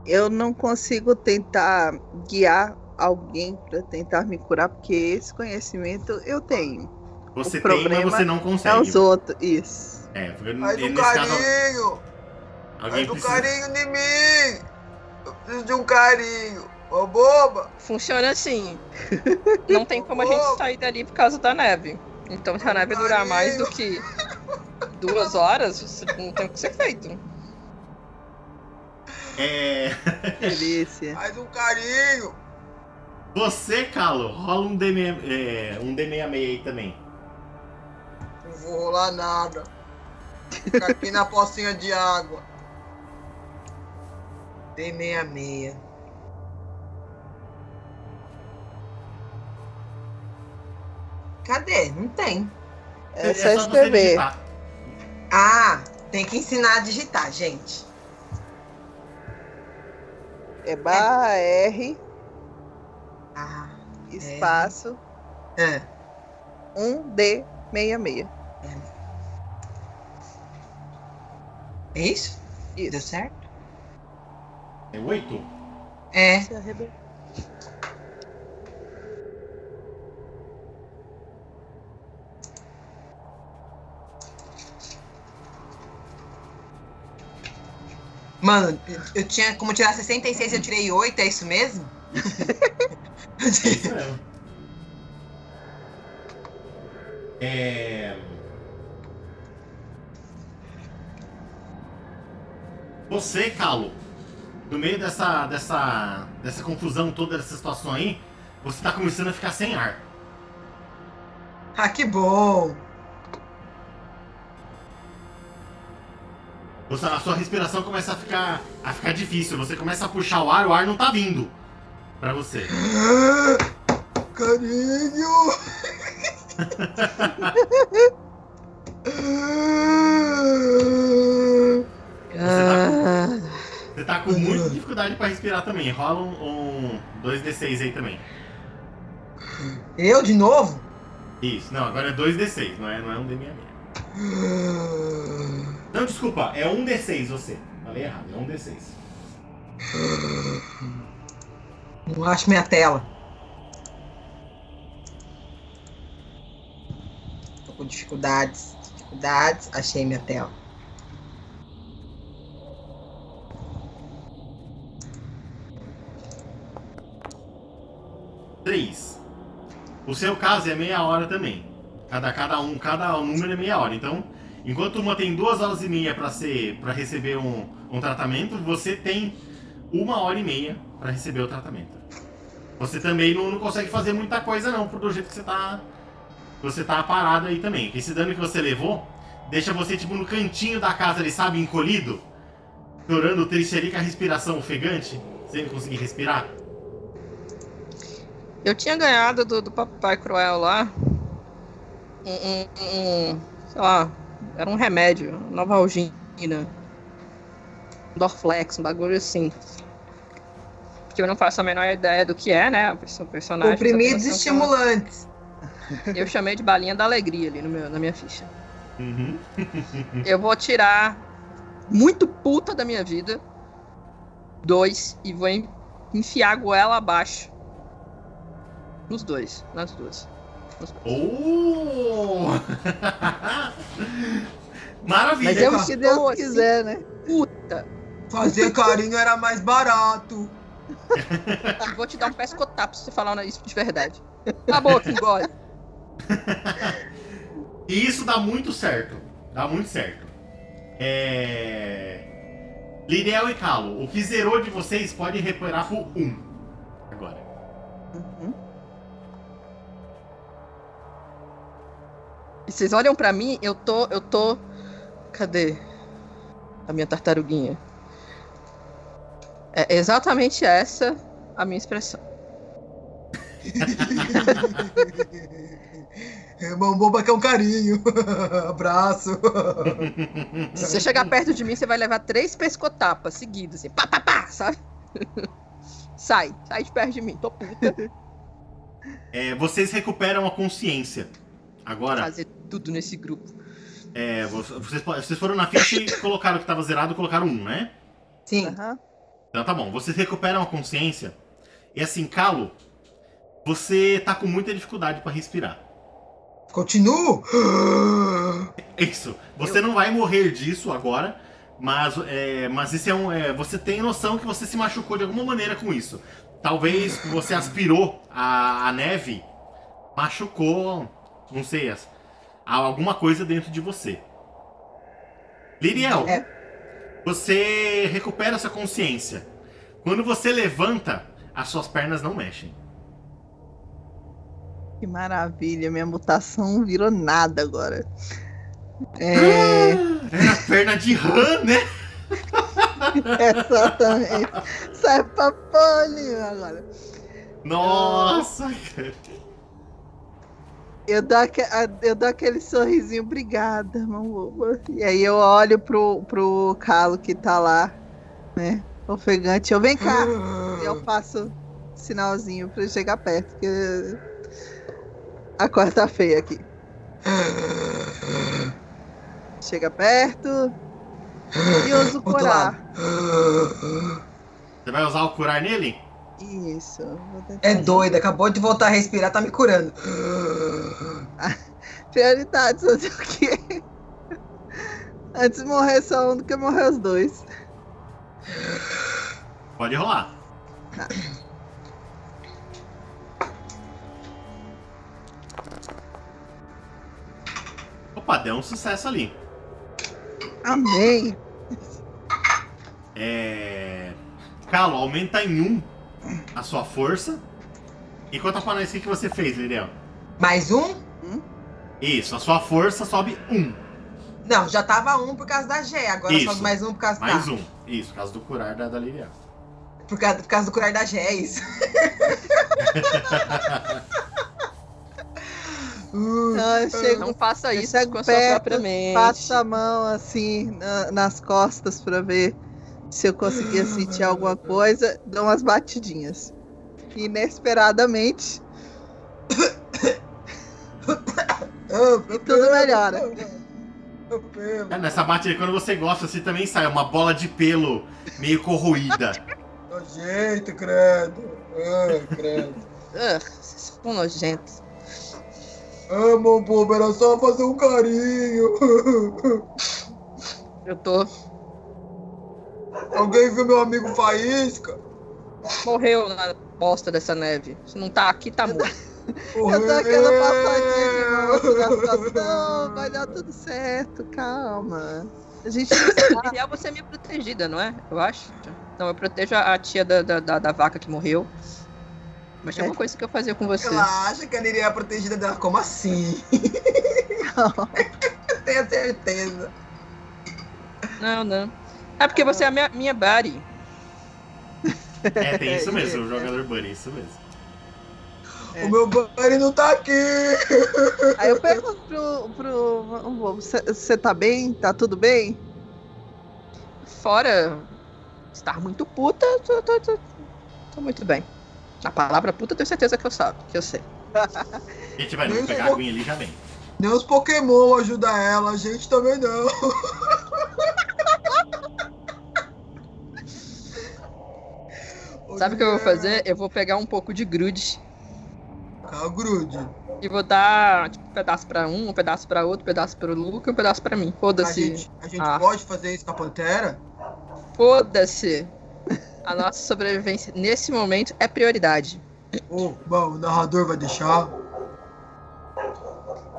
[SPEAKER 2] Eu não consigo tentar guiar alguém pra tentar me curar, porque esse conhecimento eu tenho.
[SPEAKER 1] Você
[SPEAKER 2] O
[SPEAKER 1] tem, mas
[SPEAKER 2] problema
[SPEAKER 1] você não
[SPEAKER 2] É os
[SPEAKER 1] consegue.
[SPEAKER 2] outros,
[SPEAKER 1] (laughs)
[SPEAKER 2] isso.
[SPEAKER 1] É, porque
[SPEAKER 3] Ai do
[SPEAKER 1] nesse caso,
[SPEAKER 3] carinho. Ai
[SPEAKER 1] alguém
[SPEAKER 3] do
[SPEAKER 1] precisa.
[SPEAKER 3] carinho de mim. Eu preciso de um carinho. Ô, boba.
[SPEAKER 4] Funciona
[SPEAKER 2] (laughs)
[SPEAKER 4] assim. Não tem como a gente sair dali por causa da neve. Então, se a neve durar mais do que duas horas, você não tem o que ser feito.
[SPEAKER 1] É.
[SPEAKER 2] Delícia.
[SPEAKER 3] Faz um carinho.
[SPEAKER 1] Você, Calo, rola um D6, é, um D66 aí também.
[SPEAKER 3] Não vou rolar nada. Fica aqui na pocinha de água. Dei meia meia. Cadê? Não tem.
[SPEAKER 2] É só
[SPEAKER 1] você
[SPEAKER 2] escrever.
[SPEAKER 1] digitar.
[SPEAKER 3] Ah, tem que ensinar a digitar, gente.
[SPEAKER 2] É barra R,
[SPEAKER 3] Ah,
[SPEAKER 2] espaço,
[SPEAKER 3] é.
[SPEAKER 2] 1D66.
[SPEAKER 3] É isso? Deu
[SPEAKER 2] Isso.
[SPEAKER 3] certo?
[SPEAKER 1] É oito?
[SPEAKER 3] É.
[SPEAKER 2] Se arrebentou.
[SPEAKER 3] Mano, eu- eu tinha como tirar 66, eu tirei 8, é isso mesmo? (laughs)
[SPEAKER 1] Isso mesmo. É. Você, Calo, no meio dessa, dessa, dessa confusão toda, dessa situação aí, você tá começando a ficar sem ar.
[SPEAKER 3] ah, que bom.
[SPEAKER 1] Você- a sua respiração começa a ficar, a ficar difícil. Você começa a puxar o ar, o ar não tá vindo pra você.
[SPEAKER 3] Carinho!
[SPEAKER 4] Ah,
[SPEAKER 1] Você tá com muita dificuldade pra respirar também. Rola um, um 2d6 aí também.
[SPEAKER 3] Eu de novo?
[SPEAKER 1] Isso, não, agora é 2d6, não é, não é um D66. Não, desculpa, é 1d6 você. Falei errado, é 1d6.
[SPEAKER 3] Não acho minha tela. Tô com com dificuldades. Dificuldades. Achei minha tela.
[SPEAKER 1] Três. O seu caso é meia hora também. Cada, cada um, cada número é meia hora. Então, enquanto uma tem duas horas e meia para ser, para receber um, um tratamento, você tem uma hora e meia para receber o tratamento. Você também não, não consegue fazer muita coisa não, por do jeito que você tá, você tá parado aí também. Esse dano que você levou deixa você tipo no cantinho da casa, ele sabe, encolhido, chorando triste ali com a respiração ofegante, sem conseguir respirar.
[SPEAKER 4] Eu tinha ganhado do, do Papai Cruel lá um, um- um- sei lá, era um remédio, nova algina, Dorflex, um bagulho assim. Que eu não faço a menor ideia do que é, né? O perso- personagem.
[SPEAKER 3] Comprimidos
[SPEAKER 4] só tem noção
[SPEAKER 3] estimulantes.
[SPEAKER 4] que Eu eu chamei de balinha da alegria ali no meu, na minha ficha.
[SPEAKER 1] Uhum.
[SPEAKER 4] Eu vou tirar muito puta da minha vida. Dois. E vou en- enfiar a goela abaixo. Nos dois. Nas duas. Nos dois.
[SPEAKER 1] Oh! (laughs) Maravilha!
[SPEAKER 4] Mas eu
[SPEAKER 1] cara.
[SPEAKER 2] Se
[SPEAKER 4] Então,
[SPEAKER 2] é Deus
[SPEAKER 4] assim-
[SPEAKER 2] quiser, né?
[SPEAKER 4] Puta!
[SPEAKER 3] Fazer carinho era mais
[SPEAKER 2] né?
[SPEAKER 3] barato.
[SPEAKER 4] E vou te dar um pescotapo se você falar isso de verdade. Tá bom, que engole.
[SPEAKER 1] E isso dá muito certo. Dá muito certo. É. Liriel e Calo, o que zerou de vocês pode recuperar por um. Agora.
[SPEAKER 4] Uhum. E vocês olham pra mim, eu tô. Eu tô. Cadê? A minha tartaruguinha. É exatamente essa a minha expressão.
[SPEAKER 3] Irmão boba que é um carinho. (laughs) Abraço.
[SPEAKER 4] Se você chegar perto de mim, você vai levar três pescotapas seguidos, assim, pá, pá, pá, sabe? (laughs) sai, sai de perto de mim, tô puta.
[SPEAKER 1] É, vocês recuperam a consciência. Agora,
[SPEAKER 4] Fazer tudo nesse grupo.
[SPEAKER 1] é, vo- vocês, po- vocês foram na ficha e colocaram o que estava zerado, colocaram um, né?
[SPEAKER 3] Sim.
[SPEAKER 2] Aham.
[SPEAKER 1] Então tá bom, vocês recuperam a consciência. E assim, Calo, você tá com muita dificuldade pra respirar.
[SPEAKER 3] Continuo.
[SPEAKER 1] Isso. Você não vai morrer disso agora, mas, é, mas isso é um. é, você tem noção que você se machucou de alguma maneira com isso. Talvez você aspirou a, a neve, machucou, não sei, as- a- alguma coisa dentro de você. Liriel,
[SPEAKER 3] É.
[SPEAKER 1] você recupera sua consciência. Quando você levanta, as suas pernas não mexem.
[SPEAKER 2] Que maravilha, minha mutação não virou nada agora. É,
[SPEAKER 1] Ah, (laughs) É a perna de rã, né?
[SPEAKER 2] exatamente. Sai pra polio agora.
[SPEAKER 1] Nossa,
[SPEAKER 2] Eu dou, aque- a- eu dou aquele sorrisinho, obrigada, irmão boba. E aí eu olho pro, pro Calo que tá lá, né? Ofegante, eu vem cá. E eu faço sinalzinho pra ele chegar perto, porque a corda tá feia aqui. Chega perto e uso
[SPEAKER 3] Outro
[SPEAKER 2] curar.
[SPEAKER 1] Você vai usar o curar nele?
[SPEAKER 2] Isso. vou tentar
[SPEAKER 3] É
[SPEAKER 2] fazer.
[SPEAKER 3] doida, acabou de voltar a respirar, tá me curando.
[SPEAKER 2] Prioridades, (laughs) fazer o quê? Antes de morrer só um do que morrer os dois.
[SPEAKER 1] Pode rolar. Opa, deu um sucesso ali.
[SPEAKER 2] Amém.
[SPEAKER 1] É. Calo, aumenta em um a sua força. E conta pra nós o que que você fez, Liriel.
[SPEAKER 3] Mais um?
[SPEAKER 1] Isso, a sua força sobe um.
[SPEAKER 3] Não, já tava um por causa da G, agora
[SPEAKER 1] Isso.
[SPEAKER 3] sobe mais um por causa
[SPEAKER 1] Mais
[SPEAKER 3] da.
[SPEAKER 1] um. Isso, caso do curar da, da Liriel.
[SPEAKER 3] Por, causa, por causa do curar da G, é isso. (laughs) Uh,
[SPEAKER 2] Então eu chego,
[SPEAKER 4] Não faça
[SPEAKER 2] eu
[SPEAKER 4] isso
[SPEAKER 2] chego
[SPEAKER 4] com a sua
[SPEAKER 2] perto,
[SPEAKER 4] própria mente.
[SPEAKER 2] passo a mão assim na- nas costas pra ver se eu conseguia sentir alguma coisa, dou umas batidinhas. Inesperadamente,
[SPEAKER 3] ah, meu
[SPEAKER 2] e tudo
[SPEAKER 3] pelo,
[SPEAKER 2] melhora.
[SPEAKER 3] meu pelo.
[SPEAKER 1] É, nessa batida, quando você gosta, você também sai uma bola de pelo meio corroída.
[SPEAKER 3] Do jeito, credo. Ah, credo.
[SPEAKER 4] Ugh, vocês são nojentos.
[SPEAKER 3] Ah, Ah, meu bobo, era só fazer um carinho. (laughs)
[SPEAKER 4] Eu tô.
[SPEAKER 3] Alguém viu meu amigo Faísca?
[SPEAKER 4] Morreu na bosta dessa neve. Se não tá aqui, tá (laughs) morto.
[SPEAKER 2] Eu dou aquela
[SPEAKER 4] É.
[SPEAKER 2] passadinha de moço na
[SPEAKER 3] Morreu.
[SPEAKER 2] situação, vai dar tudo certo, calma. A gente não sabe.
[SPEAKER 4] Ideal você é minha protegida, não é? Eu acho. Então eu protejo a a tia da, da, da, da vaca que morreu. Mas tinha uma coisa que eu fazia com você.
[SPEAKER 3] Ela acha que a Liria é a protegida dela. Como assim? (laughs) Eu tenho certeza.
[SPEAKER 4] Não, não. É porque você é a minha, minha buddy.
[SPEAKER 1] É, tem isso mesmo, o jogador Bunny, isso mesmo.
[SPEAKER 2] É.
[SPEAKER 3] O meu buddy não tá aqui.
[SPEAKER 2] Aí eu pergunto pro, pro um bobo, você tá bem? Tá tudo bem?
[SPEAKER 4] Fora estar muito puta, eu tô, tô, tô, tô muito bem. A palavra puta eu tenho certeza que eu sabe, que eu sei.
[SPEAKER 1] A gente vai pegar a aguinha ali e já vem.
[SPEAKER 3] Nem os Pokémon ajudam ela, a gente também não.
[SPEAKER 4] Sabe o que eu vou fazer? Eu vou pegar um pouco de grude
[SPEAKER 3] Tá, grude.
[SPEAKER 4] e vou dar tipo, um pedaço pra um, um pedaço pra outro, um pedaço pro Luca e um pedaço pra mim.
[SPEAKER 3] A
[SPEAKER 4] Foda-se.
[SPEAKER 3] gente, a gente
[SPEAKER 4] Ah.
[SPEAKER 3] pode fazer isso com a Pantera?
[SPEAKER 4] Foda-se. A nossa sobrevivência nesse momento é prioridade.
[SPEAKER 3] Ou, bom, o narrador vai deixar.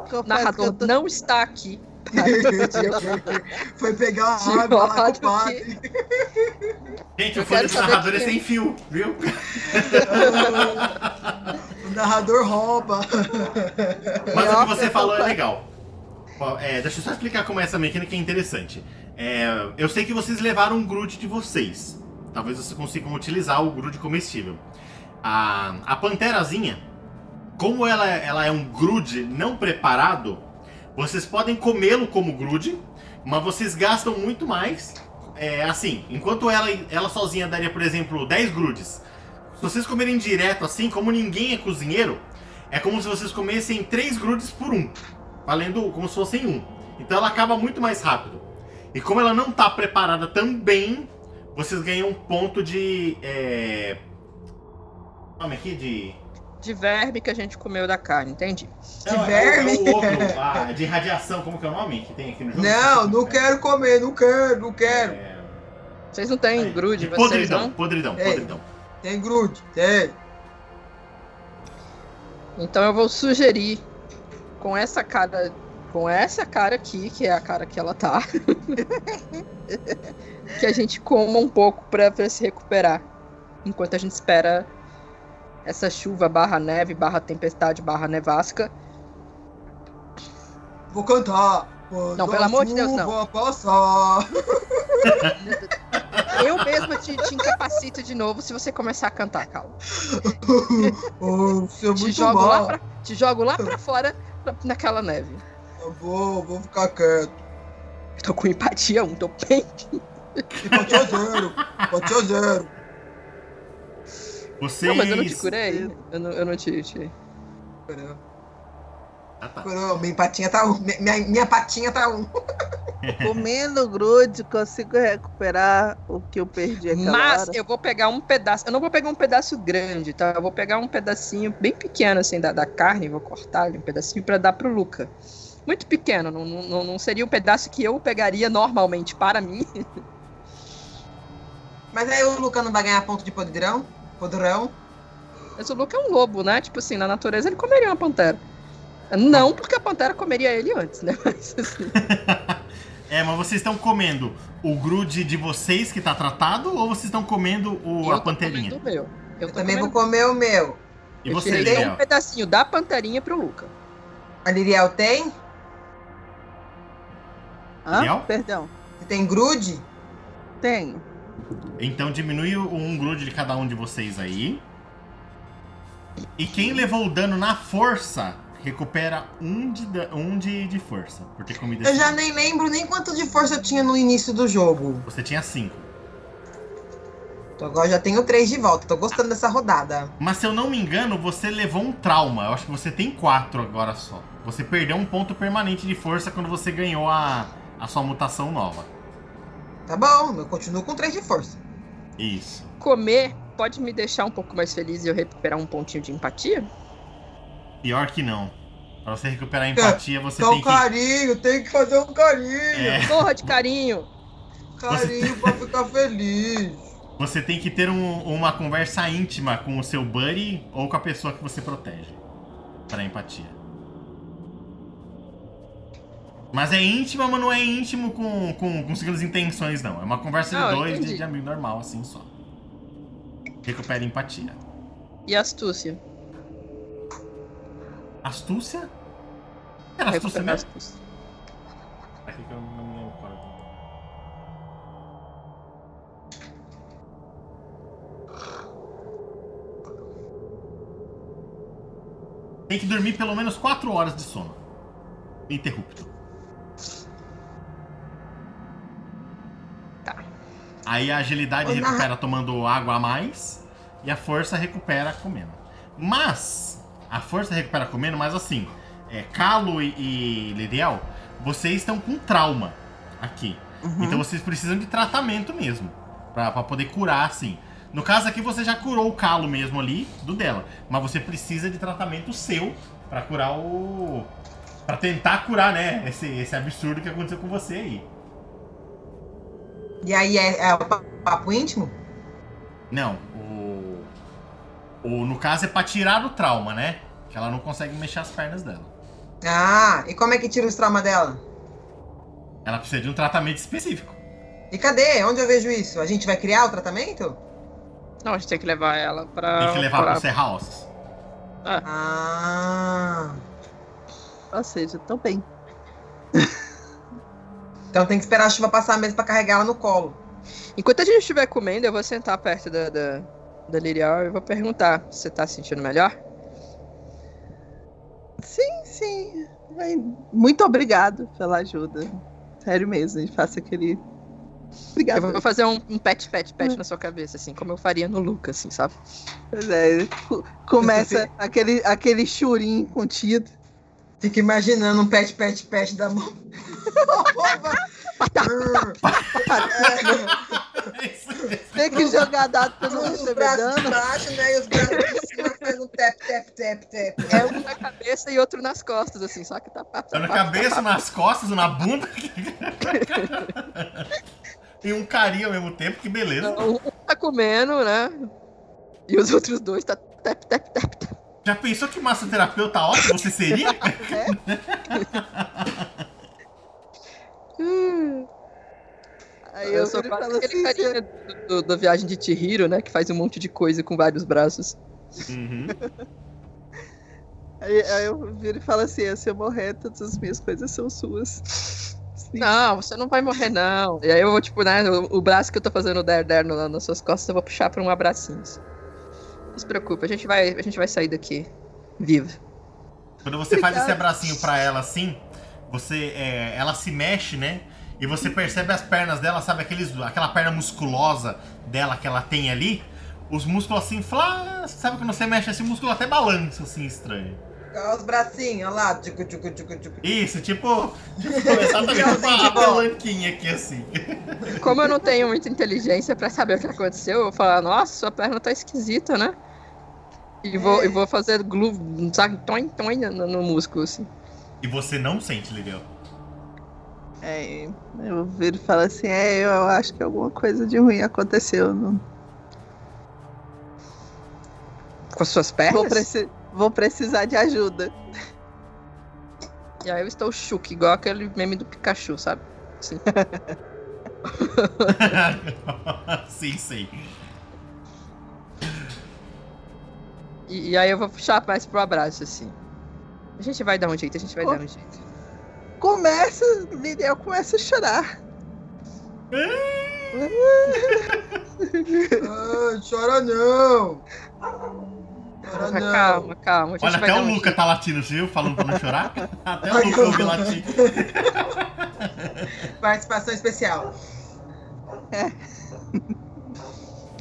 [SPEAKER 2] Confesso
[SPEAKER 4] O
[SPEAKER 2] que
[SPEAKER 4] narrador
[SPEAKER 2] eu tô-
[SPEAKER 4] não está aqui.
[SPEAKER 3] Foi pegar
[SPEAKER 4] De
[SPEAKER 3] a água lá
[SPEAKER 4] ódio
[SPEAKER 3] com o padre.
[SPEAKER 1] Gente,
[SPEAKER 4] Eu
[SPEAKER 1] o fone
[SPEAKER 4] quero
[SPEAKER 1] dos
[SPEAKER 4] saber
[SPEAKER 1] narradores é
[SPEAKER 4] quem-
[SPEAKER 1] sem fio, viu?
[SPEAKER 3] (laughs) O narrador rouba.
[SPEAKER 1] Mas o
[SPEAKER 2] Pior
[SPEAKER 1] que
[SPEAKER 2] que
[SPEAKER 1] você
[SPEAKER 2] eu
[SPEAKER 1] falou é
[SPEAKER 2] tô-
[SPEAKER 1] legal. Ó, é, deixa eu só explicar como é essa mecânica que é interessante. É, eu sei que vocês levaram um grude de vocês. Talvez vocês consigam utilizar o grude comestível. A, a panterazinha, como ela, ela é um grude não preparado, vocês podem comê-lo como grude, mas vocês gastam muito mais. É, assim, enquanto ela, ela sozinha daria, por exemplo, 10 grudes. Se vocês comerem direto assim, como ninguém é cozinheiro, é como se vocês comessem três grudes por um, valendo como se fossem um. Então ela acaba muito mais rápido. E como ela não tá preparada também, vocês ganham um ponto de. É... Nome aqui é? de.
[SPEAKER 4] De verme que a gente comeu da carne, entendi.
[SPEAKER 3] De
[SPEAKER 1] Não, é o- é o
[SPEAKER 3] verme?
[SPEAKER 1] outro, ah, de radiação, como que é o nome que tem aqui no jogo?
[SPEAKER 3] Não, não quero comer, não quero, não quero.
[SPEAKER 1] É,
[SPEAKER 4] Vocês não têm
[SPEAKER 1] aí, então.
[SPEAKER 4] grude,
[SPEAKER 1] de
[SPEAKER 4] vocês
[SPEAKER 1] podridão,
[SPEAKER 4] não?
[SPEAKER 1] podridão,
[SPEAKER 3] É.
[SPEAKER 1] podridão.
[SPEAKER 3] Tem grude, tem.
[SPEAKER 4] Então eu vou sugerir com essa cara, com essa cara aqui, que é a cara que ela tá, (laughs) que a gente coma um pouco pra, pra se recuperar, enquanto a gente espera essa chuva barra neve barra tempestade barra nevasca.
[SPEAKER 3] Vou cantar. Quando
[SPEAKER 4] Não, pelo
[SPEAKER 3] a
[SPEAKER 4] amor de Deus, não.
[SPEAKER 3] chuva passar.
[SPEAKER 4] Eu mesma te, te incapacito de novo se você começar a cantar, calma.
[SPEAKER 3] Oh, isso é
[SPEAKER 4] Te
[SPEAKER 3] muito
[SPEAKER 4] jogo, lá
[SPEAKER 3] mal.
[SPEAKER 4] pra, te jogo lá pra fora pra- naquela neve.
[SPEAKER 3] Eu vou, vou ficar quieto.
[SPEAKER 4] Tô com empatia um, tô bem
[SPEAKER 3] Empatia zero. Empatia zero.
[SPEAKER 1] Vocês.
[SPEAKER 4] Não, mas eu não te curei. Eu não, eu não te, te-
[SPEAKER 3] Caramba,
[SPEAKER 1] Ah, tá.
[SPEAKER 3] caramba, Minha patinha tá um. Minha, minha- minha patinha tá um.
[SPEAKER 2] (laughs) Comendo grude, consigo recuperar o que eu perdi aquela
[SPEAKER 4] Mas
[SPEAKER 2] hora.
[SPEAKER 4] eu vou pegar um pedaço. Eu não vou pegar um pedaço grande, tá? Eu vou pegar um pedacinho bem pequeno, assim, da, da carne. Vou cortar ali um pedacinho pra dar pro Luca. Muito pequeno. Não, não- não, não seria um pedaço que eu pegaria normalmente para mim.
[SPEAKER 3] Mas aí o Luca não vai ganhar ponto de podrão? Podrão?
[SPEAKER 4] Mas o Luca é um lobo, né? Tipo assim, na natureza ele comeria uma pantera. Não porque a pantera comeria ele antes, né? (laughs) Mas assim.
[SPEAKER 1] É, mas vocês estão comendo o grude de vocês que tá tratado ou vocês estão comendo o,
[SPEAKER 4] eu
[SPEAKER 1] a
[SPEAKER 4] tô
[SPEAKER 1] panterinha?
[SPEAKER 4] comendo o meu. Eu,
[SPEAKER 3] Eu
[SPEAKER 4] tô
[SPEAKER 3] também
[SPEAKER 4] comendo-
[SPEAKER 3] vou comer o meu.
[SPEAKER 1] E
[SPEAKER 4] Eu
[SPEAKER 1] vocês,
[SPEAKER 4] tirei
[SPEAKER 1] Léo?
[SPEAKER 4] um pedacinho da panterinha pro Luca.
[SPEAKER 3] A Liriel tem?
[SPEAKER 2] Hã?
[SPEAKER 1] Mel?
[SPEAKER 2] Perdão,
[SPEAKER 3] Você tem grude?
[SPEAKER 2] tenho.
[SPEAKER 1] Então diminui o- um grude de cada um de vocês aí. E quem levou o dano na força, recupera um de, da- um de, de força. Por ter comido
[SPEAKER 3] Eu
[SPEAKER 1] esse
[SPEAKER 3] já
[SPEAKER 1] dano.
[SPEAKER 3] nem lembro nem quanto de força eu tinha no início do jogo.
[SPEAKER 1] Você tinha cinco.
[SPEAKER 3] Então agora eu já tenho três de volta. Tô gostando dessa rodada.
[SPEAKER 1] Mas se eu não me engano, você levou um trauma. Eu acho que você tem quatro agora só. Você perdeu um ponto permanente de força quando você ganhou a, a sua mutação nova.
[SPEAKER 3] Tá bom, eu continuo com três de força.
[SPEAKER 1] Isso.
[SPEAKER 4] Comer pode me deixar um pouco mais feliz e eu recuperar um pontinho de empatia?
[SPEAKER 1] Pior que não. Pra você recuperar a empatia, você
[SPEAKER 3] Dá um
[SPEAKER 1] tem que.
[SPEAKER 3] carinho, tem que fazer um carinho.
[SPEAKER 1] É.
[SPEAKER 4] Porra de carinho.
[SPEAKER 3] Carinho pra ficar feliz.
[SPEAKER 1] Você tem que ter um- uma conversa íntima com o seu buddy ou com a pessoa que você protege. Pra empatia. Mas é íntima, mas não é íntimo com, com, com segundas intenções, não. É uma conversa
[SPEAKER 4] Não,
[SPEAKER 1] de
[SPEAKER 4] Ah, eu
[SPEAKER 1] dois, de,
[SPEAKER 4] entendi.
[SPEAKER 1] de amigo normal, assim só. Recupera a empatia.
[SPEAKER 4] E astúcia.
[SPEAKER 1] Astúcia? Era astúcia né?
[SPEAKER 4] Recuperar
[SPEAKER 1] mesmo?
[SPEAKER 4] astúcia.
[SPEAKER 1] Aqui que eu não me lembro qual é é. Tem que dormir pelo menos 4 horas de sono. Interrupto.
[SPEAKER 4] Tá.
[SPEAKER 1] Aí a agilidade
[SPEAKER 3] Ô, na-
[SPEAKER 1] recupera tomando água a mais e a força recupera comendo. Mas a força recupera comendo, mas assim, é, Calo e, e Liriel, vocês estão com trauma aqui. Então vocês precisam de tratamento mesmo. Pra, pra poder curar, assim. No caso aqui, você já curou o calo mesmo ali, do dela. Mas você precisa de tratamento seu pra curar o. Pra tentar curar, né? Esse, esse absurdo que aconteceu com você aí.
[SPEAKER 3] E aí é, é o pa- papo íntimo?
[SPEAKER 1] Não, o. O, no caso é pra tirar o trauma, né? Que ela não consegue mexer as pernas dela.
[SPEAKER 3] Ah, e como é que tira os traumas dela?
[SPEAKER 1] Ela precisa de um tratamento específico.
[SPEAKER 3] E cadê? Onde eu vejo isso? A gente vai criar o tratamento?
[SPEAKER 4] Não, a gente tem que levar ela pra.
[SPEAKER 1] Tem que levar
[SPEAKER 4] Ah, pra-
[SPEAKER 1] pro Serra Ossos.
[SPEAKER 3] Ah.
[SPEAKER 2] Ou seja, tô bem.
[SPEAKER 3] Então tem que esperar a chuva passar mesmo pra carregar ela no colo.
[SPEAKER 4] Enquanto a gente estiver comendo, eu vou sentar perto da, da, da Lirial e vou perguntar se você tá se sentindo melhor.
[SPEAKER 2] Sim, sim. Vai- Muito obrigado pela ajuda. Sério mesmo, e faça aquele.
[SPEAKER 4] Eu
[SPEAKER 2] Obrigado.
[SPEAKER 4] vou fazer um, um pet, pet, pet na sua cabeça, assim, como eu faria no Lucas, assim, sabe?
[SPEAKER 2] Pois é, co-
[SPEAKER 4] (laughs)
[SPEAKER 2] começa aquele, aquele churinho contido.
[SPEAKER 3] Fica imaginando um pet, pet, pet da mão.
[SPEAKER 1] É
[SPEAKER 2] Tem que jogar dado pra não
[SPEAKER 3] os
[SPEAKER 2] receber
[SPEAKER 3] braços
[SPEAKER 2] dano.
[SPEAKER 3] de baixo, né? E os braços de cima fazendo tap, tap, tap, tap.
[SPEAKER 4] É um na cabeça e outro nas costas, assim, só que tá
[SPEAKER 1] Tá
[SPEAKER 4] passando.
[SPEAKER 1] na cabeça, nas costas, na bunda. e um carinho ao mesmo tempo, que beleza.
[SPEAKER 4] Um tá comendo, né? E os outros dois tá tap, tap, tap.
[SPEAKER 1] Já pensou que massoterapeuta ótimo você seria?
[SPEAKER 2] né?
[SPEAKER 4] (laughs) Hum.
[SPEAKER 2] Aí
[SPEAKER 4] Eu,
[SPEAKER 2] eu,
[SPEAKER 4] sou
[SPEAKER 2] viro e
[SPEAKER 4] quase
[SPEAKER 2] falo
[SPEAKER 4] aquele
[SPEAKER 2] assim,
[SPEAKER 4] carinha do- do- da viagem de Chihiro, né? Que faz um monte de coisa com vários braços.
[SPEAKER 1] Uhum.
[SPEAKER 2] aí, aí eu viro e falo assim, se eu morrer, todas as minhas coisas são suas. Sim.
[SPEAKER 4] Não, você não vai morrer, não. E aí eu vou, tipo, né? O, o braço que eu tô fazendo o der der no- nas suas costas, eu vou puxar pra um abracinho. assim. Não se preocupe, a gente vai, a gente vai sair daqui vivo.
[SPEAKER 1] Quando você faz esse
[SPEAKER 2] Obrigada.
[SPEAKER 1] abracinho pra ela assim, você, é, ela se mexe, né? E você percebe as pernas dela, sabe? Aqueles, aquela perna musculosa dela que ela tem ali. Os músculos assim, flá, sabe quando você mexe assim, o músculo até balança assim, estranho.
[SPEAKER 3] Olha os bracinhos, olha lá. Tchucu, tchucu, tchucu, tchucu.
[SPEAKER 1] Isso, tipo, (laughs) tipo exatamente uma palanquinha aqui assim.
[SPEAKER 4] Como eu não tenho muita inteligência pra saber o que aconteceu, eu vou falar, nossa, sua perna tá esquisita, né? E vou, e vou fazer glu, sabe, toin, toin no, no músculo, assim.
[SPEAKER 1] E você não sente, Lilian.
[SPEAKER 2] É, eu viro e falo assim, é, eu, eu acho que alguma coisa de ruim aconteceu. Não,
[SPEAKER 4] Com as suas pernas?
[SPEAKER 2] vou, preci- vou precisar de ajuda.
[SPEAKER 4] E aí eu estou chuque, igual aquele meme do Pikachu, sabe?
[SPEAKER 1] (laughs) sim, sim.
[SPEAKER 4] E, e aí eu vou puxar mais pro abraço, assim. A gente vai dar um jeito, a gente vai
[SPEAKER 2] Oh.
[SPEAKER 4] dar um jeito.
[SPEAKER 2] Começa, Liliel começa a chorar.
[SPEAKER 3] Ai, chora não. Chora
[SPEAKER 4] Calma,
[SPEAKER 3] Ah, não.
[SPEAKER 4] calma, calma. A gente
[SPEAKER 1] Olha,
[SPEAKER 4] vai
[SPEAKER 1] até
[SPEAKER 4] dar
[SPEAKER 1] o
[SPEAKER 4] um
[SPEAKER 1] Luca
[SPEAKER 4] jeito.
[SPEAKER 1] tá latindo, você viu? Falando pra não chorar.
[SPEAKER 4] (laughs)
[SPEAKER 1] Até o Luca ouviu latir.
[SPEAKER 3] Participação especial.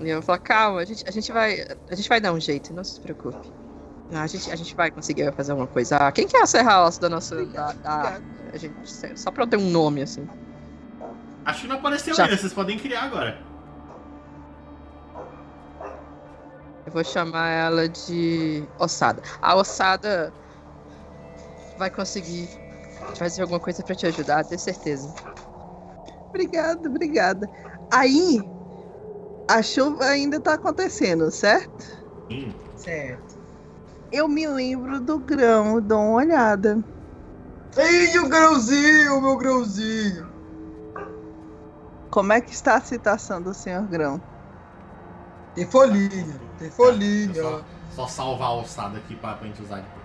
[SPEAKER 4] E eu vou falar, calma, a gente, a gente vai. A gente vai dar um jeito, não se preocupe. Não, a, gente, a gente vai conseguir fazer alguma coisa. Ah, quem que é a Serra Alça da nossa. Da, da- a gente, só pra eu ter um nome, assim.
[SPEAKER 1] Acho que não apareceu
[SPEAKER 4] Já.
[SPEAKER 1] ainda, vocês podem criar agora.
[SPEAKER 4] Eu vou chamar ela de Ossada. A Ossada vai conseguir fazer alguma coisa pra te ajudar, tenho certeza.
[SPEAKER 2] Obrigada, obrigada. Aí, a chuva ainda tá acontecendo, certo?
[SPEAKER 1] Sim. tá.
[SPEAKER 3] Certo.
[SPEAKER 2] Eu me lembro do grão, dou uma olhada.
[SPEAKER 3] Ei, o grãozinho, meu grãozinho.
[SPEAKER 2] Como é que está a situação do senhor grão?
[SPEAKER 3] Tem folhinha, tem
[SPEAKER 1] Eu
[SPEAKER 4] Tá,
[SPEAKER 3] folhinha.
[SPEAKER 1] Só, só salvar a alçada aqui pra, pra gente usar depois.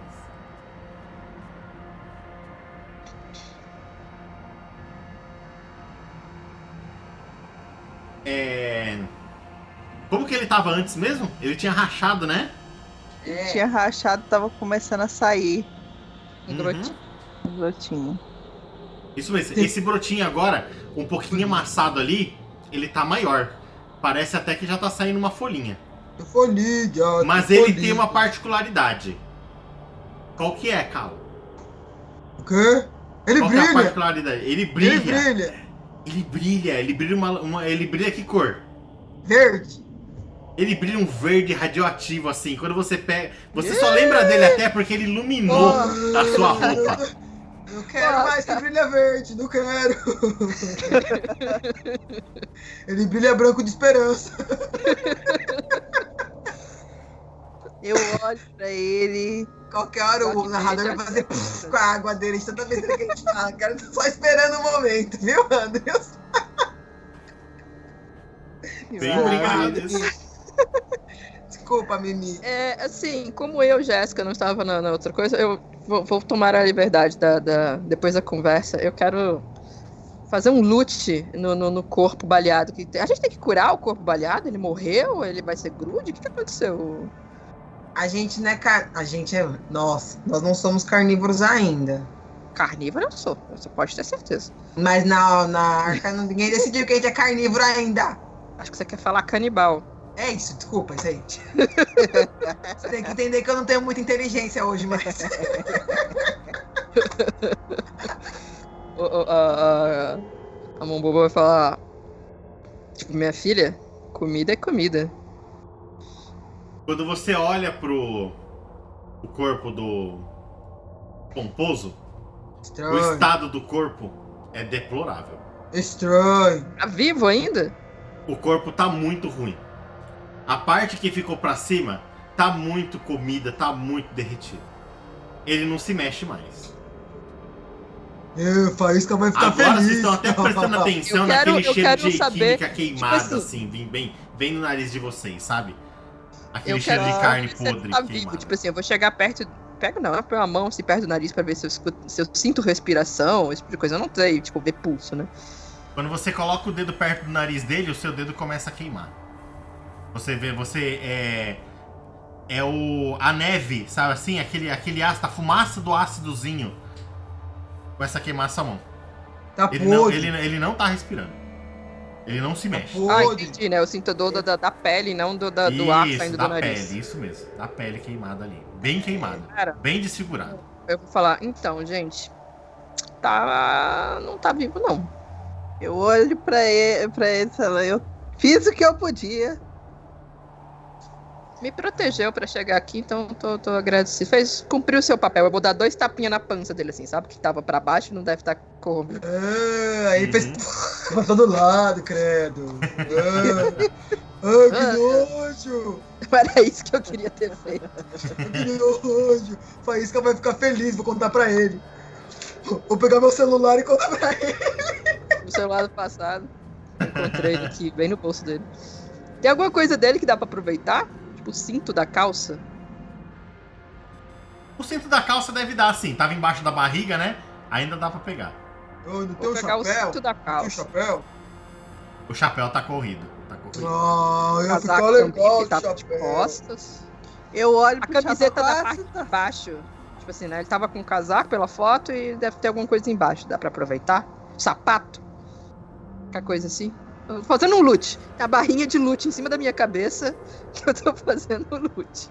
[SPEAKER 1] É... Como que ele tava antes mesmo? Ele tinha rachado, né?
[SPEAKER 3] É.
[SPEAKER 2] Tinha rachado, tava começando a sair
[SPEAKER 4] Um
[SPEAKER 1] Uhum.
[SPEAKER 4] grotinho.
[SPEAKER 2] o brotinho.
[SPEAKER 1] Isso mesmo. Esse brotinho agora, um pouquinho amassado ali, ele tá maior. Parece até que já tá saindo uma folhinha.
[SPEAKER 4] É.
[SPEAKER 3] Tem folhinha.
[SPEAKER 1] Mas ele
[SPEAKER 3] folhinha.
[SPEAKER 1] tem uma particularidade. Qual que é, Cal?
[SPEAKER 3] O quê? Ele
[SPEAKER 1] Qual que é a
[SPEAKER 3] brilha.
[SPEAKER 1] particularidade? Ele
[SPEAKER 3] Ele
[SPEAKER 1] brilha.
[SPEAKER 3] brilha.
[SPEAKER 1] Ele brilha, ele brilha uma, uma- ele brilha que cor?
[SPEAKER 3] Verde.
[SPEAKER 1] Ele brilha um verde radioativo assim. Quando você pega, você só lembra dele até porque ele iluminou
[SPEAKER 3] Ah!
[SPEAKER 1] a sua
[SPEAKER 3] (laughs)
[SPEAKER 1] roupa.
[SPEAKER 3] Não quero mais que brilha verde, não
[SPEAKER 4] (laughs)
[SPEAKER 3] quero. Ele brilha branco de esperança.
[SPEAKER 2] Eu olho pra ele,
[SPEAKER 3] Qualquer hora
[SPEAKER 4] Só
[SPEAKER 3] o
[SPEAKER 4] que
[SPEAKER 3] narrador
[SPEAKER 4] verde
[SPEAKER 3] vai fazer
[SPEAKER 4] é esperança.
[SPEAKER 3] com a água dele de tanta besteira que a gente fala. Cara, eu tô só esperando o momento, viu, Anderson?
[SPEAKER 4] né?
[SPEAKER 1] Bem
[SPEAKER 2] Ah,
[SPEAKER 1] obrigado.
[SPEAKER 3] Desculpa, Mimi.
[SPEAKER 4] É, assim, como eu, Jéssica, não estava na, na outra coisa, eu vou, vou tomar a liberdade da, da- depois da conversa. Eu quero fazer um loot no, no, no corpo baleado. Que tem- A gente tem que curar o corpo baleado? Ele morreu? Ele vai ser grude? O que, que aconteceu?
[SPEAKER 3] A gente não é car... A gente é. Nossa, nós não somos carnívoros ainda.
[SPEAKER 4] Carnívoro eu sou, você pode ter certeza.
[SPEAKER 3] Mas na, na arca ninguém decidiu que a gente é carnívoro ainda.
[SPEAKER 4] Acho que você quer falar canibal.
[SPEAKER 3] É isso, desculpa, gente. (laughs) Você tem que entender que eu não tenho muita inteligência hoje, mas. (laughs)
[SPEAKER 4] O- o- a, a, a Mombobo vai falar: Tipo, minha filha, comida é comida.
[SPEAKER 1] Quando você olha pro o corpo do pomposo, o
[SPEAKER 3] Estranho.
[SPEAKER 1] estado do corpo é deplorável.
[SPEAKER 3] Estranho.
[SPEAKER 4] Tá vivo ainda?
[SPEAKER 1] O corpo tá muito ruim. A parte que ficou pra cima tá muito comida, tá muito derretida. Ele não se mexe mais.
[SPEAKER 3] É, o Faísca vai ficar
[SPEAKER 1] Agora
[SPEAKER 3] feliz.
[SPEAKER 1] vocês estão até
[SPEAKER 3] (laughs)
[SPEAKER 1] prestando atenção
[SPEAKER 4] Eu quero-
[SPEAKER 1] naquele
[SPEAKER 4] eu
[SPEAKER 1] cheiro
[SPEAKER 4] quero
[SPEAKER 1] de
[SPEAKER 4] saber,
[SPEAKER 1] química queimada,
[SPEAKER 4] tipo assim-
[SPEAKER 1] assim, vem, bem, bem no nariz de vocês, sabe? Aquele
[SPEAKER 4] eu
[SPEAKER 1] cheiro
[SPEAKER 4] quero
[SPEAKER 1] de
[SPEAKER 4] saber
[SPEAKER 1] carne
[SPEAKER 4] se ele
[SPEAKER 1] podre
[SPEAKER 4] tá vivo.
[SPEAKER 1] queimada.
[SPEAKER 4] Tipo assim, eu vou chegar perto. Pego não, eu ponho a mão assim perto do nariz pra ver se eu, escuto- se eu sinto respiração, esse tipo de coisa. Eu não sei, tipo, ver pulso, né?
[SPEAKER 1] Quando você coloca o dedo perto do nariz dele, o seu dedo começa a queimar. Você vê, você é. É o. a neve, sabe assim? Aquele, aquele ácido, a fumaça do ácidozinho. Começa a queimar a sua mão.
[SPEAKER 3] Tá
[SPEAKER 1] Ele não,
[SPEAKER 3] podre. Tá
[SPEAKER 1] ele, ele não tá respirando. Ele não se mexe.
[SPEAKER 3] podre.
[SPEAKER 4] Ah, entendi, né? Eu sinto a dor da, da- da pele, não do, da- do ar
[SPEAKER 1] isso,
[SPEAKER 4] saindo
[SPEAKER 1] da
[SPEAKER 4] do nariz.
[SPEAKER 1] pele, isso mesmo. Da pele queimada ali. Bem queimada.
[SPEAKER 4] Cara,
[SPEAKER 1] Bem desfigurada.
[SPEAKER 4] eu vou falar, então, gente, tá. não tá vivo, não.
[SPEAKER 2] Eu olho pra ele, pra ele e falo, eu fiz o que eu podia.
[SPEAKER 4] Me protegeu pra chegar aqui, então tô, tô agradecido. Fez, cumpriu o seu papel. Eu vou dar dois tapinhas na pança dele, assim, sabe? Que tava pra baixo, não deve estar tá corrompido.
[SPEAKER 3] É, aí
[SPEAKER 1] Uhum.
[SPEAKER 3] fez. (laughs) Pra todo lado, credo. É. Ai, que nojo.
[SPEAKER 4] (laughs) Era isso que eu queria ter feito.
[SPEAKER 3] Que nojo. Faísca vai ficar feliz, vou contar pra ele. Vou pegar meu celular e contar pra ele.
[SPEAKER 4] No celular do passado. Encontrei ele aqui, bem no bolso dele. Tem alguma coisa dele que dá pra aproveitar? Tipo, o cinto da calça?
[SPEAKER 1] O centro da calça deve dar assim. Tava embaixo da barriga, né? Ainda dá pra pegar.
[SPEAKER 3] Ô, não tem
[SPEAKER 4] Vou
[SPEAKER 3] um
[SPEAKER 4] pegar o
[SPEAKER 3] chapéu?
[SPEAKER 4] cinto da
[SPEAKER 3] Não tem um
[SPEAKER 4] calça.
[SPEAKER 3] chapéu?
[SPEAKER 1] O chapéu tá corrido. Tá corrido.
[SPEAKER 3] Ah, ia
[SPEAKER 4] Casaco
[SPEAKER 3] ficar
[SPEAKER 4] também,
[SPEAKER 3] legal
[SPEAKER 4] que
[SPEAKER 3] o
[SPEAKER 4] tava de
[SPEAKER 3] chapéu.
[SPEAKER 4] costas.
[SPEAKER 2] Eu olho
[SPEAKER 4] A
[SPEAKER 2] pro
[SPEAKER 4] camiseta da
[SPEAKER 2] Chapacosta,
[SPEAKER 4] parte de baixo. Tipo assim, né? Ele tava com um casaco pela foto e deve ter alguma coisa embaixo. Dá pra aproveitar? Sapato? Qualquer coisa assim. Eu tô Fazendo um loot. A barrinha de loot em cima da minha cabeça (laughs) que eu tô fazendo o loot.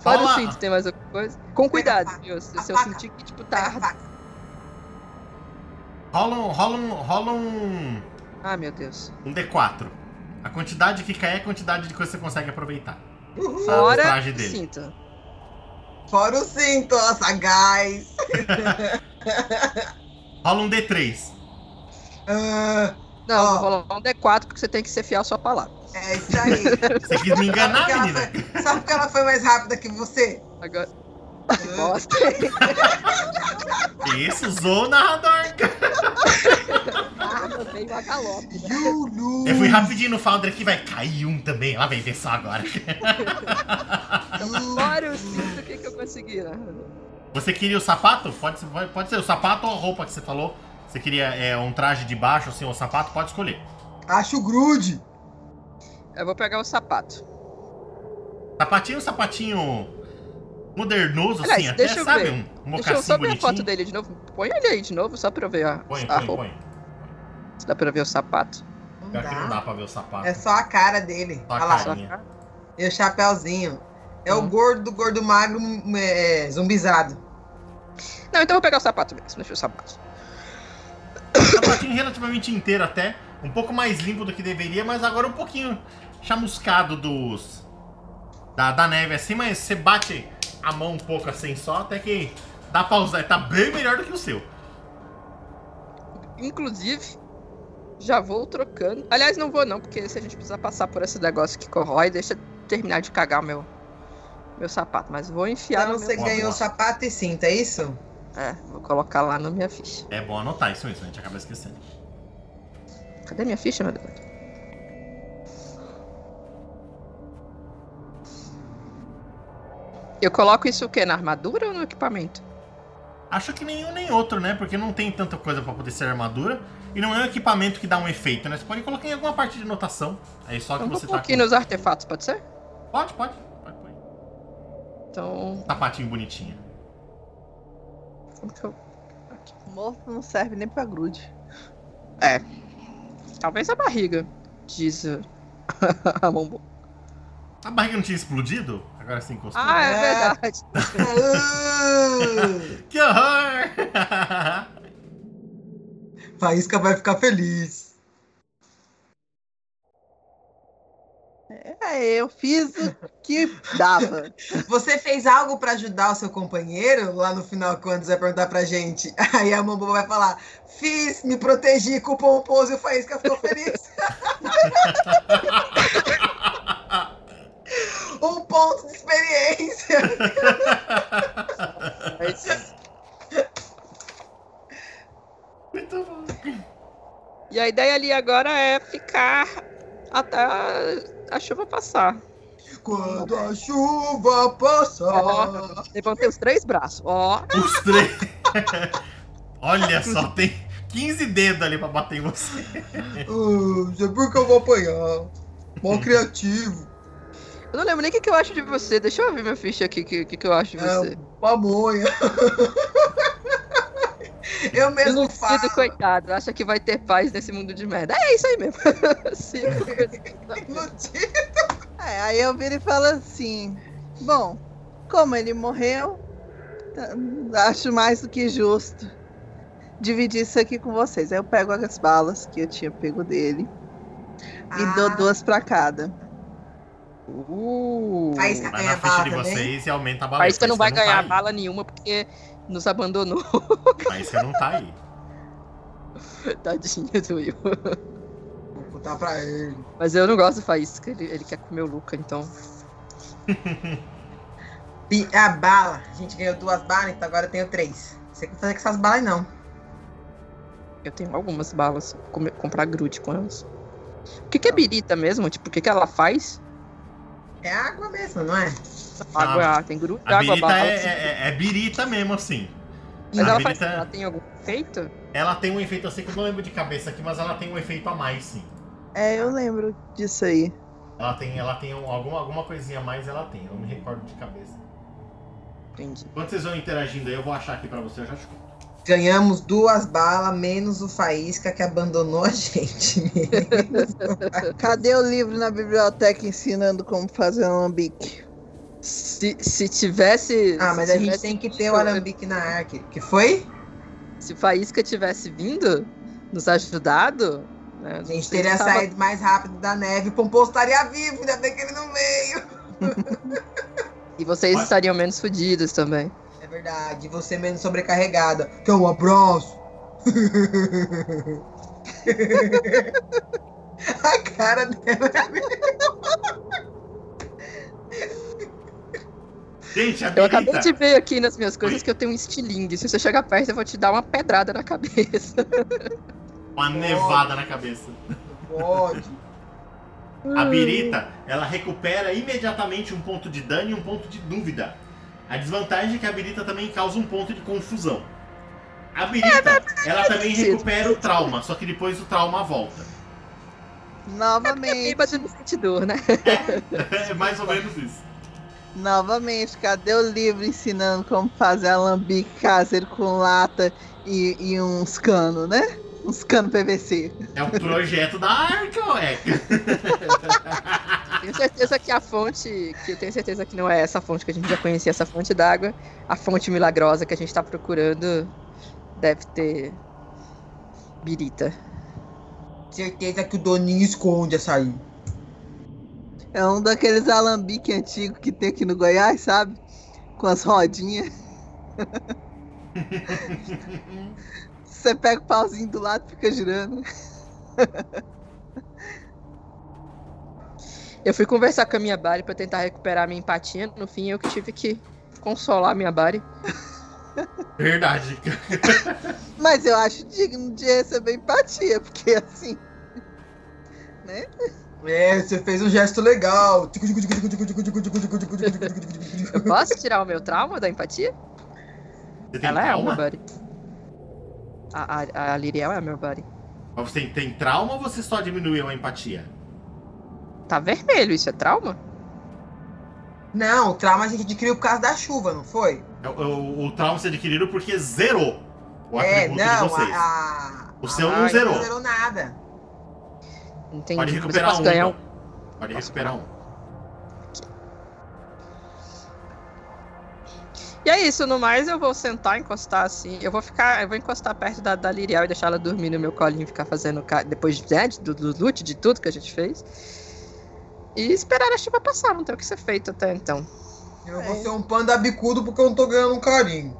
[SPEAKER 4] Fora
[SPEAKER 1] Olá.
[SPEAKER 4] o cinto, tem mais alguma coisa? Com
[SPEAKER 3] a
[SPEAKER 4] cuidado,
[SPEAKER 3] faca.
[SPEAKER 4] viu? Se,
[SPEAKER 3] A
[SPEAKER 4] se eu
[SPEAKER 3] faca.
[SPEAKER 4] sentir que, tipo,
[SPEAKER 3] Pega a
[SPEAKER 4] tá...
[SPEAKER 3] faca.
[SPEAKER 1] Rola um, rola um, rola um,
[SPEAKER 4] Ah, meu Deus.
[SPEAKER 1] um D4. A quantidade que cai é a quantidade de coisa que você consegue aproveitar.
[SPEAKER 3] Uhul.
[SPEAKER 1] Sabe, o
[SPEAKER 4] Fora
[SPEAKER 1] traje
[SPEAKER 4] o
[SPEAKER 1] dele.
[SPEAKER 4] cinto. Que
[SPEAKER 3] Fora o cinto, ó, sagaz.
[SPEAKER 1] Rola um D3.
[SPEAKER 3] Ah,
[SPEAKER 4] Não,
[SPEAKER 3] Ó.
[SPEAKER 4] vou rolar um D4 porque você tem que ser fiel à sua palavra.
[SPEAKER 3] é isso aí. (laughs)
[SPEAKER 1] Você quis me enganar,
[SPEAKER 4] (laughs)
[SPEAKER 3] Sabe porque ela
[SPEAKER 1] menina?
[SPEAKER 3] foi- Sabe porque ela foi mais rápida que (laughs) você?
[SPEAKER 4] Agora,
[SPEAKER 3] Ah,
[SPEAKER 4] (laughs) bosta.
[SPEAKER 1] Esse usou o narrador, cara.
[SPEAKER 4] Nada, veio a galope.
[SPEAKER 3] you lose.
[SPEAKER 1] Eu fui rapidinho no Foundry aqui, vai cair um também. Lá vem, vê só agora.
[SPEAKER 4] Fora o cinto, o que, que eu consegui, né?
[SPEAKER 1] Você queria o sapato? Pode ser, pode, pode ser o sapato ou a roupa que você falou. Você queria é, um traje de baixo, assim, ou um sapato? Pode escolher.
[SPEAKER 3] Acho grude.
[SPEAKER 4] Eu vou pegar o sapato.
[SPEAKER 1] Sapatinho, sapatinho modernoso, assim,
[SPEAKER 4] Aliás,
[SPEAKER 1] até,
[SPEAKER 4] deixa eu
[SPEAKER 1] sabe?
[SPEAKER 4] ver.
[SPEAKER 1] Um um
[SPEAKER 4] Deixa eu
[SPEAKER 1] mocassim
[SPEAKER 4] só ver a foto
[SPEAKER 1] bonitinho.
[SPEAKER 4] dele de novo. Põe ele aí de novo, só pra eu ver a,
[SPEAKER 1] Põe,
[SPEAKER 4] a
[SPEAKER 1] põe,
[SPEAKER 4] roupa.
[SPEAKER 1] põe.
[SPEAKER 4] Se dá pra ver o sapato.
[SPEAKER 3] Não
[SPEAKER 1] Pior que não
[SPEAKER 3] dá.
[SPEAKER 1] dá pra ver o sapato.
[SPEAKER 3] É só a cara dele.
[SPEAKER 1] Só a
[SPEAKER 3] Olha lá.
[SPEAKER 1] cara.
[SPEAKER 4] Só
[SPEAKER 1] Carinha.
[SPEAKER 4] cá.
[SPEAKER 3] E o chapéuzinho. É
[SPEAKER 4] Hum.
[SPEAKER 3] o gordo, do gordo magro é, zumbizado.
[SPEAKER 4] Não, então eu vou pegar o sapato mesmo. Deixa o sapato.
[SPEAKER 1] sapatinho relativamente inteiro até. Um pouco mais limpo do que deveria, mas agora um pouquinho chamuscado dos. Da, da neve assim, mas você bate a mão um pouco assim só, até que dá pra usar. Tá bem melhor do que o seu.
[SPEAKER 4] Inclusive, já vou trocando. Aliás, não vou não, porque se a gente precisar passar por esse negócio que corrói, deixa eu terminar de cagar o meu, meu sapato. Mas vou enfiar
[SPEAKER 3] Então
[SPEAKER 4] no
[SPEAKER 3] você
[SPEAKER 4] meu...
[SPEAKER 1] Boa,
[SPEAKER 3] ganhou
[SPEAKER 1] boa.
[SPEAKER 3] sapato e cinta, é isso?
[SPEAKER 4] É, vou colocar lá na minha ficha.
[SPEAKER 1] É bom anotar isso mesmo, a gente acaba esquecendo.
[SPEAKER 4] Cadê minha ficha, meu Deus? Eu coloco isso o quê? Na armadura ou no equipamento?
[SPEAKER 1] Acho que nenhum nem outro, né? Porque não tem tanta coisa pra poder ser armadura. E não é um equipamento que dá um efeito, né? Você pode colocar em alguma parte de notação. Aí só que
[SPEAKER 4] Então vou
[SPEAKER 1] você tá.
[SPEAKER 4] colocar
[SPEAKER 1] Com...
[SPEAKER 4] aqui nos artefatos, pode ser?
[SPEAKER 1] Pode, pode. Pode, pode.
[SPEAKER 4] Então,
[SPEAKER 1] Sapatinho bonitinho.
[SPEAKER 4] como que eu-
[SPEAKER 2] Morto não serve nem pra grude.
[SPEAKER 4] talvez a barriga, diz uh, (laughs) a Mombo.
[SPEAKER 1] A barriga não tinha explodido? Agora sim encostou.
[SPEAKER 4] Ah, é
[SPEAKER 3] É.
[SPEAKER 4] verdade.
[SPEAKER 3] Ah,
[SPEAKER 1] Que horror! (laughs)
[SPEAKER 3] Faísca vai ficar feliz.
[SPEAKER 2] É, eu fiz o que dava.
[SPEAKER 3] Você fez algo pra ajudar o seu companheiro lá no final, quando vai perguntar pra gente? (laughs) Aí a Mambo vai falar: Fiz, me protegi com o pomposo e o Faísca ficou feliz. (laughs) um ponto de experiência.
[SPEAKER 4] É isso.
[SPEAKER 1] Muito bom.
[SPEAKER 4] E a ideia ali agora é ficar até a- a chuva passar.
[SPEAKER 3] Quando a chuva passar. (laughs)
[SPEAKER 4] Levantei os três braços. Ó,
[SPEAKER 1] Os três. (laughs) Olha só, tem 15 dedos ali pra bater em você.
[SPEAKER 3] Uh, não sei por que eu vou apanhar. Mó criativo.
[SPEAKER 4] eu não lembro nem o que, que eu acho de você. Deixa eu ver minha ficha aqui, o que, que, que eu acho de
[SPEAKER 3] É,
[SPEAKER 4] você.
[SPEAKER 3] pamonha. (laughs) eu mesmo
[SPEAKER 4] Deslucido,
[SPEAKER 3] faço.
[SPEAKER 4] coitado. Acha que vai ter paz nesse mundo de merda. É isso aí mesmo. (laughs) Cinco coisas que eu tava vendo.
[SPEAKER 3] iludido.
[SPEAKER 2] É, aí eu viro e falo assim: Bom, como ele morreu, tá- acho mais do que justo dividir isso aqui com vocês. Aí eu pego as balas que eu tinha pego dele e
[SPEAKER 3] Ah.
[SPEAKER 2] dou duas pra cada.
[SPEAKER 4] Uh.
[SPEAKER 3] Faísca
[SPEAKER 1] Vai
[SPEAKER 3] ganha
[SPEAKER 1] na
[SPEAKER 3] a
[SPEAKER 1] ficha
[SPEAKER 3] É, bala
[SPEAKER 1] de
[SPEAKER 3] também.
[SPEAKER 1] vocês e aumenta a bala.
[SPEAKER 4] Faísca não vai ganhar
[SPEAKER 1] tá
[SPEAKER 4] bala nenhuma porque nos abandonou. (laughs)
[SPEAKER 1] aí. Faísca não tá aí.
[SPEAKER 4] Tadinha do Will.
[SPEAKER 3] Vou botar pra ele.
[SPEAKER 4] Mas eu não gosto do Faísca. Ele, ele quer comer o Luca, então.
[SPEAKER 3] Bi- A bala. A gente ganhou duas balas, então agora eu tenho três. Não sei o que fazer com essas balas, não.
[SPEAKER 4] Eu tenho algumas balas. vou comer- comprar grude com elas. O que, que é
[SPEAKER 1] Então.
[SPEAKER 4] birita mesmo? Tipo, o que, que ela faz?
[SPEAKER 3] É água mesmo, não é?
[SPEAKER 4] Água, ah, tem grude,
[SPEAKER 1] Ah, A
[SPEAKER 4] água,
[SPEAKER 1] birita
[SPEAKER 4] bala. assim.
[SPEAKER 1] é, é- é- é birita mesmo, assim.
[SPEAKER 4] Mas
[SPEAKER 1] a
[SPEAKER 4] ela, faz,
[SPEAKER 1] birita- é-
[SPEAKER 4] ela tem algum efeito?
[SPEAKER 1] Ela tem um efeito assim que eu não lembro de cabeça aqui, mas ela tem um efeito a mais, sim.
[SPEAKER 2] É, eu lembro disso aí.
[SPEAKER 1] Ela tem, ela tem um- alguma, alguma coisinha a mais, ela tem. Eu não me recordo de cabeça.
[SPEAKER 4] Entendi.
[SPEAKER 1] Enquanto vocês vão interagindo aí, eu vou achar aqui pra você, eu já te conto.
[SPEAKER 3] Ganhamos duas balas, menos o Faísca que abandonou a (laughs) gente.
[SPEAKER 2] Cadê o livro na biblioteca ensinando como fazer um alambique?
[SPEAKER 4] Se, se tivesse.
[SPEAKER 3] ah,
[SPEAKER 4] se
[SPEAKER 3] mas a gente
[SPEAKER 4] tivesse
[SPEAKER 3] tem que
[SPEAKER 4] vindo,
[SPEAKER 3] ter o alambique na arca. Que foi?
[SPEAKER 4] Se Faísca tivesse vindo, nos ajudado. Né,
[SPEAKER 3] A gente teria saído mais rápido da neve. O Pomposo estaria vivo, ainda bem que ele não veio.
[SPEAKER 4] E vocês
[SPEAKER 1] Mas-
[SPEAKER 4] estariam menos fodidos também.
[SPEAKER 3] É verdade, você menos sobrecarregada. Quer um abraço? (laughs) A cara dela.
[SPEAKER 1] Gente, a
[SPEAKER 4] Eu acabei
[SPEAKER 1] Birita-
[SPEAKER 4] de ver aqui nas minhas coisas que eu tenho um estilingue. Se você chegar perto, eu vou te dar uma pedrada na cabeça.
[SPEAKER 1] Uma nevada na cabeça.
[SPEAKER 3] Pode.
[SPEAKER 1] A birita, ela recupera imediatamente um ponto de dano e um ponto de dúvida. A desvantagem é que a birita também causa um ponto de confusão. A birita, ela também
[SPEAKER 4] sentido.
[SPEAKER 1] recupera o trauma, só que depois o trauma volta. (laughs)
[SPEAKER 4] (laughs)
[SPEAKER 2] Novamente,
[SPEAKER 4] Bêbado não sente dor, né?
[SPEAKER 1] É mais ou menos isso.
[SPEAKER 2] novamente, cadê o livro ensinando como fazer alambique caseiro com lata e, e uns canos, né? Uns canos PVC.
[SPEAKER 1] É um projeto da arca, ué. (laughs) Ah.
[SPEAKER 4] Tenho certeza que a fonte, que eu tenho certeza que não é essa fonte que a gente já conhecia, essa fonte d'água, a fonte milagrosa que a gente tá procurando deve ter birita.
[SPEAKER 3] Certeza que o Doninho esconde essa aí.
[SPEAKER 2] É um daqueles alambique antigo que tem aqui no Goiás, sabe? Com as rodinhas. Você pega o pauzinho do lado e fica girando.
[SPEAKER 4] Eu fui conversar com a minha Bari pra tentar recuperar minha empatia, no fim eu que tive que consolar a minha Bari.
[SPEAKER 1] Verdade.
[SPEAKER 2] Mas eu acho digno de receber empatia, porque assim.
[SPEAKER 3] É, você fez um gesto legal.
[SPEAKER 4] Eu posso tirar o meu trauma da empatia?
[SPEAKER 1] Você tem
[SPEAKER 4] Ela é o meu
[SPEAKER 1] trauma?
[SPEAKER 4] buddy. A, a, a Liriel é o meu buddy.
[SPEAKER 1] Mas Você tem trauma ou você só diminuiu a empatia?
[SPEAKER 4] Tá vermelho, isso é trauma?
[SPEAKER 3] Não, o trauma a gente adquiriu por causa da chuva, não foi?
[SPEAKER 1] É, O, o- o trauma se adquiriu porque zerou o
[SPEAKER 3] é,
[SPEAKER 1] atributo de
[SPEAKER 3] não,
[SPEAKER 1] vocês.
[SPEAKER 3] a, a.
[SPEAKER 1] O seu
[SPEAKER 3] a
[SPEAKER 1] não
[SPEAKER 3] Barbie
[SPEAKER 1] zerou.
[SPEAKER 3] Não zerou nada.
[SPEAKER 4] Entendi.
[SPEAKER 1] Pode
[SPEAKER 4] Mas eu
[SPEAKER 1] recuperar
[SPEAKER 4] posso
[SPEAKER 1] um.
[SPEAKER 4] ganhar
[SPEAKER 1] então. Pode
[SPEAKER 4] Posso
[SPEAKER 1] recuperar um.
[SPEAKER 4] E é isso, no mais eu vou sentar, encostar assim. Eu vou ficar, eu vou encostar perto da, da Liriel e deixar ela dormir no meu colinho, ficar fazendo ca- depois né, de- do, do loot, de tudo que a gente fez. E esperar a chuva passar, não tem o que ser feito até então.
[SPEAKER 3] Eu vou ser um panda bicudo porque eu não tô ganhando um (laughs) carinho.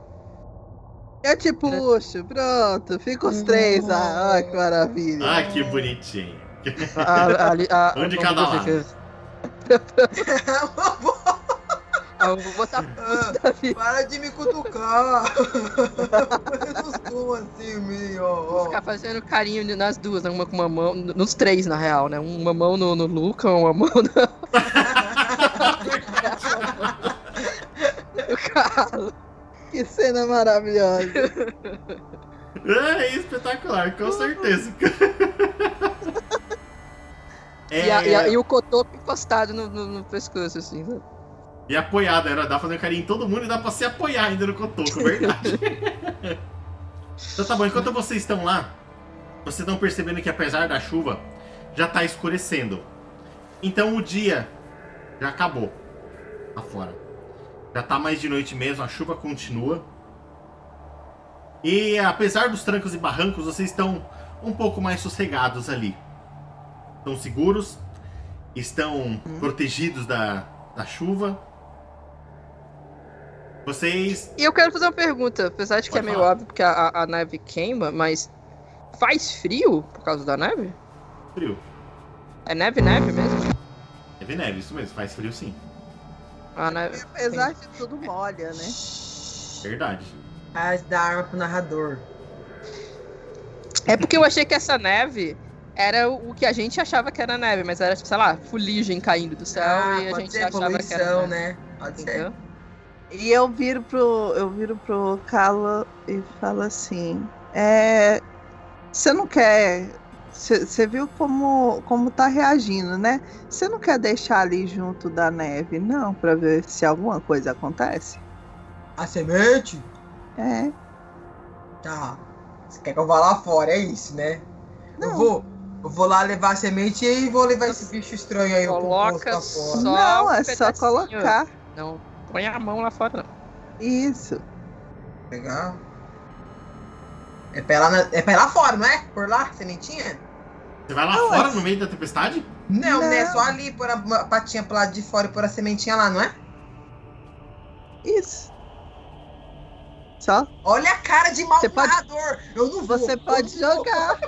[SPEAKER 2] Eu te puxo, é tipo, pronto, fica os três. Ah, olha que maravilha.
[SPEAKER 1] Ah, que bonitinho.
[SPEAKER 4] A,
[SPEAKER 1] (laughs)
[SPEAKER 4] a, a, a,
[SPEAKER 1] Um de
[SPEAKER 4] eu
[SPEAKER 1] cada
[SPEAKER 4] vou
[SPEAKER 1] lado.
[SPEAKER 4] ver que- Eu vou botar Davi,
[SPEAKER 3] Para de me cutucar. (laughs) Eu não sou assim, meu. ó, ó.
[SPEAKER 4] ficar fazendo carinho nas duas, né? Uma com uma mão. Nos três, na real, né? Uma mão no, no Luca, uma mão no, no Carlos.
[SPEAKER 2] Que cena maravilhosa.
[SPEAKER 1] É espetacular,
[SPEAKER 4] Uhum.
[SPEAKER 1] com certeza. É,
[SPEAKER 4] E, a- e a- e o cotoco encostado no, no- no pescoço, assim. sabe?
[SPEAKER 1] e apoiado, era dá pra fazer um carinho em todo mundo e dá pra se apoiar ainda no
[SPEAKER 4] (laughs)
[SPEAKER 1] cotoco, verdade. então tá bom, enquanto vocês estão lá, vocês estão percebendo que apesar da chuva, já tá escurecendo. Então o dia já acabou lá fora. Já tá mais de noite mesmo, a chuva continua. E apesar dos trancos e barrancos, vocês estão um pouco mais sossegados ali. Estão seguros, estão protegidos da, da chuva. Vocês.
[SPEAKER 4] E eu quero fazer uma pergunta, apesar de que
[SPEAKER 1] Pode
[SPEAKER 4] é meio
[SPEAKER 1] falar.
[SPEAKER 4] óbvio que a- a, a neve queima, mas faz frio por causa da neve?
[SPEAKER 1] Frio.
[SPEAKER 4] É neve, neve mesmo?
[SPEAKER 1] Neve, neve, isso mesmo, faz frio sim.
[SPEAKER 4] A Ah, neve.
[SPEAKER 2] Apesar de tudo, molha, né?
[SPEAKER 1] Verdade.
[SPEAKER 3] Para de dar arma pro narrador.
[SPEAKER 4] É porque eu achei que essa neve era o o que a gente achava que era neve, mas era, tipo, sei lá, fuligem caindo do céu Então, e a
[SPEAKER 3] Ah, pode
[SPEAKER 4] gente
[SPEAKER 3] ser
[SPEAKER 4] achava que era
[SPEAKER 3] poluição,
[SPEAKER 4] neve,
[SPEAKER 3] né? Pode ser.
[SPEAKER 4] Entendeu?
[SPEAKER 2] E eu viro pro, eu viro pro Cala e falo assim: é, você não quer. você- Você viu como, como tá reagindo, né? Você não quer deixar ali junto da neve, não, pra ver se alguma coisa acontece?
[SPEAKER 3] A semente?
[SPEAKER 2] É.
[SPEAKER 3] Tá. Você quer que eu vá lá fora, é isso, né? Eu
[SPEAKER 2] Não.
[SPEAKER 3] vou. Eu vou lá levar a semente e vou levar esse bicho estranho aí o composto
[SPEAKER 4] Coloca
[SPEAKER 3] lá fora.
[SPEAKER 4] Só
[SPEAKER 2] não,
[SPEAKER 4] um
[SPEAKER 2] é só
[SPEAKER 4] pedacinho.
[SPEAKER 2] colocar.
[SPEAKER 4] Não põe a mão lá fora, não.
[SPEAKER 2] Isso.
[SPEAKER 3] Legal. É pra, ir lá na- é pra ir lá fora, não é? Por lá, sementinha?
[SPEAKER 1] Você vai lá
[SPEAKER 2] Não,
[SPEAKER 1] fora
[SPEAKER 2] mas-
[SPEAKER 1] no meio da tempestade?
[SPEAKER 3] Não, né?
[SPEAKER 2] Não.
[SPEAKER 3] Só ali pôr a ma- patinha pro lado de fora e pôr a sementinha lá, não é?
[SPEAKER 2] Isso. Só?
[SPEAKER 3] Olha a cara de
[SPEAKER 2] Você pode-
[SPEAKER 3] maltratador. Eu não vou.
[SPEAKER 2] Você pode
[SPEAKER 3] eu não vou,
[SPEAKER 2] jogar.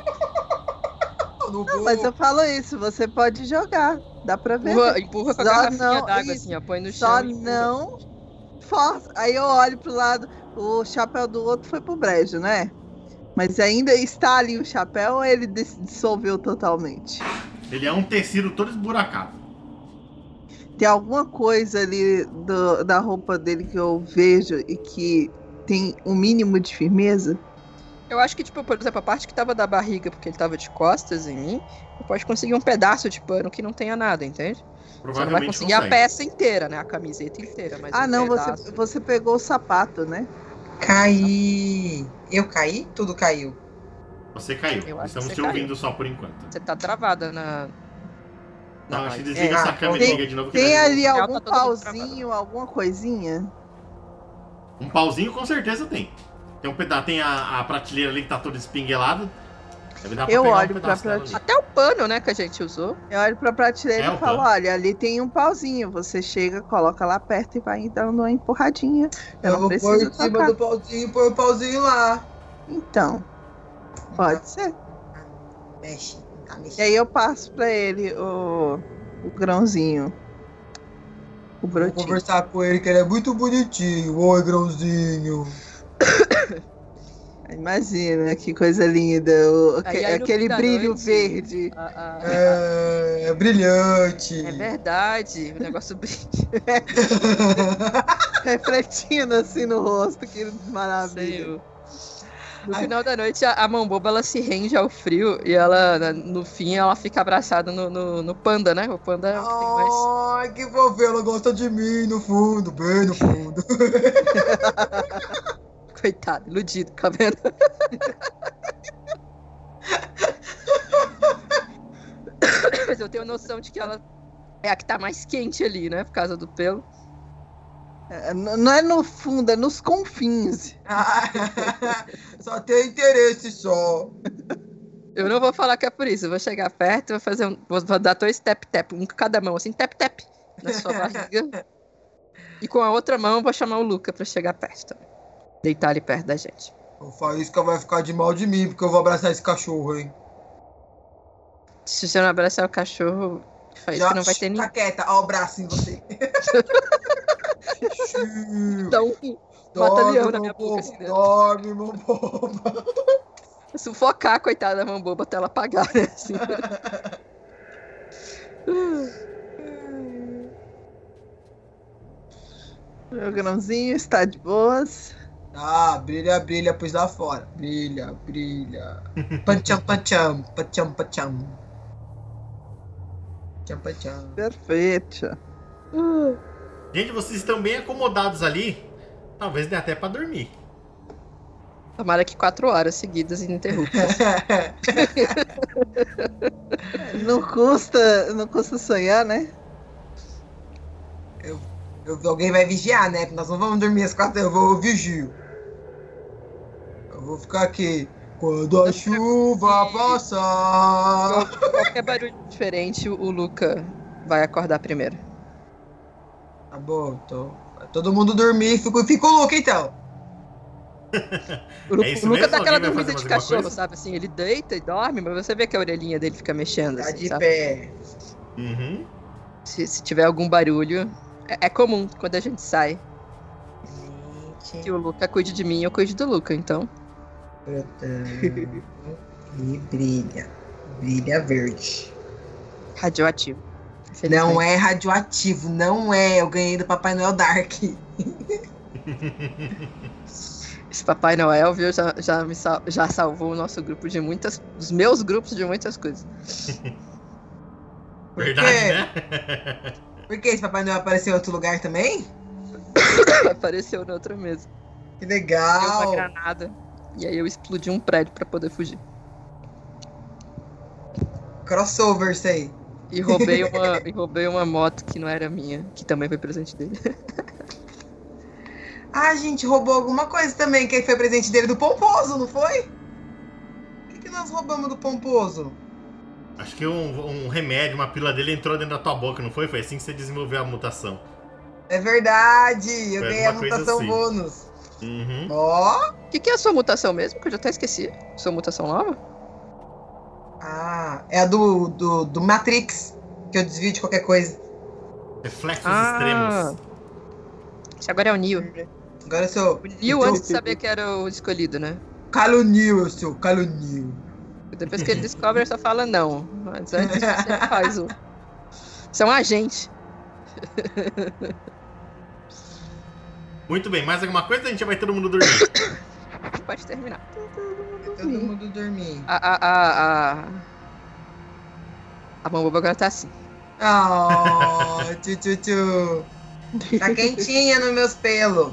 [SPEAKER 3] eu não vou.
[SPEAKER 2] Mas eu falo isso, você pode jogar. Dá pra ver.
[SPEAKER 4] Empurra, empurra com a
[SPEAKER 2] Só
[SPEAKER 4] garrafinha
[SPEAKER 2] não-
[SPEAKER 4] d'água,
[SPEAKER 2] isso.
[SPEAKER 4] assim, ó. Põe no chão.
[SPEAKER 2] Só
[SPEAKER 4] e empurra.
[SPEAKER 2] não força. Aí eu olho pro lado, o chapéu do outro foi pro brejo, né? Mas ainda está ali o chapéu ou ele dis- dissolveu totalmente?
[SPEAKER 1] Ele é um tecido todo esburacado.
[SPEAKER 2] Tem alguma coisa ali do- da roupa dele que eu vejo e que tem um mínimo de firmeza?
[SPEAKER 4] Eu acho que, tipo, por exemplo, a parte que tava da barriga, porque ele tava de costas em mim, eu posso conseguir um pedaço de pano que não tenha nada, entende? Você não vai
[SPEAKER 1] Provavelmente
[SPEAKER 4] conseguir a
[SPEAKER 1] consegue.
[SPEAKER 4] peça inteira, né? A camiseta inteira, mas
[SPEAKER 2] ah,
[SPEAKER 4] um
[SPEAKER 2] não, você,
[SPEAKER 4] pedaço-
[SPEAKER 2] você pegou o sapato, né?
[SPEAKER 3] Caí. Eu caí? Tudo caiu.
[SPEAKER 1] Você caiu.
[SPEAKER 4] Eu acho
[SPEAKER 1] Estamos
[SPEAKER 4] que você
[SPEAKER 1] te
[SPEAKER 4] caiu.
[SPEAKER 1] ouvindo só por enquanto.
[SPEAKER 4] Você tá travada na...
[SPEAKER 1] Não, acho que
[SPEAKER 4] live.
[SPEAKER 1] desliga
[SPEAKER 3] É,
[SPEAKER 1] essa
[SPEAKER 3] ah,
[SPEAKER 1] câmera e
[SPEAKER 2] tem-
[SPEAKER 1] liga de novo. que
[SPEAKER 2] Tem
[SPEAKER 1] vai-
[SPEAKER 2] ali
[SPEAKER 4] Ela tá
[SPEAKER 2] algum
[SPEAKER 4] toda travada.
[SPEAKER 2] pauzinho, alguma coisinha?
[SPEAKER 1] Um pauzinho com certeza tem. Tem, um peda... tem a, a prateleira ali que tá toda espinguelada. Deve dar pra
[SPEAKER 2] Eu
[SPEAKER 1] pegar
[SPEAKER 2] olho
[SPEAKER 1] um
[SPEAKER 2] pra
[SPEAKER 1] pedaço dela ali.
[SPEAKER 4] Até o pano, né, que a gente usou.
[SPEAKER 2] Eu olho pra prateleira
[SPEAKER 1] É,
[SPEAKER 2] e
[SPEAKER 1] o
[SPEAKER 2] falo,
[SPEAKER 1] pano.
[SPEAKER 2] olha, ali tem um pauzinho. Você chega, coloca lá perto e vai dando uma empurradinha. Eu, não
[SPEAKER 3] vou pôr
[SPEAKER 2] preciso
[SPEAKER 3] em cima
[SPEAKER 2] tocar.
[SPEAKER 3] do pauzinho, põe o pauzinho lá.
[SPEAKER 2] Então, pode ser.
[SPEAKER 3] Mexe. não tá
[SPEAKER 2] E
[SPEAKER 3] mexendo.
[SPEAKER 2] aí eu passo pra ele o, o grãozinho. O
[SPEAKER 3] Vou
[SPEAKER 2] brotinho.
[SPEAKER 3] conversar com ele, que ele é muito bonitinho. Oi, grãozinho.
[SPEAKER 2] Imagina, que coisa linda. o- aque-
[SPEAKER 4] Aí, aí no fim
[SPEAKER 2] aquele
[SPEAKER 4] da
[SPEAKER 2] brilho
[SPEAKER 4] noite-
[SPEAKER 2] verde. (laughs)
[SPEAKER 4] Ah, ah,
[SPEAKER 3] É, é brilhante.
[SPEAKER 4] É verdade, o negócio (laughs) brilha.
[SPEAKER 2] refletindo assim no rosto. Que maravilha.
[SPEAKER 4] Sei, No
[SPEAKER 3] Ai.
[SPEAKER 4] final da noite, a, a Mamboba ela se rende ao frio e ela, na- no fim, ela fica abraçada no, no, no panda, né? O panda é o que tem mais.
[SPEAKER 3] Ai, que fofinho, ela gosta de mim no fundo, bem no fundo.
[SPEAKER 4] Coitado, iludido, tá vendo? Mas eu tenho noção de que ela é a que tá mais quente ali, né? Por causa do pelo.
[SPEAKER 2] É, n- Não é no fundo, é nos confins.
[SPEAKER 3] Ah, (laughs) só tem interesse só.
[SPEAKER 4] Eu não vou falar que é por isso. Eu vou chegar perto, vou fazer um, vou, vou dar dois tap tap, um com cada mão, assim tap tap na sua barriga. e com a outra mão eu vou chamar o Luca pra chegar perto. também. Deitar ali perto da gente.
[SPEAKER 3] O Faísca vai ficar de mal de mim, porque eu vou abraçar esse cachorro, hein?
[SPEAKER 4] Se você não abraçar o cachorro, faz
[SPEAKER 3] Já-
[SPEAKER 4] que não vai ter
[SPEAKER 3] Tá
[SPEAKER 4] ninguém.
[SPEAKER 3] quieta, ó o braço em
[SPEAKER 4] (laughs)
[SPEAKER 3] você. Xiu,
[SPEAKER 4] Então, bota leão
[SPEAKER 3] meu
[SPEAKER 4] na minha boca,
[SPEAKER 3] bobo,
[SPEAKER 4] assim, né?
[SPEAKER 3] Dorme, meu bobo.
[SPEAKER 4] sufocar, coitada da mamboba, até ela apagar, né? Assim.
[SPEAKER 2] O grãozinho está de boas.
[SPEAKER 3] Ah, brilha, brilha, pus lá fora. Brilha, brilha. Pancham, pancham, pancham, pancham. Pancham, pancham. (laughs)
[SPEAKER 2] Perfeito.
[SPEAKER 1] Gente, vocês estão bem acomodados ali. Talvez dê até pra dormir.
[SPEAKER 4] Tomara que quatro horas seguidas ininterruptas.
[SPEAKER 1] (laughs)
[SPEAKER 2] Não custa, não custa sonhar, né?
[SPEAKER 3] Eu- alguém vai vigiar, né? Porque Nós não vamos dormir às quatro, eu vou eu vigio. Eu vou ficar aqui. Quando a chuva passar.
[SPEAKER 4] Qualquer barulho diferente, o Luca vai acordar primeiro.
[SPEAKER 3] Tá bom, então. Vai todo mundo dormir, fica, fica o Luca então.
[SPEAKER 4] O, Lu-
[SPEAKER 1] É isso
[SPEAKER 4] o Luca
[SPEAKER 1] mesmo?
[SPEAKER 4] dá aquela
[SPEAKER 1] Alguém vai fazer
[SPEAKER 4] dormida de
[SPEAKER 1] mais alguma
[SPEAKER 4] cachorro,
[SPEAKER 1] coisa?
[SPEAKER 4] sabe? Assim, ele deita e dorme, mas você vê que a orelhinha dele fica mexendo,
[SPEAKER 3] Tá
[SPEAKER 4] assim,
[SPEAKER 3] de
[SPEAKER 4] sabe?
[SPEAKER 3] pé.
[SPEAKER 1] Uhum.
[SPEAKER 4] Se, se tiver algum barulho. É, é comum quando a gente sai. Que
[SPEAKER 3] Gente,
[SPEAKER 4] o Luca cuide de mim, eu cuide do Luca, então.
[SPEAKER 3] brotando. e brilha. Brilha verde.
[SPEAKER 4] Radioativo.
[SPEAKER 3] Não é radioativo, não é. Eu ganhei do Papai Noel Dark.
[SPEAKER 1] é.
[SPEAKER 4] Esse Papai Noel, viu, já, já, me sal- já salvou o nosso grupo de muitas. Os meus grupos de muitas coisas. (coughs)
[SPEAKER 1] Verdade,
[SPEAKER 3] quê?
[SPEAKER 1] né?
[SPEAKER 3] Por que esse Papai Noel apareceu em outro lugar também?
[SPEAKER 4] Apareceu na outra mesa.
[SPEAKER 3] Que
[SPEAKER 4] Deu uma
[SPEAKER 3] legal.
[SPEAKER 4] granada. E aí eu explodi um prédio pra poder fugir.
[SPEAKER 3] Crossover isso aí.
[SPEAKER 4] E roubei uma, e roubei uma moto que não era minha, que também foi presente dele. (laughs)
[SPEAKER 3] Ah, gente, roubou alguma coisa também, que foi presente dele do Pomposo, não foi? O que, que nós roubamos do Pomposo?
[SPEAKER 1] Acho que um, um remédio, uma pílula dele entrou dentro da tua boca, não foi? Foi assim que você desenvolveu a mutação.
[SPEAKER 3] É verdade, eu
[SPEAKER 1] Foi
[SPEAKER 3] ganhei a
[SPEAKER 1] alguma coisa
[SPEAKER 3] mutação
[SPEAKER 1] assim.
[SPEAKER 3] bônus.
[SPEAKER 1] Uhum.
[SPEAKER 3] Ó,
[SPEAKER 4] O que, que é a sua mutação mesmo? Que eu já até esqueci. Sua mutação nova?
[SPEAKER 3] ah, é a do, do, do Matrix, que eu desvio de qualquer coisa.
[SPEAKER 1] Reflexos
[SPEAKER 4] Ah.
[SPEAKER 1] extremos.
[SPEAKER 4] Esse agora é o Neo.
[SPEAKER 3] Agora eu sou
[SPEAKER 4] O Neo,
[SPEAKER 3] Então-
[SPEAKER 4] antes de saber que era o escolhido, né?
[SPEAKER 3] calunil, eu sou calunil.
[SPEAKER 4] Depois que ele descobre, ele só fala não. Mas antes você faz um. o. Você é um agente.
[SPEAKER 1] Muito bem, mais alguma coisa? A gente já vai todo mundo dormir.
[SPEAKER 4] Pode terminar.
[SPEAKER 3] (laughs) Todo mundo dormir.
[SPEAKER 4] A. A. A. A, a Mamboba agora tá assim.
[SPEAKER 3] Oh, tchu, tchu, tchu. Tá quentinha nos meus pelos.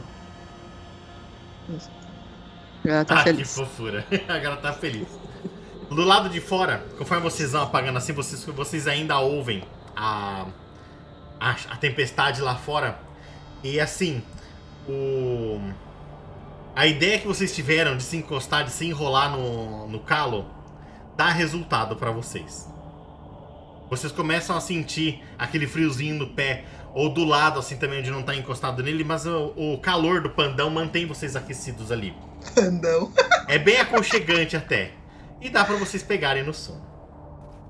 [SPEAKER 4] Ela tá
[SPEAKER 1] ah, que
[SPEAKER 4] feliz.
[SPEAKER 1] fofura. (laughs) Agora tá feliz. Do lado de fora, conforme vocês vão apagando assim, vocês, vocês ainda ouvem a, a, a tempestade lá fora. E assim, o, a ideia que vocês tiveram de se encostar, de se enrolar no, no calo, dá resultado pra vocês. Vocês começam a sentir aquele friozinho no pé, ou do lado, assim também, onde não tá encostado nele, mas o, o calor do pandão mantém vocês aquecidos ali.
[SPEAKER 3] Pandão.
[SPEAKER 1] É bem aconchegante até. E dá pra vocês pegarem no sono.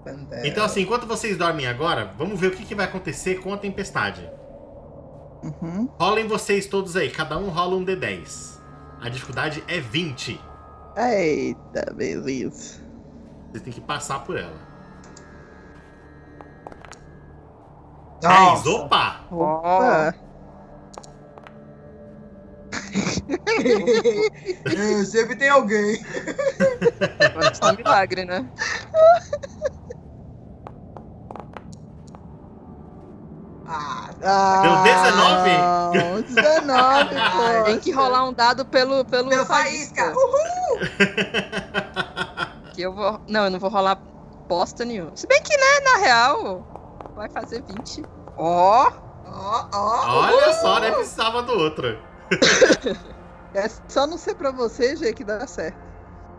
[SPEAKER 3] Pandão.
[SPEAKER 1] Então, assim, enquanto vocês dormem agora, vamos ver o que, que vai acontecer com a tempestade.
[SPEAKER 2] Uhum.
[SPEAKER 1] Rolem vocês todos aí, cada um rola um D10. A dificuldade é 20.
[SPEAKER 2] Eita, beleza.
[SPEAKER 1] Vocês têm que passar por ela.
[SPEAKER 3] Nossa.
[SPEAKER 1] 10, opa!
[SPEAKER 2] Opa.
[SPEAKER 3] É, Sempre tem alguém.
[SPEAKER 4] Agora tá um milagre, né?
[SPEAKER 3] Ah,
[SPEAKER 1] Deu 19? (laughs)
[SPEAKER 2] Não, 19, Ah, pô.
[SPEAKER 4] Tem que rolar um dado pelo. Pelo,
[SPEAKER 3] pela faísca. Uhul.
[SPEAKER 4] Que eu vou. Não, eu não vou rolar bosta nenhuma. Se bem que, né, na real, vai fazer 20. Ó!
[SPEAKER 3] Ó, ó.
[SPEAKER 1] Olha só, né? Precisava do outro.
[SPEAKER 2] É só não ser pra você, G, que dá certo.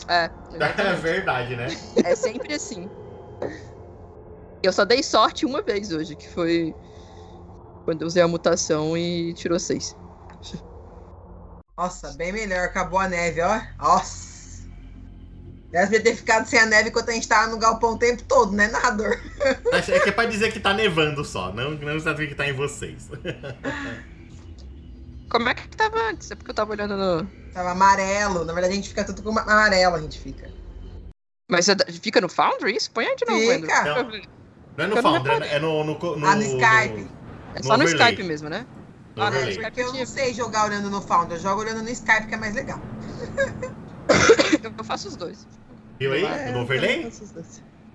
[SPEAKER 4] É,
[SPEAKER 1] É
[SPEAKER 4] exatamente.
[SPEAKER 1] verdade, né?
[SPEAKER 4] é sempre assim. Eu só dei sorte uma vez hoje, que foi quando eu usei a mutação e tirou 6.
[SPEAKER 3] Nossa, bem melhor. Acabou a neve, ó. Nossa. Deve ter ficado sem a neve enquanto a gente tava no galpão o tempo todo, né, narrador?
[SPEAKER 1] Mas É que é pra dizer que tá nevando só, não, não sabe o que tá em vocês.
[SPEAKER 4] Como é que tava antes? É porque eu tava olhando no.
[SPEAKER 3] Tava amarelo. Na verdade, a gente fica tudo com ma- amarelo, a gente fica.
[SPEAKER 4] Mas é da- fica no Foundry? Isso? Põe aí de novo,
[SPEAKER 3] Fica.
[SPEAKER 4] Andrew. Deixa eu ver.
[SPEAKER 1] Não é no
[SPEAKER 4] Eu não
[SPEAKER 1] Foundry, é no- é no, no, co-
[SPEAKER 3] Ah, no Skype.
[SPEAKER 4] É
[SPEAKER 1] No
[SPEAKER 4] só no
[SPEAKER 1] overlay.
[SPEAKER 4] Skype mesmo, né?
[SPEAKER 1] no
[SPEAKER 4] Ah,
[SPEAKER 1] overlay.
[SPEAKER 4] né?
[SPEAKER 3] Porque eu não sei jogar olhando no Founder, eu jogo olhando no Skype, que é mais legal.
[SPEAKER 4] Eu faço os dois.
[SPEAKER 1] Viu aí?
[SPEAKER 2] É,
[SPEAKER 1] No overlay?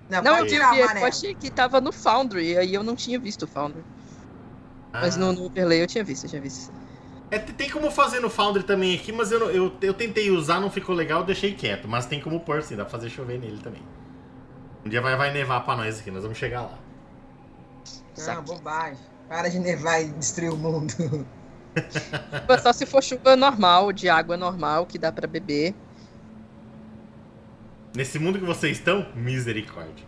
[SPEAKER 3] Não,
[SPEAKER 4] Não, eu
[SPEAKER 3] pode tirar o
[SPEAKER 4] devia, Tá eu
[SPEAKER 3] amarelo.
[SPEAKER 4] achei que tava no Foundry, aí eu não tinha visto o Foundry. Mas
[SPEAKER 1] Ah.
[SPEAKER 4] no, no overlay eu tinha visto, eu tinha visto.
[SPEAKER 1] É, te- tem como fazer no Foundry também aqui, mas eu, não- eu, eu tentei usar, não ficou legal, eu deixei quieto. Mas tem como pôr sim, dá pra fazer chover nele também. Um dia vai, vai nevar pra nós aqui, nós vamos chegar lá.
[SPEAKER 3] Ah,
[SPEAKER 4] Saque.
[SPEAKER 3] bobagem. Para de nevar e destruir o mundo. (laughs)
[SPEAKER 4] Mas Tipo, é Só se for chuva normal, de água normal, que dá pra beber.
[SPEAKER 1] Nesse mundo que vocês estão, misericórdia.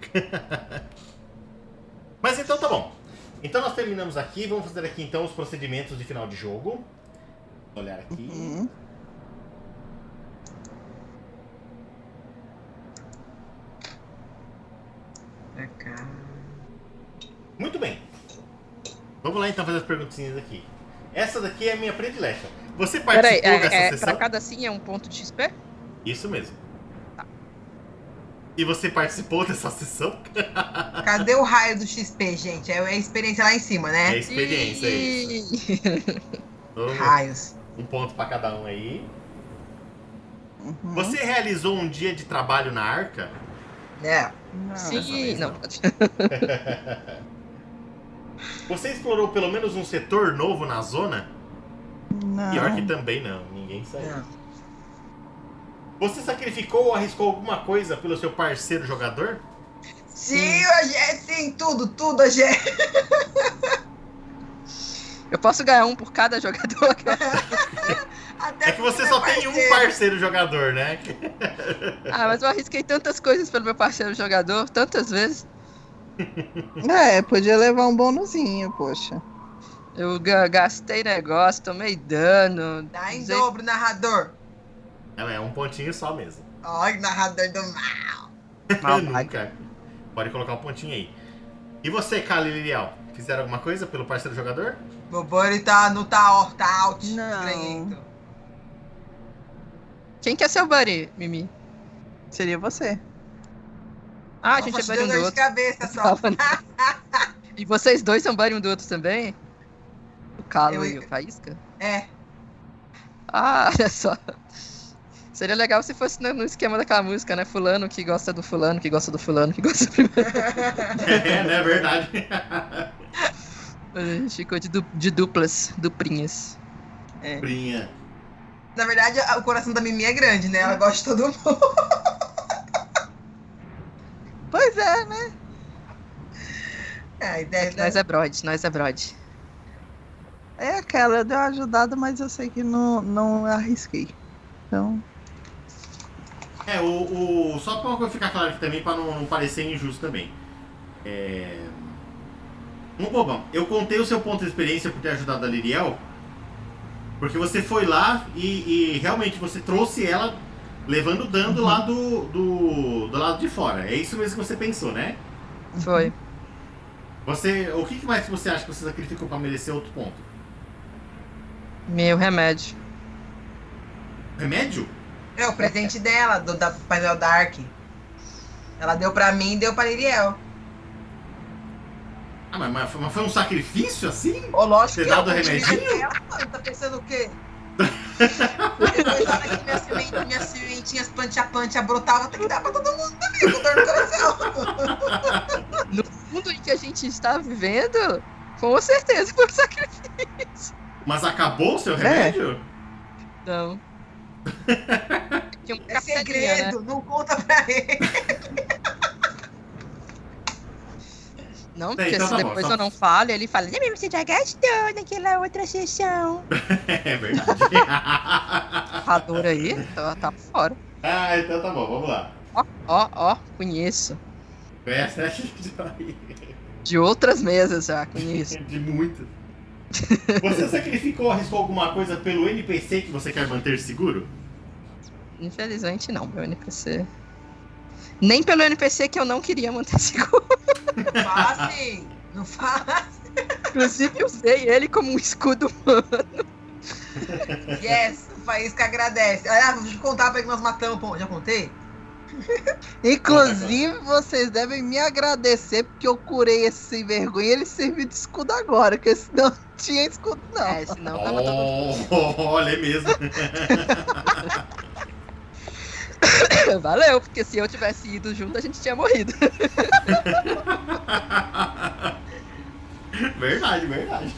[SPEAKER 1] (laughs) mas então tá bom. Então nós terminamos aqui, vamos fazer aqui então os procedimentos de final de jogo. Vou olhar aqui.
[SPEAKER 2] Uhum.
[SPEAKER 3] Pra cá.
[SPEAKER 1] Muito bem. Vamos lá então fazer as perguntinhas aqui. Essa daqui é a minha predileta. Você participou
[SPEAKER 4] Peraí,
[SPEAKER 1] dessa
[SPEAKER 4] é, é,
[SPEAKER 1] sessão?
[SPEAKER 4] pra cada sim é um ponto de XP?
[SPEAKER 1] Isso mesmo. E você participou dessa sessão?
[SPEAKER 3] Cadê o raio do XP, gente? É a experiência lá em cima,
[SPEAKER 1] É
[SPEAKER 3] né?
[SPEAKER 1] experiência, é isso.
[SPEAKER 4] Ih,
[SPEAKER 1] Vamos,
[SPEAKER 3] Raios.
[SPEAKER 1] Um ponto pra cada um aí.
[SPEAKER 2] Uhum.
[SPEAKER 1] Você realizou um dia de trabalho na arca?
[SPEAKER 3] É.
[SPEAKER 1] Ah,
[SPEAKER 2] Não.
[SPEAKER 4] Sim,
[SPEAKER 1] vez
[SPEAKER 4] não.
[SPEAKER 1] não. Você explorou pelo menos um setor novo na zona?
[SPEAKER 2] Não.
[SPEAKER 1] Pior que também não, ninguém saiu.
[SPEAKER 3] Não.
[SPEAKER 1] Você sacrificou ou arriscou alguma coisa pelo seu parceiro jogador?
[SPEAKER 3] Sim, hoje é sim, tudo, tudo hoje é.
[SPEAKER 4] Eu posso ganhar um por cada jogador. (laughs)
[SPEAKER 3] Até
[SPEAKER 1] É que você
[SPEAKER 3] porque
[SPEAKER 1] só
[SPEAKER 3] meu
[SPEAKER 1] tem um
[SPEAKER 3] parceiro-
[SPEAKER 1] parceiro jogador, né? (laughs)
[SPEAKER 4] Ah, mas eu arrisquei tantas coisas pelo meu parceiro jogador, tantas vezes.
[SPEAKER 2] É, podia levar um bônusinho, poxa.
[SPEAKER 4] Eu ga- gastei negócio, tomei dano.
[SPEAKER 3] Dá em
[SPEAKER 4] Zé-
[SPEAKER 3] dobro, narrador.
[SPEAKER 1] Não, é um pontinho só mesmo.
[SPEAKER 3] Olha, narrador do mar.
[SPEAKER 4] Maldade.
[SPEAKER 1] Nunca. Pode colocar um pontinho aí. E você, Kali e Lilial? Fizeram alguma coisa pelo parceiro jogador?
[SPEAKER 3] Bobori tá, não tá, ó, tá out.
[SPEAKER 2] Não.
[SPEAKER 3] estranhento.
[SPEAKER 4] Quem quer ser o Buddy, Mimi?
[SPEAKER 2] Seria você.
[SPEAKER 4] Ah, a
[SPEAKER 3] Só
[SPEAKER 4] gente
[SPEAKER 3] tá
[SPEAKER 4] é
[SPEAKER 3] te
[SPEAKER 4] Buddy um
[SPEAKER 3] dando
[SPEAKER 4] do
[SPEAKER 3] dor de
[SPEAKER 4] outro.
[SPEAKER 3] cabeça
[SPEAKER 4] Tá.
[SPEAKER 3] só.
[SPEAKER 4] E vocês dois são Buddy um do outro também? O Calo
[SPEAKER 3] Eu-
[SPEAKER 4] e o Faísca?
[SPEAKER 3] É,
[SPEAKER 4] Ah, (laughs) olha só. Seria legal se fosse no no esquema daquela música, né? Fulano que gosta do fulano, que gosta do fulano, que gosta do primeiro.
[SPEAKER 1] (laughs) é, né? Verdade.
[SPEAKER 4] A gente ficou de, du- de duplas, duplinhas.
[SPEAKER 1] Brinha.
[SPEAKER 3] na verdade, a- o coração da Mimi é grande, né? Ela gosta de todo mundo.
[SPEAKER 2] Pois é, né?
[SPEAKER 3] É, a ideia da...
[SPEAKER 4] Nós é Brod, nós é Brod.
[SPEAKER 2] É aquela, eu dei uma ajudada, mas eu sei que não, não arrisquei. Então,
[SPEAKER 1] É, o, o- Só pra eu ficar claro aqui também, pra não, não parecer injusto também. É. Um bobão, eu contei o seu ponto de experiência por ter ajudado a Liriel. Porque você foi lá e, e realmente você trouxe ela levando dano lá do, do, do lado de fora. É isso mesmo que você pensou, né?
[SPEAKER 3] Uhum.
[SPEAKER 4] Foi.
[SPEAKER 1] Você, o que que mais você acha que você sacrificou pra merecer outro ponto?
[SPEAKER 4] Meu remédio.
[SPEAKER 1] Remédio?
[SPEAKER 3] É o presente dela, do da painel Dark. Ela deu pra mim e deu pra Liriel.
[SPEAKER 1] Ah, mas, mas foi- mas foi um sacrifício assim?
[SPEAKER 3] Ô, lógico
[SPEAKER 1] Você
[SPEAKER 3] que
[SPEAKER 1] dá
[SPEAKER 3] eu
[SPEAKER 1] do
[SPEAKER 3] utilizo
[SPEAKER 1] remedinho?
[SPEAKER 3] dela, mano. Tá pensando o quê? Eu vou deixar aqui minhas semente- Minhas sementinhas pantia-pantia brotavam, tem que dar pra todo mundo também, com dor no coração.
[SPEAKER 4] O mundo em que a gente está vivendo, com certeza foi um sacrifício.
[SPEAKER 1] Mas acabou o seu
[SPEAKER 2] É.
[SPEAKER 1] remédio?
[SPEAKER 3] (laughs)
[SPEAKER 4] Tinha uma
[SPEAKER 3] É
[SPEAKER 4] capelinha, né?
[SPEAKER 3] segredo, não conta pra ele.
[SPEAKER 4] Não,
[SPEAKER 1] É,
[SPEAKER 4] porque
[SPEAKER 1] então
[SPEAKER 4] se
[SPEAKER 1] tá bom,
[SPEAKER 4] depois
[SPEAKER 1] só-
[SPEAKER 4] eu não falo, ele fala. "Lembra?"
[SPEAKER 5] Você já gastou naquela outra sessão.
[SPEAKER 1] É verdade. (laughs)
[SPEAKER 4] Narrador aí, tá, tá fora.
[SPEAKER 1] ah, então tá bom, vamos lá.
[SPEAKER 4] Ó, ó, ó, conheço.
[SPEAKER 1] Essa é de
[SPEAKER 4] De outras mesas
[SPEAKER 1] (laughs)
[SPEAKER 4] já, conheço.
[SPEAKER 1] de muito. Você sacrificou ou arriscou alguma coisa pelo NPC que você quer manter seguro?
[SPEAKER 4] Infelizmente não, meu NPC. Nem pelo NPC que eu não queria manter (laughs) seguro.
[SPEAKER 3] Fala assim, não fala.
[SPEAKER 4] Inclusive, usei ele como um escudo humano.
[SPEAKER 3] Yes, o país que agradece. Ah, deixa eu contar pra ele que nós matamos. pô, Já contei?
[SPEAKER 2] Inclusive, vocês devem me agradecer porque eu curei esse sem vergonha e ele serviu de escudo agora, porque senão (laughs) não tinha escudo, não.
[SPEAKER 4] É, senão tava todo mundo.
[SPEAKER 1] Oh, (laughs) olha é mesmo.
[SPEAKER 4] Valeu, porque se eu tivesse ido junto, a gente tinha morrido. (laughs)
[SPEAKER 1] verdade, verdade.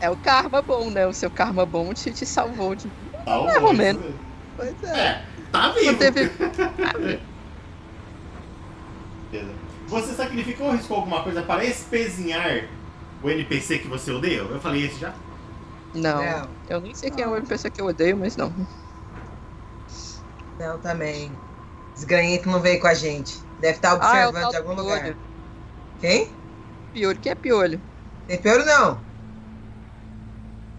[SPEAKER 4] É o karma bom, né? O seu karma bom te, te salvou de
[SPEAKER 1] Tá bom,
[SPEAKER 4] Mais ou
[SPEAKER 1] isso
[SPEAKER 4] menos.
[SPEAKER 1] mesmo.
[SPEAKER 2] Pois é.
[SPEAKER 1] É, tá
[SPEAKER 4] Não
[SPEAKER 1] vivo.
[SPEAKER 4] teve.
[SPEAKER 1] Beleza. Você sacrificou ou arriscou alguma coisa para espezinhar o NPC que você odeia? Eu falei esse já?
[SPEAKER 4] Não.
[SPEAKER 3] Não,
[SPEAKER 4] Eu nem sei quem é o NPC que eu odeio, mas não.
[SPEAKER 3] não também. Desgranhento não veio com a gente. Deve estar
[SPEAKER 4] é
[SPEAKER 3] observando
[SPEAKER 4] o tal
[SPEAKER 3] de
[SPEAKER 4] do
[SPEAKER 3] algum lugar.
[SPEAKER 4] piolho.
[SPEAKER 3] Quem?
[SPEAKER 4] Piolho, quem é piolho?
[SPEAKER 3] Tem piolho não.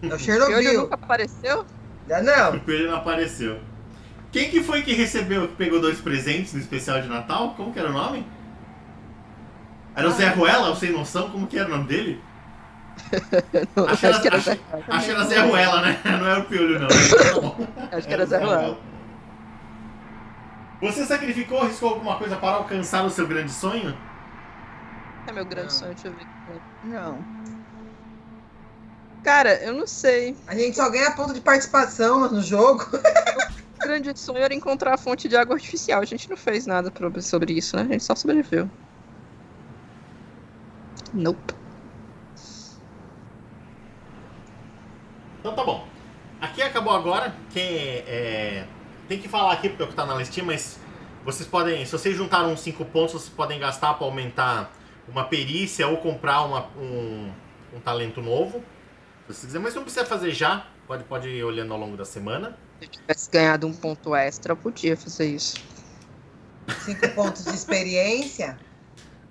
[SPEAKER 3] É o
[SPEAKER 4] Piolho
[SPEAKER 3] Chernobyl.
[SPEAKER 4] nunca apareceu?
[SPEAKER 3] Ainda não.
[SPEAKER 1] O Pedro não apareceu. Quem que foi que recebeu, que pegou dois presentes no especial de Natal? Como que era o nome? Era o
[SPEAKER 4] Ah, é.
[SPEAKER 1] Zé Ruela, o Sem Noção? Como que era o nome dele?
[SPEAKER 4] (laughs) Não,
[SPEAKER 1] Acho que era-
[SPEAKER 4] Zé
[SPEAKER 1] Acho que era Zé Ruela, né? (laughs) Não era o Piolho,
[SPEAKER 4] (laughs)
[SPEAKER 1] não. Tá bom.
[SPEAKER 4] Acho que era Zé Ruela.
[SPEAKER 1] Você sacrificou ou arriscou alguma coisa para alcançar o seu grande sonho?
[SPEAKER 4] É meu grande
[SPEAKER 3] Não.
[SPEAKER 4] sonho, deixa eu ver.
[SPEAKER 2] Não.
[SPEAKER 4] Cara, eu não sei.
[SPEAKER 3] A gente só ganha ponto de participação no jogo. (laughs)
[SPEAKER 4] O grande sonho era encontrar a fonte de água artificial. A gente não fez nada pro- sobre isso, né? A gente só sobreviveu. Nope.
[SPEAKER 1] Então tá bom. Aqui acabou agora. Quem é, tem que falar aqui porque é o que tá na listinha, mas vocês podem, se vocês juntaram uns 5 pontos, vocês podem gastar para aumentar uma perícia ou comprar uma- um, um talento novo. Se vocês quiserem, mas não precisa fazer já. Pode, pode ir olhando ao longo da semana.
[SPEAKER 4] Se eu tivesse ganhado um ponto extra, eu podia fazer isso.
[SPEAKER 3] Cinco pontos de experiência.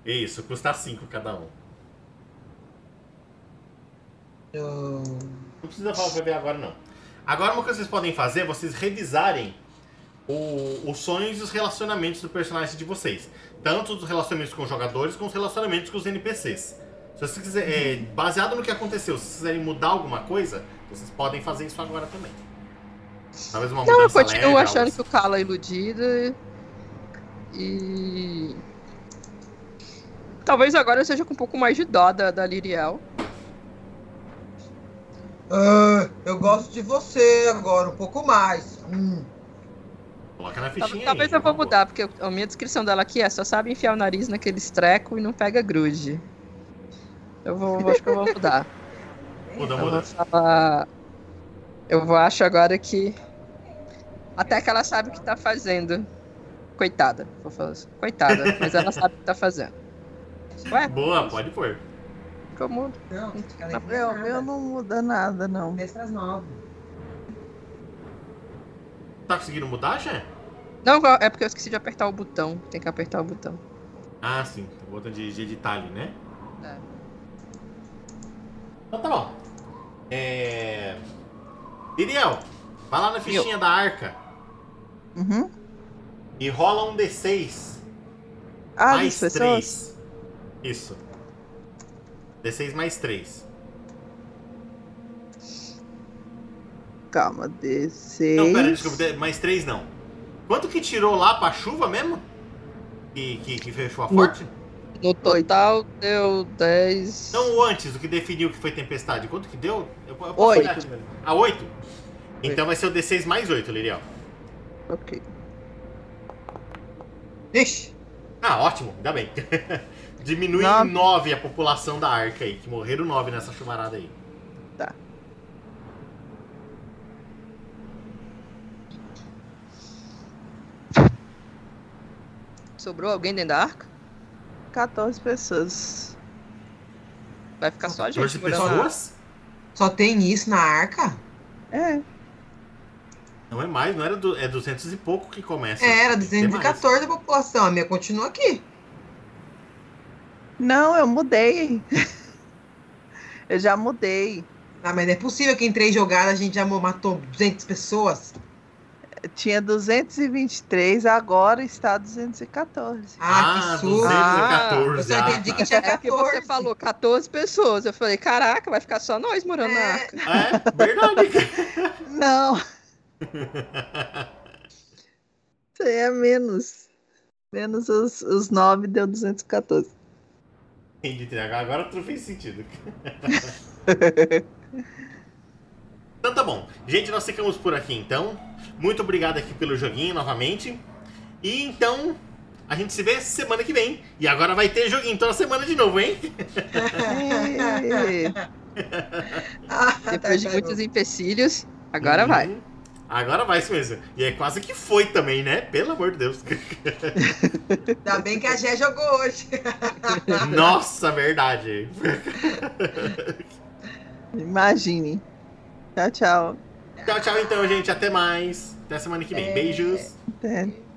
[SPEAKER 1] Isso, custa 5 cada um. Não precisa falar pra ver agora, não. Agora, uma coisa que vocês podem fazer é vocês revisarem o- os sonhos e os relacionamentos do personagem de vocês. Tanto os relacionamentos com os jogadores, como os relacionamentos com os NPCs. Se vocês quiserem, é, baseado no que aconteceu, se vocês quiserem mudar alguma coisa, vocês podem fazer isso agora também. Talvez uma
[SPEAKER 4] Não, eu
[SPEAKER 1] mudança
[SPEAKER 4] continuo
[SPEAKER 1] leve,
[SPEAKER 4] achando
[SPEAKER 1] algo
[SPEAKER 4] que o Kala é iludido. e- E. Talvez agora eu seja com um pouco mais de dó da, da Liriel.
[SPEAKER 3] Ah, eu gosto de você agora, um pouco mais. Hum.
[SPEAKER 1] assim. Coloca na
[SPEAKER 4] Tal-
[SPEAKER 1] fichinha aí,
[SPEAKER 4] Talvez eu
[SPEAKER 1] por
[SPEAKER 4] vou
[SPEAKER 1] favor.
[SPEAKER 4] mudar, porque a minha descrição dela aqui é só sabe enfiar o nariz naquele estreco e não pega grude. Eu vou, eu acho que eu vou mudar.
[SPEAKER 1] Muda,
[SPEAKER 4] Eu vou
[SPEAKER 1] muda.
[SPEAKER 4] falar. Eu vou acho agora que. Até que ela sabe o que tá fazendo. Coitada, vou falar assim. Coitada, mas ela sabe o que tá fazendo. Ué,
[SPEAKER 1] Boa, pode pôr.
[SPEAKER 4] como
[SPEAKER 6] Não, cara,
[SPEAKER 2] O meu, o
[SPEAKER 1] né,
[SPEAKER 2] meu não é muda nada, não.
[SPEAKER 6] Extras novas.
[SPEAKER 1] Tá conseguindo mudar, já?
[SPEAKER 4] Não, é porque eu esqueci de apertar o botão. Tem que apertar o botão.
[SPEAKER 1] Ah, sim. Tem botão de, de editar ali, né?
[SPEAKER 4] É.
[SPEAKER 1] Então tá bom. É... Iriel, vai lá na fichinha da arca
[SPEAKER 2] Uhum.
[SPEAKER 1] e rola um D6
[SPEAKER 2] Ah,
[SPEAKER 1] mais
[SPEAKER 2] das pessoas?
[SPEAKER 1] 3. Isso. D6 mais 3.
[SPEAKER 2] Calma, D6.
[SPEAKER 1] Não, pera, desculpa, de- mais 3 não. Quanto que tirou lá pra chuva mesmo? Que, que, que fechou a forte?
[SPEAKER 4] No total deu 10.
[SPEAKER 1] Não, o antes, o que definiu que foi tempestade. Quanto que deu? Eu, eu posso
[SPEAKER 4] Oito.
[SPEAKER 1] olhar, deixa eu ver. Ah, 8? Então vai ser o D6 mais 8, Liriel.
[SPEAKER 2] Ok.
[SPEAKER 3] Ixi,
[SPEAKER 1] Ah, ótimo, ainda bem. (laughs) Diminui
[SPEAKER 2] Nove.
[SPEAKER 1] em 9 a população da arca aí, que morreram 9 nessa chumarada aí.
[SPEAKER 2] Tá.
[SPEAKER 4] Sobrou alguém dentro da arca?
[SPEAKER 2] 14 pessoas.
[SPEAKER 4] Vai ficar só a
[SPEAKER 1] 14
[SPEAKER 4] gente morando lá.
[SPEAKER 1] pessoas?
[SPEAKER 3] só tem isso na arca?
[SPEAKER 2] É,
[SPEAKER 1] Não é mais, não era du- é 200 e pouco que começa.
[SPEAKER 3] É, era
[SPEAKER 1] Tem que ter mais.
[SPEAKER 3] 214 da população. A minha continua aqui.
[SPEAKER 2] Não, eu mudei. (laughs) eu já mudei.
[SPEAKER 3] Ah, mas não é possível que em três jogadas a gente já mo- matou 200 pessoas?
[SPEAKER 2] Eu tinha 223, agora está 214.
[SPEAKER 3] Ah,
[SPEAKER 1] Ah,
[SPEAKER 3] que susto. Eu
[SPEAKER 1] 214.
[SPEAKER 3] só
[SPEAKER 1] ah,
[SPEAKER 3] entendi que
[SPEAKER 1] tá.
[SPEAKER 3] tinha
[SPEAKER 4] É porque
[SPEAKER 3] 14. (laughs)
[SPEAKER 4] você falou 14 pessoas. Eu falei, caraca, vai ficar só nós morando
[SPEAKER 3] É.
[SPEAKER 4] na arca.
[SPEAKER 1] É, verdade.
[SPEAKER 2] (laughs) Não,
[SPEAKER 1] cara.
[SPEAKER 2] tem a é menos. Menos os, os 9 deu 214.
[SPEAKER 1] entendi, Triago. Agora tudo fez sentido. Então tá bom. Gente, nós ficamos por aqui então. Muito obrigado aqui pelo joguinho novamente. E então, a gente se vê semana que vem. E agora vai ter joguinho toda semana de novo, hein?
[SPEAKER 2] Ê,
[SPEAKER 3] Ah, tá,
[SPEAKER 4] Depois de
[SPEAKER 3] tá,
[SPEAKER 4] muitos empecilhos, agora
[SPEAKER 1] Uhum.
[SPEAKER 4] vai.
[SPEAKER 1] Agora vai, isso mesmo. E é quase que foi também, né? Pelo amor de Deus. (laughs)
[SPEAKER 3] Ainda bem que a Gé jogou hoje.
[SPEAKER 1] Nossa,
[SPEAKER 4] (laughs)
[SPEAKER 1] verdade.
[SPEAKER 2] Imagine. Tchau, tchau.
[SPEAKER 4] É.
[SPEAKER 1] Tchau, tchau então, gente. Até mais. Até semana que vem. Beijos.
[SPEAKER 2] Até.